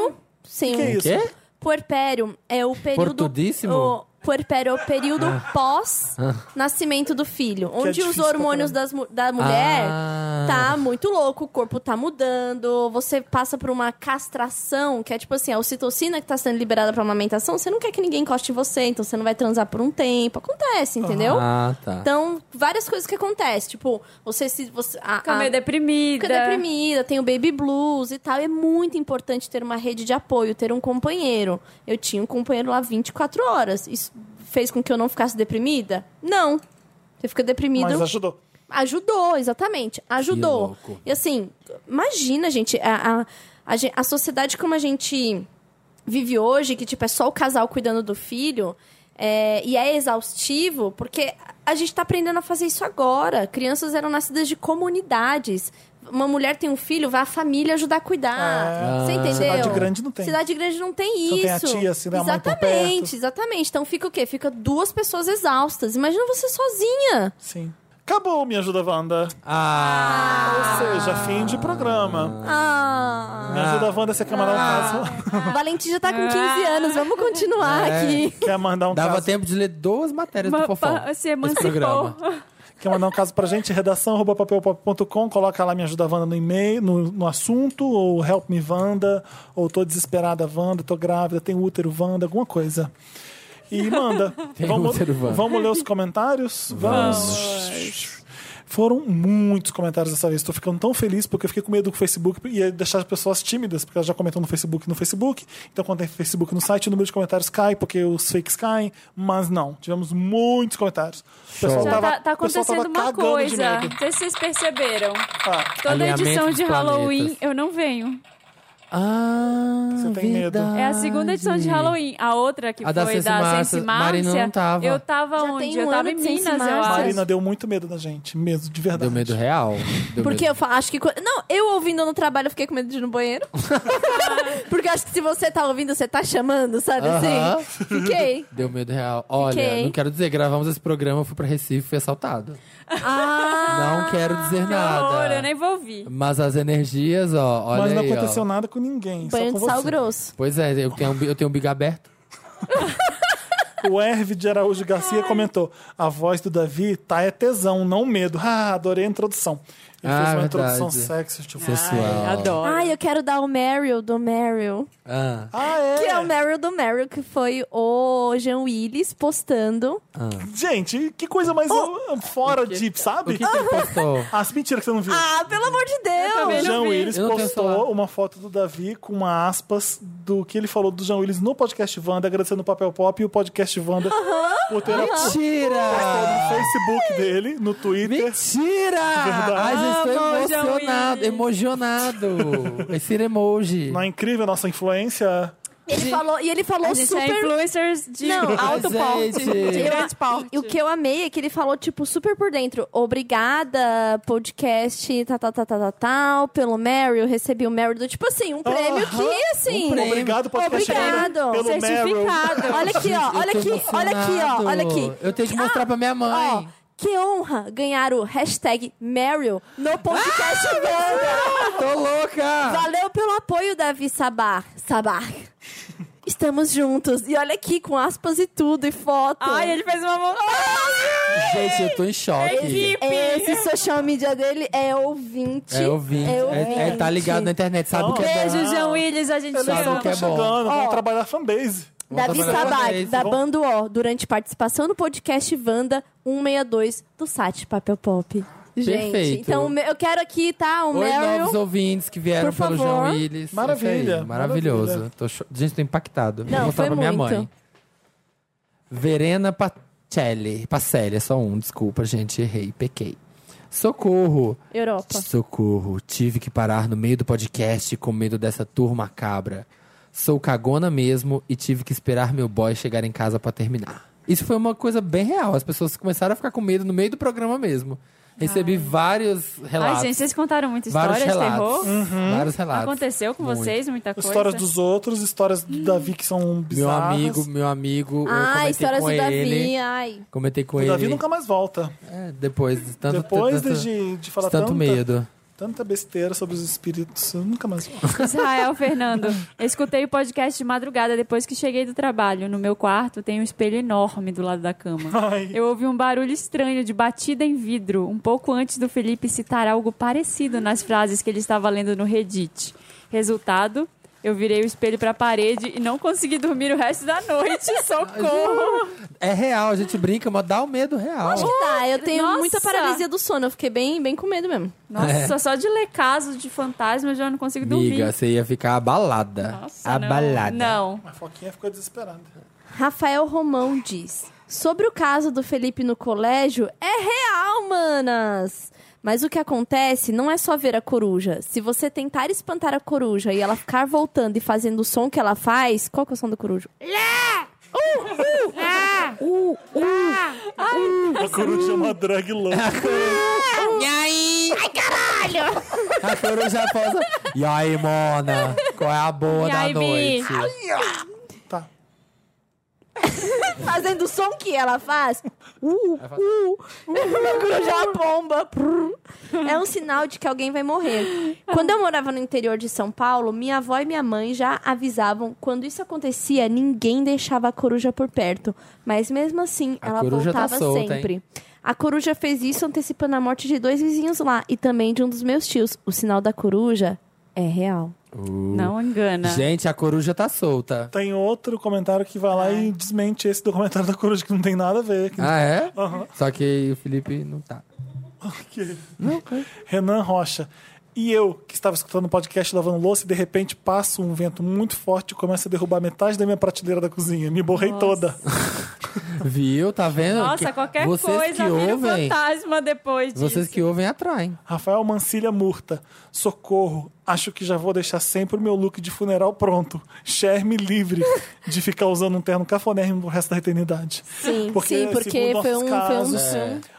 Speaker 4: puerpério sem
Speaker 1: Que é
Speaker 4: um
Speaker 1: isso?
Speaker 2: Quê?
Speaker 4: puerpério é o período
Speaker 2: Portudíssimo? Ah.
Speaker 4: o puerpério é o período pós nascimento do filho, onde os
Speaker 1: é difícil pra
Speaker 4: hormônios das, mu- da mulher
Speaker 2: Ah.
Speaker 4: tá muito louco, o corpo tá mudando, você passa por uma castração, que é tipo assim, a ocitocina que tá sendo liberada pra amamentação, você não quer que ninguém encoste em você, então você não vai transar por um tempo, acontece, entendeu?
Speaker 2: Ah, tá.
Speaker 4: Então, várias coisas que acontecem. Tipo, você se. Você, a,
Speaker 3: Fica
Speaker 4: a-
Speaker 3: meio Ah, deprimida.
Speaker 4: fica deprimida, tem o baby blues e tal. É muito importante ter uma rede de apoio, ter um companheiro. Eu tinha um companheiro lá 24 horas. Isso fez com que eu não ficasse deprimida? Não. Você fica deprimido.
Speaker 1: Mas ajudou.
Speaker 4: Ajudou, exatamente. Ajudou.
Speaker 2: louco.
Speaker 4: E assim, imagina, gente, a, a, a, gen- a sociedade como a gente vive hoje, que tipo, é só o casal cuidando do filho, é, e é exaustivo, porque a gente tá aprendendo a fazer isso agora. Crianças eram nascidas de comunidades. Uma mulher tem um filho, vai a família ajudar a cuidar.
Speaker 1: É.
Speaker 4: Você
Speaker 2: Ah.
Speaker 4: entendeu?
Speaker 1: Cidade grande não tem.
Speaker 4: Cidade grande não tem
Speaker 1: Só
Speaker 4: isso.
Speaker 1: tem a tia, se der a mãe por perto.
Speaker 4: Exatamente, exatamente. Então fica o quê? Fica duas pessoas exaustas. Imagina você sozinha.
Speaker 1: Sim. Acabou, me ajuda, Wanda.
Speaker 2: Ah,
Speaker 1: Ou seja, fim de programa.
Speaker 4: Ah.
Speaker 1: Me ajuda, Wanda, você quer mandar um
Speaker 2: Ah.
Speaker 1: caso?
Speaker 4: O Valentim já tá com 15
Speaker 3: Ah.
Speaker 4: anos, vamos continuar
Speaker 2: É.
Speaker 4: aqui.
Speaker 1: Quer mandar um
Speaker 2: dava
Speaker 1: caso?
Speaker 2: tempo de ler duas matérias do
Speaker 3: Ma-
Speaker 2: Fofão.
Speaker 3: pa- se
Speaker 2: nesse
Speaker 3: emancipou.
Speaker 2: programa.
Speaker 1: Quer mandar um caso pra gente? Redação arroba papelpop.com, coloca lá Me Ajuda Wanda no e-mail, no, no assunto, ou Help Me Wanda, ou Tô Desesperada Wanda, tô grávida, tem útero Wanda, alguma coisa. E manda.
Speaker 2: Tem
Speaker 1: vamos,
Speaker 2: útero Wanda.
Speaker 1: vamos ler os comentários? Vamos. Foram muitos comentários dessa vez. Tô ficando tão feliz porque eu fiquei com medo que o Facebook ia deixar as pessoas tímidas, porque elas já comentam no Facebook no Facebook. Então, quando tem Facebook no site, o número de comentários cai, porque os fakes caem. Mas não, tivemos muitos comentários. O pessoal
Speaker 3: Já
Speaker 1: tava,
Speaker 3: tá, tá
Speaker 1: o pessoal
Speaker 3: acontecendo
Speaker 1: tava
Speaker 3: uma
Speaker 1: cagando de
Speaker 3: coisa.
Speaker 1: medo.
Speaker 3: Não sei se vocês perceberam.
Speaker 1: Ah,
Speaker 3: Toda
Speaker 2: Alinhamento
Speaker 3: edição
Speaker 2: dos
Speaker 3: de Halloween
Speaker 2: planetas.
Speaker 3: eu não venho.
Speaker 2: Ah,
Speaker 1: Você tem medo.
Speaker 2: verdade.
Speaker 4: Ah,
Speaker 3: É a segunda edição de Halloween. A outra que
Speaker 2: A da
Speaker 3: foi
Speaker 2: Sense
Speaker 3: da
Speaker 2: Márcia.
Speaker 3: Sense
Speaker 2: Marina
Speaker 3: Márcia.
Speaker 2: não tava.
Speaker 3: Eu tava
Speaker 4: Já
Speaker 3: onde?
Speaker 4: tem
Speaker 3: Eu
Speaker 4: um
Speaker 3: tava
Speaker 4: ano
Speaker 3: em
Speaker 4: de Sense
Speaker 3: Minas, eu
Speaker 4: Márcia.
Speaker 3: acho.
Speaker 1: Marina deu muito medo da gente, medo de verdade.
Speaker 2: Deu medo real. Deu
Speaker 4: Porque
Speaker 2: medo.
Speaker 4: eu fa- acho que. co- Não, eu ouvindo no trabalho, eu fiquei com medo de ir no banheiro. Porque acho que se você tá ouvindo, você tá chamando, sabe
Speaker 2: Aham.
Speaker 4: assim? Fiquei.
Speaker 2: Deu medo real. Olha,
Speaker 4: Fiquei.
Speaker 2: não quero dizer, gravamos esse programa, eu fui pra Recife, fui assaltado.
Speaker 4: Ah!
Speaker 2: não quero dizer
Speaker 3: Que horror, eu
Speaker 2: nada.
Speaker 3: nem vou ouvir.
Speaker 2: Mas as energias, ó, olha
Speaker 1: Mas não
Speaker 2: aí, ó.
Speaker 1: aconteceu nada com ninguém,
Speaker 4: Banho
Speaker 1: só
Speaker 4: de
Speaker 1: com
Speaker 4: sal
Speaker 1: você.
Speaker 4: grosso.
Speaker 2: Pois é, eu tenho, eu tenho um bigo aberto.
Speaker 1: O Herve de Araújo Garcia comentou: a voz do Davi tá é tesão, não medo. Ah, adorei a introdução. Ele
Speaker 2: Ah,
Speaker 1: fez uma
Speaker 2: verdade.
Speaker 1: introdução sexy, tipo.
Speaker 2: Sensual.
Speaker 3: Adoro.
Speaker 4: Ai, eu quero dar o Meryl do Meryl.
Speaker 2: Ah,
Speaker 1: Ah, é?
Speaker 4: Que é o Meryl do Meryl, que foi o Jean Willis postando.
Speaker 1: Gente, que coisa mais uh, fora de,
Speaker 2: o
Speaker 1: sabe?
Speaker 2: que, que ele postou?
Speaker 1: As mentiras que você não viu.
Speaker 4: Ah, pelo amor de
Speaker 1: O
Speaker 4: Deus!
Speaker 1: Jean Willis
Speaker 2: Eu não tenho celular.
Speaker 1: postou uma foto do Davi com uma aspas do que ele falou do Jean Willis no podcast Wanda, agradecendo o Papel Pop e o podcast Wanda por ter apostado
Speaker 2: Mentira!
Speaker 1: no Facebook dele, no Twitter.
Speaker 2: Mentira! Ai, gente,
Speaker 3: Amo,
Speaker 2: estou
Speaker 3: Jean
Speaker 2: emocionado,
Speaker 3: Willis.
Speaker 2: emocionado. Esse emoji.
Speaker 1: Não é incrível a nossa influência?
Speaker 4: Ele falou, e ele falou
Speaker 3: A gente é
Speaker 4: super
Speaker 3: influencers de
Speaker 4: Não,
Speaker 3: alto
Speaker 2: gente.
Speaker 3: porte. De
Speaker 2: Eu-
Speaker 3: grande porte.
Speaker 4: E o que eu amei é que ele falou, tipo, super por dentro. Obrigada, podcast, tá, tal, tal, tal, tal, tal, tal, pelo Meryl. Recebi o Meryl do, tipo assim, um prêmio que, assim...
Speaker 2: prêmio.
Speaker 1: Um Obrigado, podcast
Speaker 4: Obrigado.
Speaker 1: Wanda, pelo Meryl.
Speaker 3: Certificado.
Speaker 4: Olha aqui, ó, olha
Speaker 2: Eu tô
Speaker 4: aqui, olha aqui, ó, olha aqui. Ah,
Speaker 2: emocionado. Eu tenho que mostrar pra minha
Speaker 4: Ó,
Speaker 2: mãe.
Speaker 4: que honra ganhar o hashtag Meryl no podcast
Speaker 2: Ah,
Speaker 4: Wanda.
Speaker 2: Tô louca!
Speaker 4: Valeu pelo apoio, Davi Sabá. Sabá. Estamos juntos. E olha aqui, com aspas e tudo, e foto.
Speaker 3: Ai, ele fez uma montagem.
Speaker 2: Gente, eu tô
Speaker 4: É
Speaker 2: em choque.
Speaker 3: Equipe.
Speaker 4: Esse social media dele é ouvinte.
Speaker 2: É ouvinte.
Speaker 4: É ouvinte.
Speaker 2: É, é, tá ligado na internet, sabe o que é bom.
Speaker 3: Beijo, Jean Willis, a gente
Speaker 1: Eles
Speaker 2: Sabe
Speaker 3: ama.
Speaker 2: o que é
Speaker 1: estão
Speaker 2: bom.
Speaker 1: chegando, vão
Speaker 4: Ó.
Speaker 1: trabalhar fanbase.
Speaker 4: Davi
Speaker 2: Vamos trabalhar
Speaker 4: Sabag,
Speaker 2: vocês,
Speaker 4: da
Speaker 1: vamos-
Speaker 4: Bando O, durante participação no podcast Wanda 162 do site Papel Pop. Gente,
Speaker 2: Perfeito.
Speaker 4: então o meu- eu quero aqui, tá? O
Speaker 2: Oi, novos
Speaker 4: Meryl.
Speaker 2: ouvintes que vieram
Speaker 4: Por
Speaker 2: pelo
Speaker 4: favor.
Speaker 2: João Willis.
Speaker 1: Maravilha,
Speaker 2: Isso aí, Maravilhoso.
Speaker 1: maravilha.
Speaker 2: Tô cho... Gente, tô impactado.
Speaker 4: Não,
Speaker 2: Vou mostrar
Speaker 4: foi
Speaker 2: pra minha
Speaker 4: muito.
Speaker 2: mãe. Verena Pacelli. Pacelli, é só um, desculpa, gente. Errei, pequei. Socorro.
Speaker 4: Europa.
Speaker 2: Socorro, tive que parar no meio do podcast com medo dessa turma cabra. Sou cagona mesmo e tive que esperar meu boy chegar em casa pra terminar. Isso foi uma coisa bem real. As pessoas começaram a ficar com medo no meio do programa mesmo. Recebi vários
Speaker 3: Ai,
Speaker 2: relatos.
Speaker 3: gente, vocês contaram muita
Speaker 2: vários
Speaker 3: história de terror?
Speaker 2: relatos. Vários relatos.
Speaker 3: Aconteceu com
Speaker 2: Muito.
Speaker 3: vocês muita coisa?
Speaker 1: Histórias dos outros, histórias do Davi que são
Speaker 2: Meu
Speaker 1: bizarras.
Speaker 2: amigo, meu amigo. eu
Speaker 4: Ah,
Speaker 2: comentei
Speaker 4: histórias
Speaker 2: com
Speaker 4: do Davi.
Speaker 2: ele.
Speaker 4: Ai.
Speaker 2: Comentei com
Speaker 1: O
Speaker 2: ele.
Speaker 1: Davi nunca mais volta.
Speaker 2: É, depois de tanto,
Speaker 1: Depois
Speaker 2: tanto,
Speaker 1: de, de falar
Speaker 2: tanto
Speaker 1: tanta,
Speaker 2: medo.
Speaker 1: tanta besteira sobre os espíritos, eu nunca mais volto.
Speaker 3: Israel Fernando. Eu escutei o podcast de madrugada depois que cheguei do trabalho. No meu quarto tem um espelho enorme do lado da cama.
Speaker 1: Ai.
Speaker 3: Eu ouvi um barulho estranho de batida em vidro, um pouco antes do Felipe citar algo parecido nas frases que ele estava lendo no Reddit. Resultado, eu virei o espelho para a parede e não consegui dormir o resto da noite. Socorro!
Speaker 2: É real, a gente brinca, mas dá o medo real.
Speaker 4: Acho que dá. Tá, Eu tenho
Speaker 3: Nossa!
Speaker 4: muita paralisia do sono. Eu fiquei bem, bem com medo mesmo.
Speaker 3: Nossa, só de ler casos de fantasma eu já não consigo dormir.
Speaker 2: É. Amiga, você ia ficar abalada.
Speaker 3: Nossa, não.
Speaker 2: abalada.
Speaker 3: Não.
Speaker 1: A Foquinha ficou desesperada.
Speaker 4: Rafael Romão diz: Sobre o caso do Felipe no colégio, é real, manas! Mas o que acontece não é só ver a coruja. Se você tentar espantar a coruja e ela ficar voltando e fazendo o som que ela faz, qual que é o som da coruja?
Speaker 1: A coruja é uma drag louca.
Speaker 2: E aí? Ai, caralho! A coruja posa. E aí, Mona? Qual é a boa
Speaker 3: E
Speaker 2: da
Speaker 3: aí, Bi?
Speaker 2: noite?
Speaker 1: Tá.
Speaker 4: Fazendo o som que ela faz. Uh, uh, a coruja é uma bomba. Prrr. É um sinal de que alguém vai morrer. Quando eu morava no interior de São Paulo, minha avó e minha mãe já avisavam. Quando isso acontecia, ninguém deixava a coruja por perto. Mas mesmo assim,
Speaker 2: A
Speaker 4: ela
Speaker 2: coruja tá
Speaker 4: voltava
Speaker 2: solta, hein?
Speaker 4: sempre. A coruja fez isso antecipando a morte de dois vizinhos lá e também de um dos meus tios. O sinal da coruja é real.
Speaker 3: Não engana.
Speaker 2: Gente, a coruja tá solta.
Speaker 1: Tem outro comentário que vai
Speaker 4: É.
Speaker 1: lá e desmente esse do comentário da coruja que não tem nada a ver. que-
Speaker 2: Ah, é?
Speaker 1: Aham.
Speaker 2: Só que o Felipe não tá.
Speaker 1: que- Renan Rocha. E eu, que estava escutando o podcast lavando louça, e de repente passa um vento muito forte e começa a derrubar metade da minha prateleira da cozinha. Me borrei toda.
Speaker 2: Viu? Tá vendo?
Speaker 3: Nossa,
Speaker 2: Que-
Speaker 3: qualquer
Speaker 2: vocês
Speaker 3: coisa
Speaker 2: que
Speaker 3: vira um
Speaker 2: ouvem,
Speaker 3: fantasma depois disso.
Speaker 2: Vocês que ouvem atraem.
Speaker 1: Rafael Mancilha Murta. Socorro, acho que já vou deixar sempre o meu look de funeral pronto. Cher me livre de ficar usando um terno cafonérrimo pro resto da eternidade.
Speaker 4: Sim, sim, porque
Speaker 1: segundo nossos
Speaker 4: foi um, foi um
Speaker 1: casos,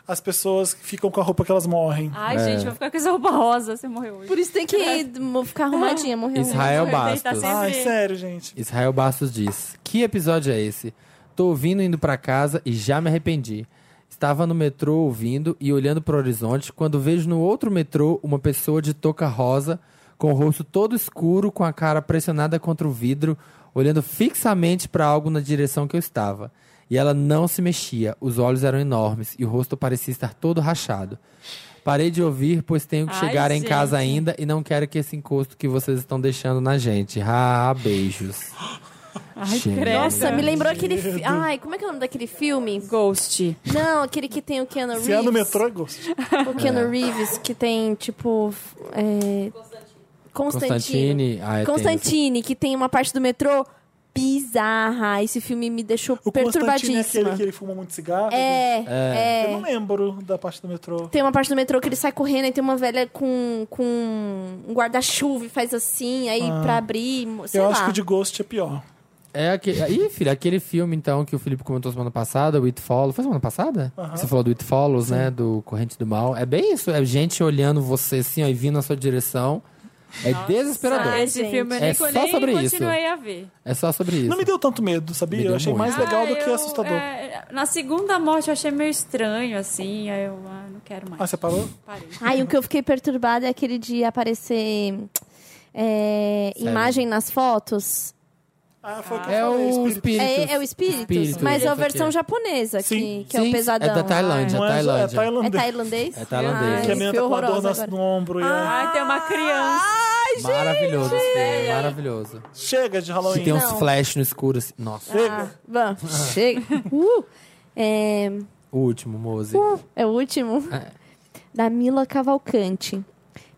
Speaker 1: As pessoas ficam com a roupa que elas morrem.
Speaker 3: Ai, gente, vou ficar com essa roupa rosa se eu morrer hoje.
Speaker 4: Por isso tem que ir, mo- ficar arrumadinha, morrer.
Speaker 2: Israel
Speaker 3: Ele tá
Speaker 2: Bastos.
Speaker 3: sempre-
Speaker 1: Ai,
Speaker 3: sim.
Speaker 1: sério, gente.
Speaker 2: Israel Bastos diz: Que episódio é esse? Tô ouvindo indo pra casa e já me arrependi. Estava no metrô ouvindo e olhando pro horizonte quando vejo no outro metrô uma pessoa de touca rosa, com o rosto todo escuro, com a cara pressionada contra o vidro, olhando fixamente para algo na direção que eu estava. E ela não se mexia, os olhos eram enormes e o rosto parecia estar todo rachado. Parei de ouvir, pois tenho que
Speaker 3: Ai,
Speaker 2: chegar em casa
Speaker 3: gente.
Speaker 2: ainda e não quero que esse encosto que vocês estão deixando na gente. Ah, beijos.
Speaker 3: Ai,
Speaker 2: Gente.
Speaker 3: credo.
Speaker 4: Nossa, me lembrou aquele. fi- Ai, como é que é o nome daquele filme?
Speaker 3: Ghost.
Speaker 4: Não, aquele que tem o Keanu Reeves.
Speaker 1: Se é no metrô, é gosto.
Speaker 4: O
Speaker 1: É.
Speaker 4: Keanu Reeves, que tem, tipo. f- É... Constantine.
Speaker 2: Constantine. Ah, é tenso.
Speaker 4: Constantine, que tem uma parte do metrô bizarra. Esse filme me deixou
Speaker 1: O Constantino é aquele
Speaker 4: perturbadíssima.
Speaker 1: que ele fuma muito cigarro. né?
Speaker 4: É, é.
Speaker 1: Eu não lembro da parte do metrô.
Speaker 4: Tem uma parte do metrô que ele sai correndo e tem uma velha com, com um guarda-chuva e faz assim, aí pra abrir, mo- sei
Speaker 1: Ah. Eu
Speaker 4: lá.
Speaker 1: acho que o de Ghost é pior.
Speaker 2: É aquele... Ih, filho, aquele filme, então, que o Felipe comentou semana passada, o It Follows. Foi semana passada? Você falou do It Follows, né? Do Corrente do Mal. É bem isso. É gente olhando você, assim, ó, e vindo na sua direção. É desesperador.
Speaker 3: Ah, esse
Speaker 4: gente.
Speaker 3: filme eu
Speaker 2: É
Speaker 3: nem,
Speaker 2: só
Speaker 3: nem
Speaker 2: sobre isso.
Speaker 3: continuei a ver.
Speaker 2: É só sobre isso.
Speaker 1: Não me deu tanto medo,
Speaker 2: Me
Speaker 1: sabia?
Speaker 2: deu
Speaker 1: Eu achei
Speaker 2: muito.
Speaker 1: mais legal do
Speaker 3: Ah,
Speaker 1: que
Speaker 3: eu-
Speaker 1: assustador.
Speaker 3: é, na segunda morte eu achei meio estranho, assim. Aí eu ah, não quero mais.
Speaker 1: Ah, você parou?
Speaker 3: Parei.
Speaker 4: Ai, o que eu fiquei perturbada é aquele de aparecer é,
Speaker 2: Sério?
Speaker 4: imagem nas fotos.
Speaker 1: Ah, foi o que eu
Speaker 2: É
Speaker 1: falei,
Speaker 2: o
Speaker 1: espírito.
Speaker 2: espírito.
Speaker 4: É, é o espírito,
Speaker 2: Espíritos,
Speaker 4: mas é a
Speaker 2: isso
Speaker 4: versão
Speaker 2: aqui.
Speaker 4: japonesa, que,
Speaker 1: Sim.
Speaker 4: que é o
Speaker 2: Sim,
Speaker 4: pesadão.
Speaker 2: É da Tailândia,
Speaker 1: Não é, é
Speaker 2: Tailândia.
Speaker 4: Ai. É
Speaker 1: tailandês.
Speaker 4: tailandês?
Speaker 2: É tailandês.
Speaker 4: Ai,
Speaker 1: Que a menina
Speaker 4: fui
Speaker 1: tá com a dor
Speaker 4: horrorosa
Speaker 1: nas- no
Speaker 4: agora. Ah.
Speaker 1: ombro. e ela-
Speaker 3: Ai, tem uma criança.
Speaker 2: Maravilhoso, esse filme, maravilhoso.
Speaker 1: Chega de
Speaker 2: Que
Speaker 1: Halloween.
Speaker 2: tem um uns
Speaker 4: Não. Ah.
Speaker 2: flash no escuro. Assim.
Speaker 4: É.
Speaker 2: Nossa,
Speaker 1: Chega.
Speaker 4: Vamos, chega. Uh, é,
Speaker 2: o último, Mose.
Speaker 4: é o último.
Speaker 2: É.
Speaker 4: Da Mila Cavalcante.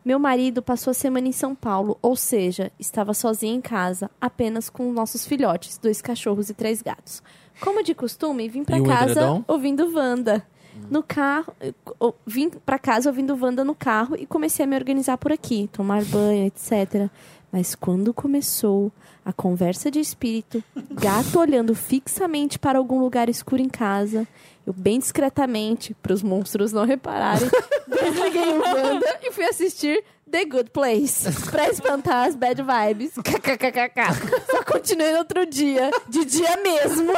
Speaker 4: Meu marido passou a semana em São Paulo, ou seja, estava sozinho em casa, apenas com nossos filhotes, dois cachorros e três gatos. Como de costume, vim
Speaker 2: E
Speaker 4: para
Speaker 2: um
Speaker 4: casa
Speaker 2: edredom? Hum.
Speaker 4: ouvindo Wanda. No carro, eu- eu vim para casa ouvindo Wanda no carro e comecei a me organizar por aqui, tomar banho, etc. Mas quando começou a conversa de espírito, gato olhando fixamente para algum lugar escuro em casa, eu bem discretamente, para os monstros não repararem, desliguei o um Wanda e fui assistir The Good Place pra espantar as bad vibes. KKKKK. Só continuei no outro dia, de dia mesmo.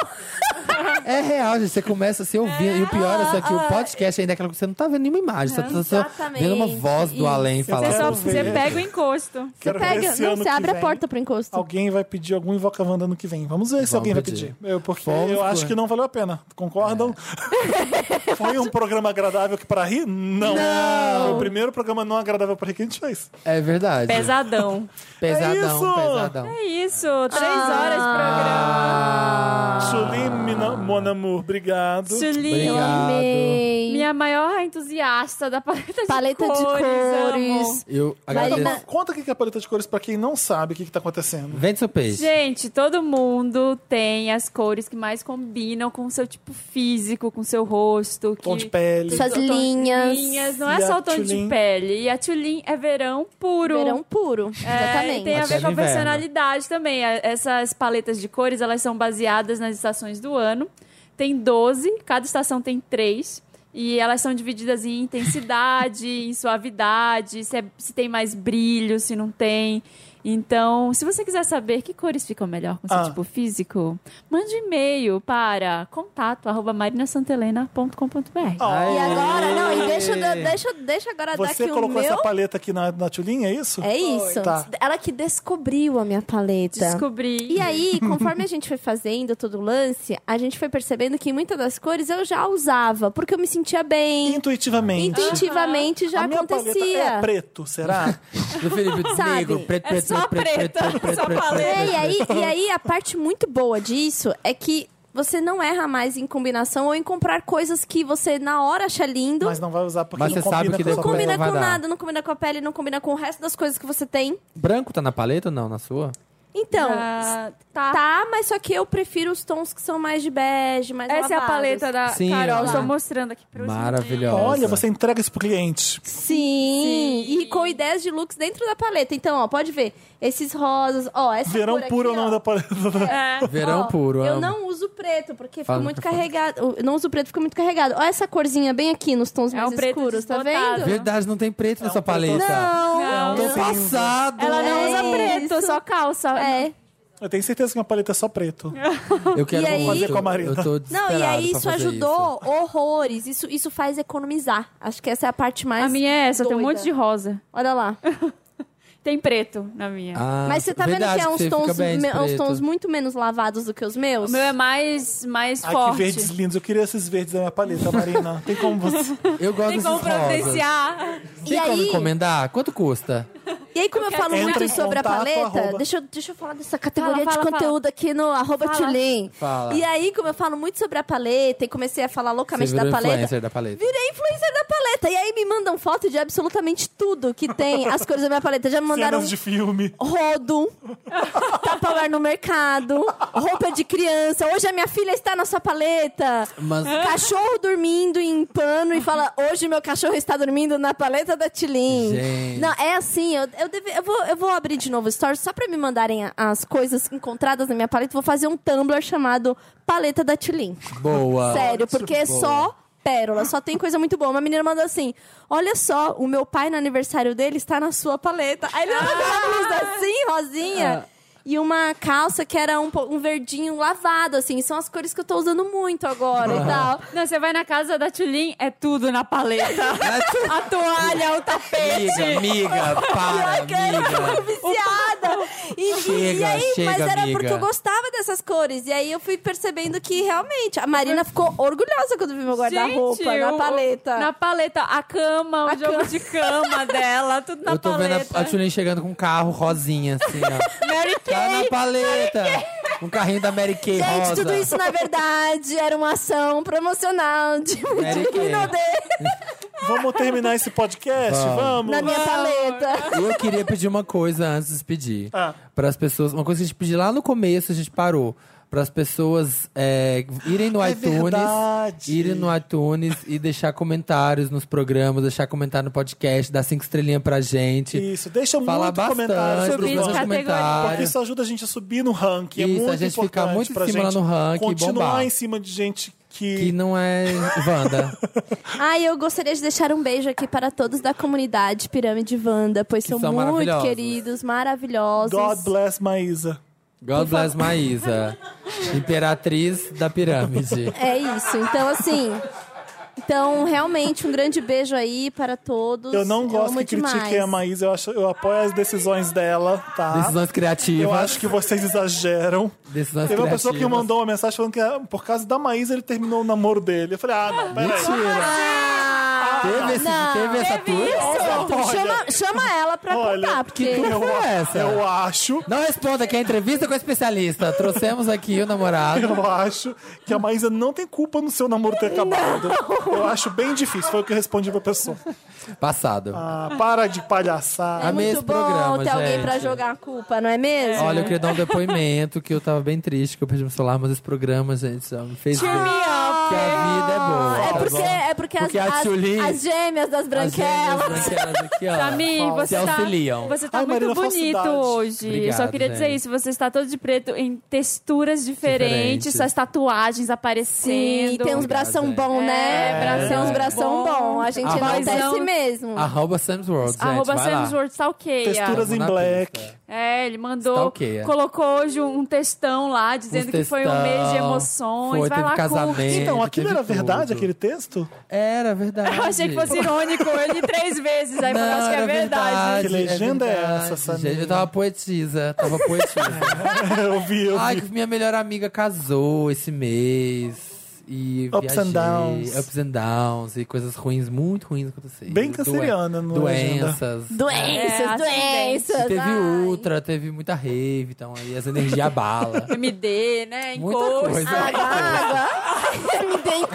Speaker 2: É real, gente. Você começa a se ouvir. e o pior é isso aqui, o podcast ainda é aquela coisa que você não tá vendo nenhuma imagem. Você tá só
Speaker 4: Ah, Exatamente.
Speaker 2: vendo uma voz do
Speaker 4: Isso.
Speaker 2: além falar.
Speaker 3: Você, só,
Speaker 1: Quero
Speaker 3: você
Speaker 1: ver.
Speaker 3: pega o encosto.
Speaker 4: Você
Speaker 1: Quero ver
Speaker 4: pega,
Speaker 1: esse
Speaker 4: não,
Speaker 1: ano
Speaker 4: você
Speaker 1: que
Speaker 4: abre a
Speaker 1: vem.
Speaker 4: porta pro encosto.
Speaker 1: Alguém vai pedir algum Invocavanda ano que vem. Vamos ver se
Speaker 2: Vamos
Speaker 1: alguém
Speaker 2: pedir.
Speaker 1: vai pedir. Eu, porque
Speaker 2: Vamos
Speaker 1: eu
Speaker 2: por-
Speaker 1: acho que não valeu a pena. Concordam?
Speaker 2: É.
Speaker 1: Foi um programa agradável que para rir? Não. Foi o primeiro programa não agradável para rir que a gente fez.
Speaker 2: É verdade.
Speaker 3: Pesadão. Ah!
Speaker 2: Pesadão,
Speaker 1: É isso!
Speaker 2: pesadão.
Speaker 3: É isso, três horas de programa.
Speaker 4: Ah,
Speaker 1: Julie
Speaker 2: Ah.
Speaker 1: Mina- Monamour, obrigado.
Speaker 3: Julinho,
Speaker 4: Eu
Speaker 2: Obrigado.
Speaker 4: amei.
Speaker 3: minha maior entusiasta da paleta de
Speaker 4: paleta
Speaker 3: cores.
Speaker 4: de
Speaker 3: amor.
Speaker 4: cores.
Speaker 2: Eu agradeço.
Speaker 4: Marina-
Speaker 1: Conta o que é a paleta de cores para quem não sabe o que está acontecendo.
Speaker 2: Vende seu peixe.
Speaker 3: Gente, todo mundo tem as cores que mais combinam com o seu tipo físico, com o seu rosto. Que...
Speaker 1: Tom de pele.
Speaker 4: Suas
Speaker 3: Tom de
Speaker 4: linhas.
Speaker 3: linhas, Não
Speaker 1: E
Speaker 3: é
Speaker 1: a
Speaker 3: só o tom de
Speaker 1: Tulin?
Speaker 3: pele. E a tulin é verão puro.
Speaker 4: Verão puro.
Speaker 3: É,
Speaker 4: Exatamente.
Speaker 3: e tem a
Speaker 2: Até
Speaker 3: ver com
Speaker 2: no
Speaker 3: a
Speaker 2: inverno.
Speaker 3: personalidade também. A- Essas paletas de cores, elas são baseadas nas estações do ano. Tem 12, cada estação tem três. E elas são divididas em intensidade, em suavidade, se, é- se tem mais brilho, se não tem. Então, se você quiser saber que cores ficam melhor com seu
Speaker 1: Ah.
Speaker 3: tipo físico, mande um e-mail para contato.marinasantelena.com.br.
Speaker 4: E
Speaker 2: Aê.
Speaker 4: agora, não, e deixa, eu dar- deixa, eu- deixa agora dar
Speaker 1: Você
Speaker 4: aqui o
Speaker 1: colocou essa
Speaker 4: meu.
Speaker 1: paleta aqui na, na Tulin, é isso?
Speaker 4: É isso.
Speaker 1: Tá.
Speaker 4: Ela que descobriu a minha paleta.
Speaker 3: Descobri.
Speaker 4: E aí, conforme a gente foi fazendo todo o lance, a gente foi percebendo que muitas das cores eu já usava, porque eu me sentia bem.
Speaker 1: Intuitivamente.
Speaker 4: Intuitivamente Então já
Speaker 1: a minha
Speaker 4: acontecia.
Speaker 1: paleta é preto, será?
Speaker 2: Do Felipe
Speaker 4: Sabe?
Speaker 2: Negro, preto,
Speaker 3: É
Speaker 2: preto,
Speaker 3: só
Speaker 2: preto, preto,
Speaker 3: preta,
Speaker 2: preto, preto,
Speaker 3: só
Speaker 2: preto, preto,
Speaker 3: paleta.
Speaker 4: É,
Speaker 2: preto.
Speaker 4: e aí, e aí a parte muito boa disso é que você não erra mais em combinação ou em comprar coisas que você na hora acha lindo.
Speaker 1: Mas não vai usar porque
Speaker 2: Mas
Speaker 1: não
Speaker 2: você sabe
Speaker 1: combina
Speaker 2: que
Speaker 1: com
Speaker 2: deu
Speaker 1: a sua
Speaker 4: não
Speaker 2: Não
Speaker 4: combina
Speaker 2: vai
Speaker 4: com
Speaker 2: dar.
Speaker 4: nada, não combina com a pele, não combina com o resto das coisas que você tem.
Speaker 2: Branco tá na paleta ou não, na sua?
Speaker 4: Então,
Speaker 3: Ah,
Speaker 4: tá. mas só que eu prefiro os tons que são mais de bege, mais
Speaker 3: Essa é a
Speaker 4: lavados.
Speaker 3: paleta da
Speaker 2: Sim,
Speaker 3: Carol.
Speaker 2: olha.
Speaker 3: Estou mostrando aqui para os
Speaker 2: Maravilhosa.
Speaker 1: Olha, você entrega isso pro cliente.
Speaker 4: Sim, e com ideias de looks dentro da paleta. Então, ó, pode ver. Esses rosas, ó, essa
Speaker 1: Verão
Speaker 4: cor aqui,
Speaker 1: puro é o
Speaker 4: ó.
Speaker 1: nome da paleta.
Speaker 3: É.
Speaker 2: Verão
Speaker 4: Ó,
Speaker 2: puro.
Speaker 4: Eu
Speaker 2: amo.
Speaker 4: não uso preto, porque fica
Speaker 2: Fala
Speaker 4: muito
Speaker 2: pra fora.
Speaker 4: carregado. Eu não uso preto, fica muito carregado. Ó essa corzinha bem aqui, nos tons
Speaker 3: É
Speaker 4: mais
Speaker 3: um preto
Speaker 4: escuros, tá
Speaker 3: desbotado.
Speaker 4: vendo?
Speaker 2: Verdade, não tem preto nessa paleta.
Speaker 3: Não.
Speaker 2: Tô passado.
Speaker 3: Ela não
Speaker 4: É
Speaker 3: usa preto,
Speaker 4: isso.
Speaker 3: só calça.
Speaker 4: É.
Speaker 1: Eu tenho certeza que uma paleta é só preto.
Speaker 2: Eu quero
Speaker 4: E aí-
Speaker 2: muito.
Speaker 1: Fazer com a Marina.
Speaker 2: Eu tô
Speaker 4: Não,
Speaker 2: desesperado
Speaker 4: e
Speaker 2: pra
Speaker 4: aí isso
Speaker 2: fazer
Speaker 4: ajudou horrores. Isso, isso faz economizar. Acho que essa é a parte mais.
Speaker 3: A minha é essa, tem um
Speaker 4: doida.
Speaker 3: monte de rosa.
Speaker 4: Olha lá.
Speaker 3: Tem preto na minha.
Speaker 2: Ah,
Speaker 4: Mas você tá
Speaker 2: verdade,
Speaker 4: vendo que
Speaker 2: você
Speaker 4: é uns tons,
Speaker 2: fica bem
Speaker 4: me-
Speaker 2: de
Speaker 4: uns
Speaker 2: preto.
Speaker 4: tons muito menos lavados do que os meus?
Speaker 3: O meu é mais, mais
Speaker 1: Ai,
Speaker 3: forte.
Speaker 1: que verdes lindos. Eu queria esses verdes da minha paleta, Marina. Tem como você.
Speaker 2: Eu gosto
Speaker 3: Tem
Speaker 2: desses
Speaker 3: como
Speaker 2: rosas.
Speaker 3: providenciar.
Speaker 4: E
Speaker 2: Tem como
Speaker 4: aí-
Speaker 2: encomendar? Quanto custa?
Speaker 4: E aí, como eu, falo
Speaker 1: Entra em
Speaker 4: muito sobre
Speaker 1: contato,
Speaker 4: a paleta,
Speaker 1: arroba.
Speaker 4: deixa, eu- deixa eu falar dessa categoria
Speaker 3: Fala, fala,
Speaker 4: de conteúdo aqui no arroba
Speaker 3: Fala.
Speaker 4: Tulin.
Speaker 2: Fala.
Speaker 4: E aí, como eu falo muito sobre a paleta e comecei a falar loucamente
Speaker 2: Você virou
Speaker 4: da paleta,
Speaker 2: influencer da paleta.
Speaker 4: Virei influencer da paleta. E aí me mandam foto de absolutamente tudo que tem as cores da minha paleta. Já me mandaram
Speaker 1: Cenas de filme.
Speaker 4: rodo, tapaué no mercado, roupa de criança. Hoje a minha filha está na sua paleta.
Speaker 2: Mas
Speaker 4: Cachorro dormindo em pano e fala: Hoje meu cachorro está dormindo na paleta da Tilin.
Speaker 2: Gente.
Speaker 4: Não, é assim, eu, eu, deve- eu vou, eu vou abrir de novo o story só pra me mandarem a- as coisas encontradas na minha paleta. Vou fazer um Tumblr chamado Paleta da Tilin.
Speaker 2: boa.
Speaker 4: Sério, porque é só pérola, só tem coisa muito boa. Uma menina mandou assim: Olha só, o meu pai no aniversário dele está na sua paleta. Aí ele mandou uma
Speaker 2: Ah.
Speaker 4: blusa assim, rosinha. E uma calça que era um, po- um verdinho lavado, assim. São as cores que eu tô usando muito agora
Speaker 2: Ah.
Speaker 4: e tal.
Speaker 3: Não, você vai na casa da Tulin, é tudo na paleta. A toalha, o tapete.
Speaker 2: É Amiga, amiga, para, amiga.
Speaker 4: Viciada! E, e-
Speaker 2: Chega,
Speaker 4: e aí,
Speaker 2: chega,
Speaker 4: mas era
Speaker 2: amiga.
Speaker 4: porque eu gostava dessas cores. E aí eu fui percebendo que realmente a Marina ficou orgulhosa quando viu meu guarda-roupa
Speaker 3: Gente,
Speaker 4: É na
Speaker 3: o-
Speaker 4: paleta.
Speaker 3: Na paleta, a cama, o
Speaker 4: A
Speaker 3: jogo
Speaker 4: cama.
Speaker 3: de cama dela, tudo na
Speaker 2: Eu tô
Speaker 3: paleta.
Speaker 2: vendo a, a Tulin chegando com um carro rosinha, assim, ó.
Speaker 3: Mary
Speaker 2: Tá na
Speaker 3: Kay.
Speaker 2: paleta. Um carrinho da Mary Kay
Speaker 4: Gente,
Speaker 2: rosa.
Speaker 4: tudo isso na verdade era uma ação promocional de
Speaker 2: Mary Kay.
Speaker 4: Minodê
Speaker 1: Vamos terminar esse podcast? Vamos.
Speaker 4: na minha paleta.
Speaker 2: Eu queria pedir uma coisa antes de se pedir.
Speaker 1: Ah.
Speaker 2: Para as pessoas. Uma coisa que a gente pediu lá no começo, a gente parou. Para as pessoas é, irem no
Speaker 1: É
Speaker 2: iTunes.
Speaker 1: verdade.
Speaker 2: Irem no iTunes e deixar comentários nos programas, deixar comentário no podcast, dar cinco estrelinhas pra gente.
Speaker 1: Isso, deixa
Speaker 2: falar
Speaker 1: muito
Speaker 2: bastante
Speaker 1: comentário sobre
Speaker 2: pros
Speaker 1: o
Speaker 3: Subir de
Speaker 2: nossos
Speaker 1: nosso
Speaker 3: categoria.
Speaker 1: Porque
Speaker 2: comentários.
Speaker 1: isso ajuda a gente a subir no ranking. é
Speaker 2: Isso,
Speaker 1: muito
Speaker 2: a gente ficar
Speaker 1: importante
Speaker 2: muito em
Speaker 1: pra
Speaker 2: cima lá
Speaker 1: gente
Speaker 2: no ranking,
Speaker 1: Continuar
Speaker 2: bombar.
Speaker 1: em cima de gente que.
Speaker 2: Que não é Wanda.
Speaker 4: Ai, eu gostaria de deixar um beijo aqui para todos da comunidade Pirâmide Wanda, pois
Speaker 2: Que
Speaker 4: são,
Speaker 2: são
Speaker 4: muito
Speaker 2: maravilhosos.
Speaker 4: queridos, maravilhosos.
Speaker 1: God bless Maísa.
Speaker 2: God bless Maísa. Imperatriz da pirâmide.
Speaker 4: É isso. Então, assim. Então, realmente, um grande beijo aí para todos.
Speaker 1: Eu não gosto
Speaker 4: amo
Speaker 1: que critiquem
Speaker 4: demais.
Speaker 1: a Maísa, eu, acho, eu apoio as decisões dela, tá?
Speaker 2: Decisões
Speaker 1: Eu
Speaker 2: criativas.
Speaker 1: acho que vocês exageram.
Speaker 2: Decisões
Speaker 1: Teve uma pessoa que
Speaker 2: criativas.
Speaker 1: mandou uma mensagem falando que ah, por causa da Maísa ele terminou o namoro dele. Eu falei, ah, não, peraí.
Speaker 4: Ah,
Speaker 2: Teve, esse-
Speaker 4: não.
Speaker 2: teve essa turma?
Speaker 4: Essa turma. Chama, chama ela pra
Speaker 1: Olha,
Speaker 4: contar, porque.
Speaker 2: turma
Speaker 1: eu,
Speaker 2: foi é essa?
Speaker 1: eu acho,
Speaker 2: Não responda que é entrevista com o especialista. Trouxemos aqui o namorado.
Speaker 1: eu acho que a Maísa não tem culpa no seu namoro ter acabado. Eu acho bem difícil, foi o que eu respondi pra pessoa.
Speaker 2: Passado.
Speaker 1: Ah, para de
Speaker 4: É
Speaker 1: palhaçada.
Speaker 2: Amei
Speaker 4: muito
Speaker 2: esse
Speaker 4: bom
Speaker 2: programa,
Speaker 4: ter alguém
Speaker 2: gente.
Speaker 4: pra jogar a culpa, não é mesmo?
Speaker 2: Olha, eu queria dar um depoimento que eu tava bem triste, que eu perdi meu celular, mas esse programa, gente, só me fez ver que a vida é boa.
Speaker 4: É
Speaker 2: tá
Speaker 4: porque,
Speaker 2: bom?
Speaker 4: é porque,
Speaker 2: Porque
Speaker 4: as,
Speaker 2: a
Speaker 4: as-
Speaker 2: Tchuli-
Speaker 4: as gêmeas das
Speaker 2: As gêmeas
Speaker 4: branquelas.
Speaker 2: branquelas é aqui, ó,
Speaker 3: Samir,
Speaker 2: se
Speaker 3: você tá,
Speaker 2: auxiliam.
Speaker 3: você tá
Speaker 1: Ai,
Speaker 3: muito
Speaker 1: Marina,
Speaker 3: bonito
Speaker 1: falsidade.
Speaker 3: hoje. Eu só
Speaker 2: Obrigado,
Speaker 3: queria dizer
Speaker 2: gente.
Speaker 3: isso. Você está todo de preto em texturas diferentes,
Speaker 2: Diferentes.
Speaker 3: suas tatuagens aparecendo.
Speaker 4: Sim, assim, tem uns
Speaker 2: Obrigado,
Speaker 4: bração
Speaker 2: gente.
Speaker 4: bom, né?
Speaker 3: É, bração
Speaker 4: tem uns bração
Speaker 3: bom.
Speaker 4: bom. A gente
Speaker 2: Arroba-
Speaker 4: enaltece mesmo.
Speaker 2: Arroba Sam's World, gente.
Speaker 3: Arroba
Speaker 2: vai lá.
Speaker 3: Sam's World stalkeia.
Speaker 1: Texturas em
Speaker 2: Na
Speaker 1: black.
Speaker 2: pista.
Speaker 3: É, ele mandou,
Speaker 2: Stalkeia.
Speaker 3: colocou hoje um textão lá, dizendo
Speaker 2: Uns
Speaker 3: que foi um
Speaker 2: textão,
Speaker 3: mês de emoções.
Speaker 2: foi,
Speaker 3: Vai
Speaker 2: teve
Speaker 3: lá,
Speaker 2: casamento.
Speaker 3: curte.
Speaker 1: Então, aquilo
Speaker 2: É, teve
Speaker 1: era verdade,
Speaker 2: tudo.
Speaker 1: aquele texto?
Speaker 2: Era verdade.
Speaker 3: Eu achei que fosse
Speaker 2: é
Speaker 3: irônico, ele três vezes. Aí falou, acho que é
Speaker 2: era
Speaker 3: verdade.
Speaker 1: Que legenda é essa, Samir?
Speaker 2: gente? Eu tava poetisa, tava poetisa.
Speaker 1: É, eu vi, eu
Speaker 2: Ai,
Speaker 1: vi.
Speaker 2: que minha melhor amiga casou esse mês. E
Speaker 1: Ups
Speaker 2: viajei,
Speaker 1: and downs.
Speaker 2: Ups and downs. E coisas ruins, muito ruins aconteceram.
Speaker 1: Bem canceriana né,
Speaker 2: Doen-
Speaker 1: no
Speaker 2: Doenças.
Speaker 4: Doenças,
Speaker 3: É, acidente.
Speaker 4: doenças.
Speaker 2: E teve
Speaker 4: ai.
Speaker 2: ultra, teve muita rave, então aí as energias bala.
Speaker 3: MD, né?
Speaker 2: Muita
Speaker 3: encosto.
Speaker 2: coisa.
Speaker 4: Água, água. Me dê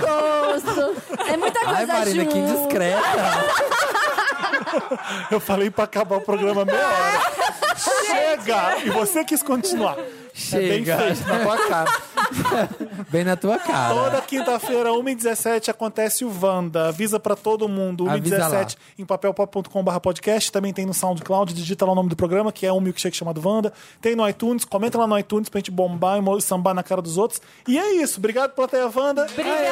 Speaker 4: encosto. É muita coisa
Speaker 2: Ai, Marina,
Speaker 4: junto.
Speaker 2: que indiscreta.
Speaker 1: Eu falei pra acabar o programa meia hora. Chega! chega! E você quis continuar.
Speaker 2: Chega.
Speaker 1: É bem feito, na tua cara.
Speaker 2: Bem na tua cara.
Speaker 1: Toda quinta-feira, 1h17, acontece o Wanda. Avisa pra todo mundo.
Speaker 2: Avisa
Speaker 1: 1h17 em papelpop.com.br podcast. Também tem no SoundCloud. Digita lá o nome do programa, que é um milkshake chamado Wanda. Tem no iTunes. Comenta lá no iTunes pra gente bombar e mo- sambar na cara dos outros. E é isso. Obrigado, plateia Wanda. Obrigada!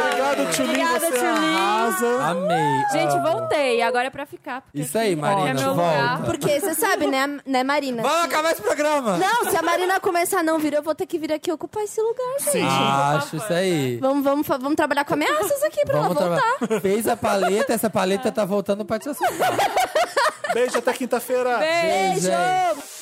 Speaker 1: Obrigado, Tchulin.
Speaker 3: Obrigada,
Speaker 1: Você
Speaker 3: Tchulin.
Speaker 1: arrasa.
Speaker 2: Amei.
Speaker 3: Gente,
Speaker 2: amo.
Speaker 3: voltei. Agora é pra ficar. porque
Speaker 2: Isso aí,
Speaker 3: aqui
Speaker 2: Marina,
Speaker 3: é meu
Speaker 2: volta.
Speaker 3: lugar.
Speaker 4: Porque você sabe, né, né Marina?
Speaker 2: Vamos acabar esse programa.
Speaker 4: Não, se a Marina começar a não vir, eu vou ter que vir aqui ocupar esse lugar, gente.
Speaker 2: Acho isso aí.
Speaker 4: Vamos, vamos, fa- vamos trabalhar com ameaças aqui pra
Speaker 2: Vamos
Speaker 4: ela voltar.
Speaker 2: trabalhar. Fez a paleta, essa paleta tá voltando pra te assustar.
Speaker 1: Beijo, até quinta-feira.
Speaker 3: Beijo!
Speaker 2: Gente.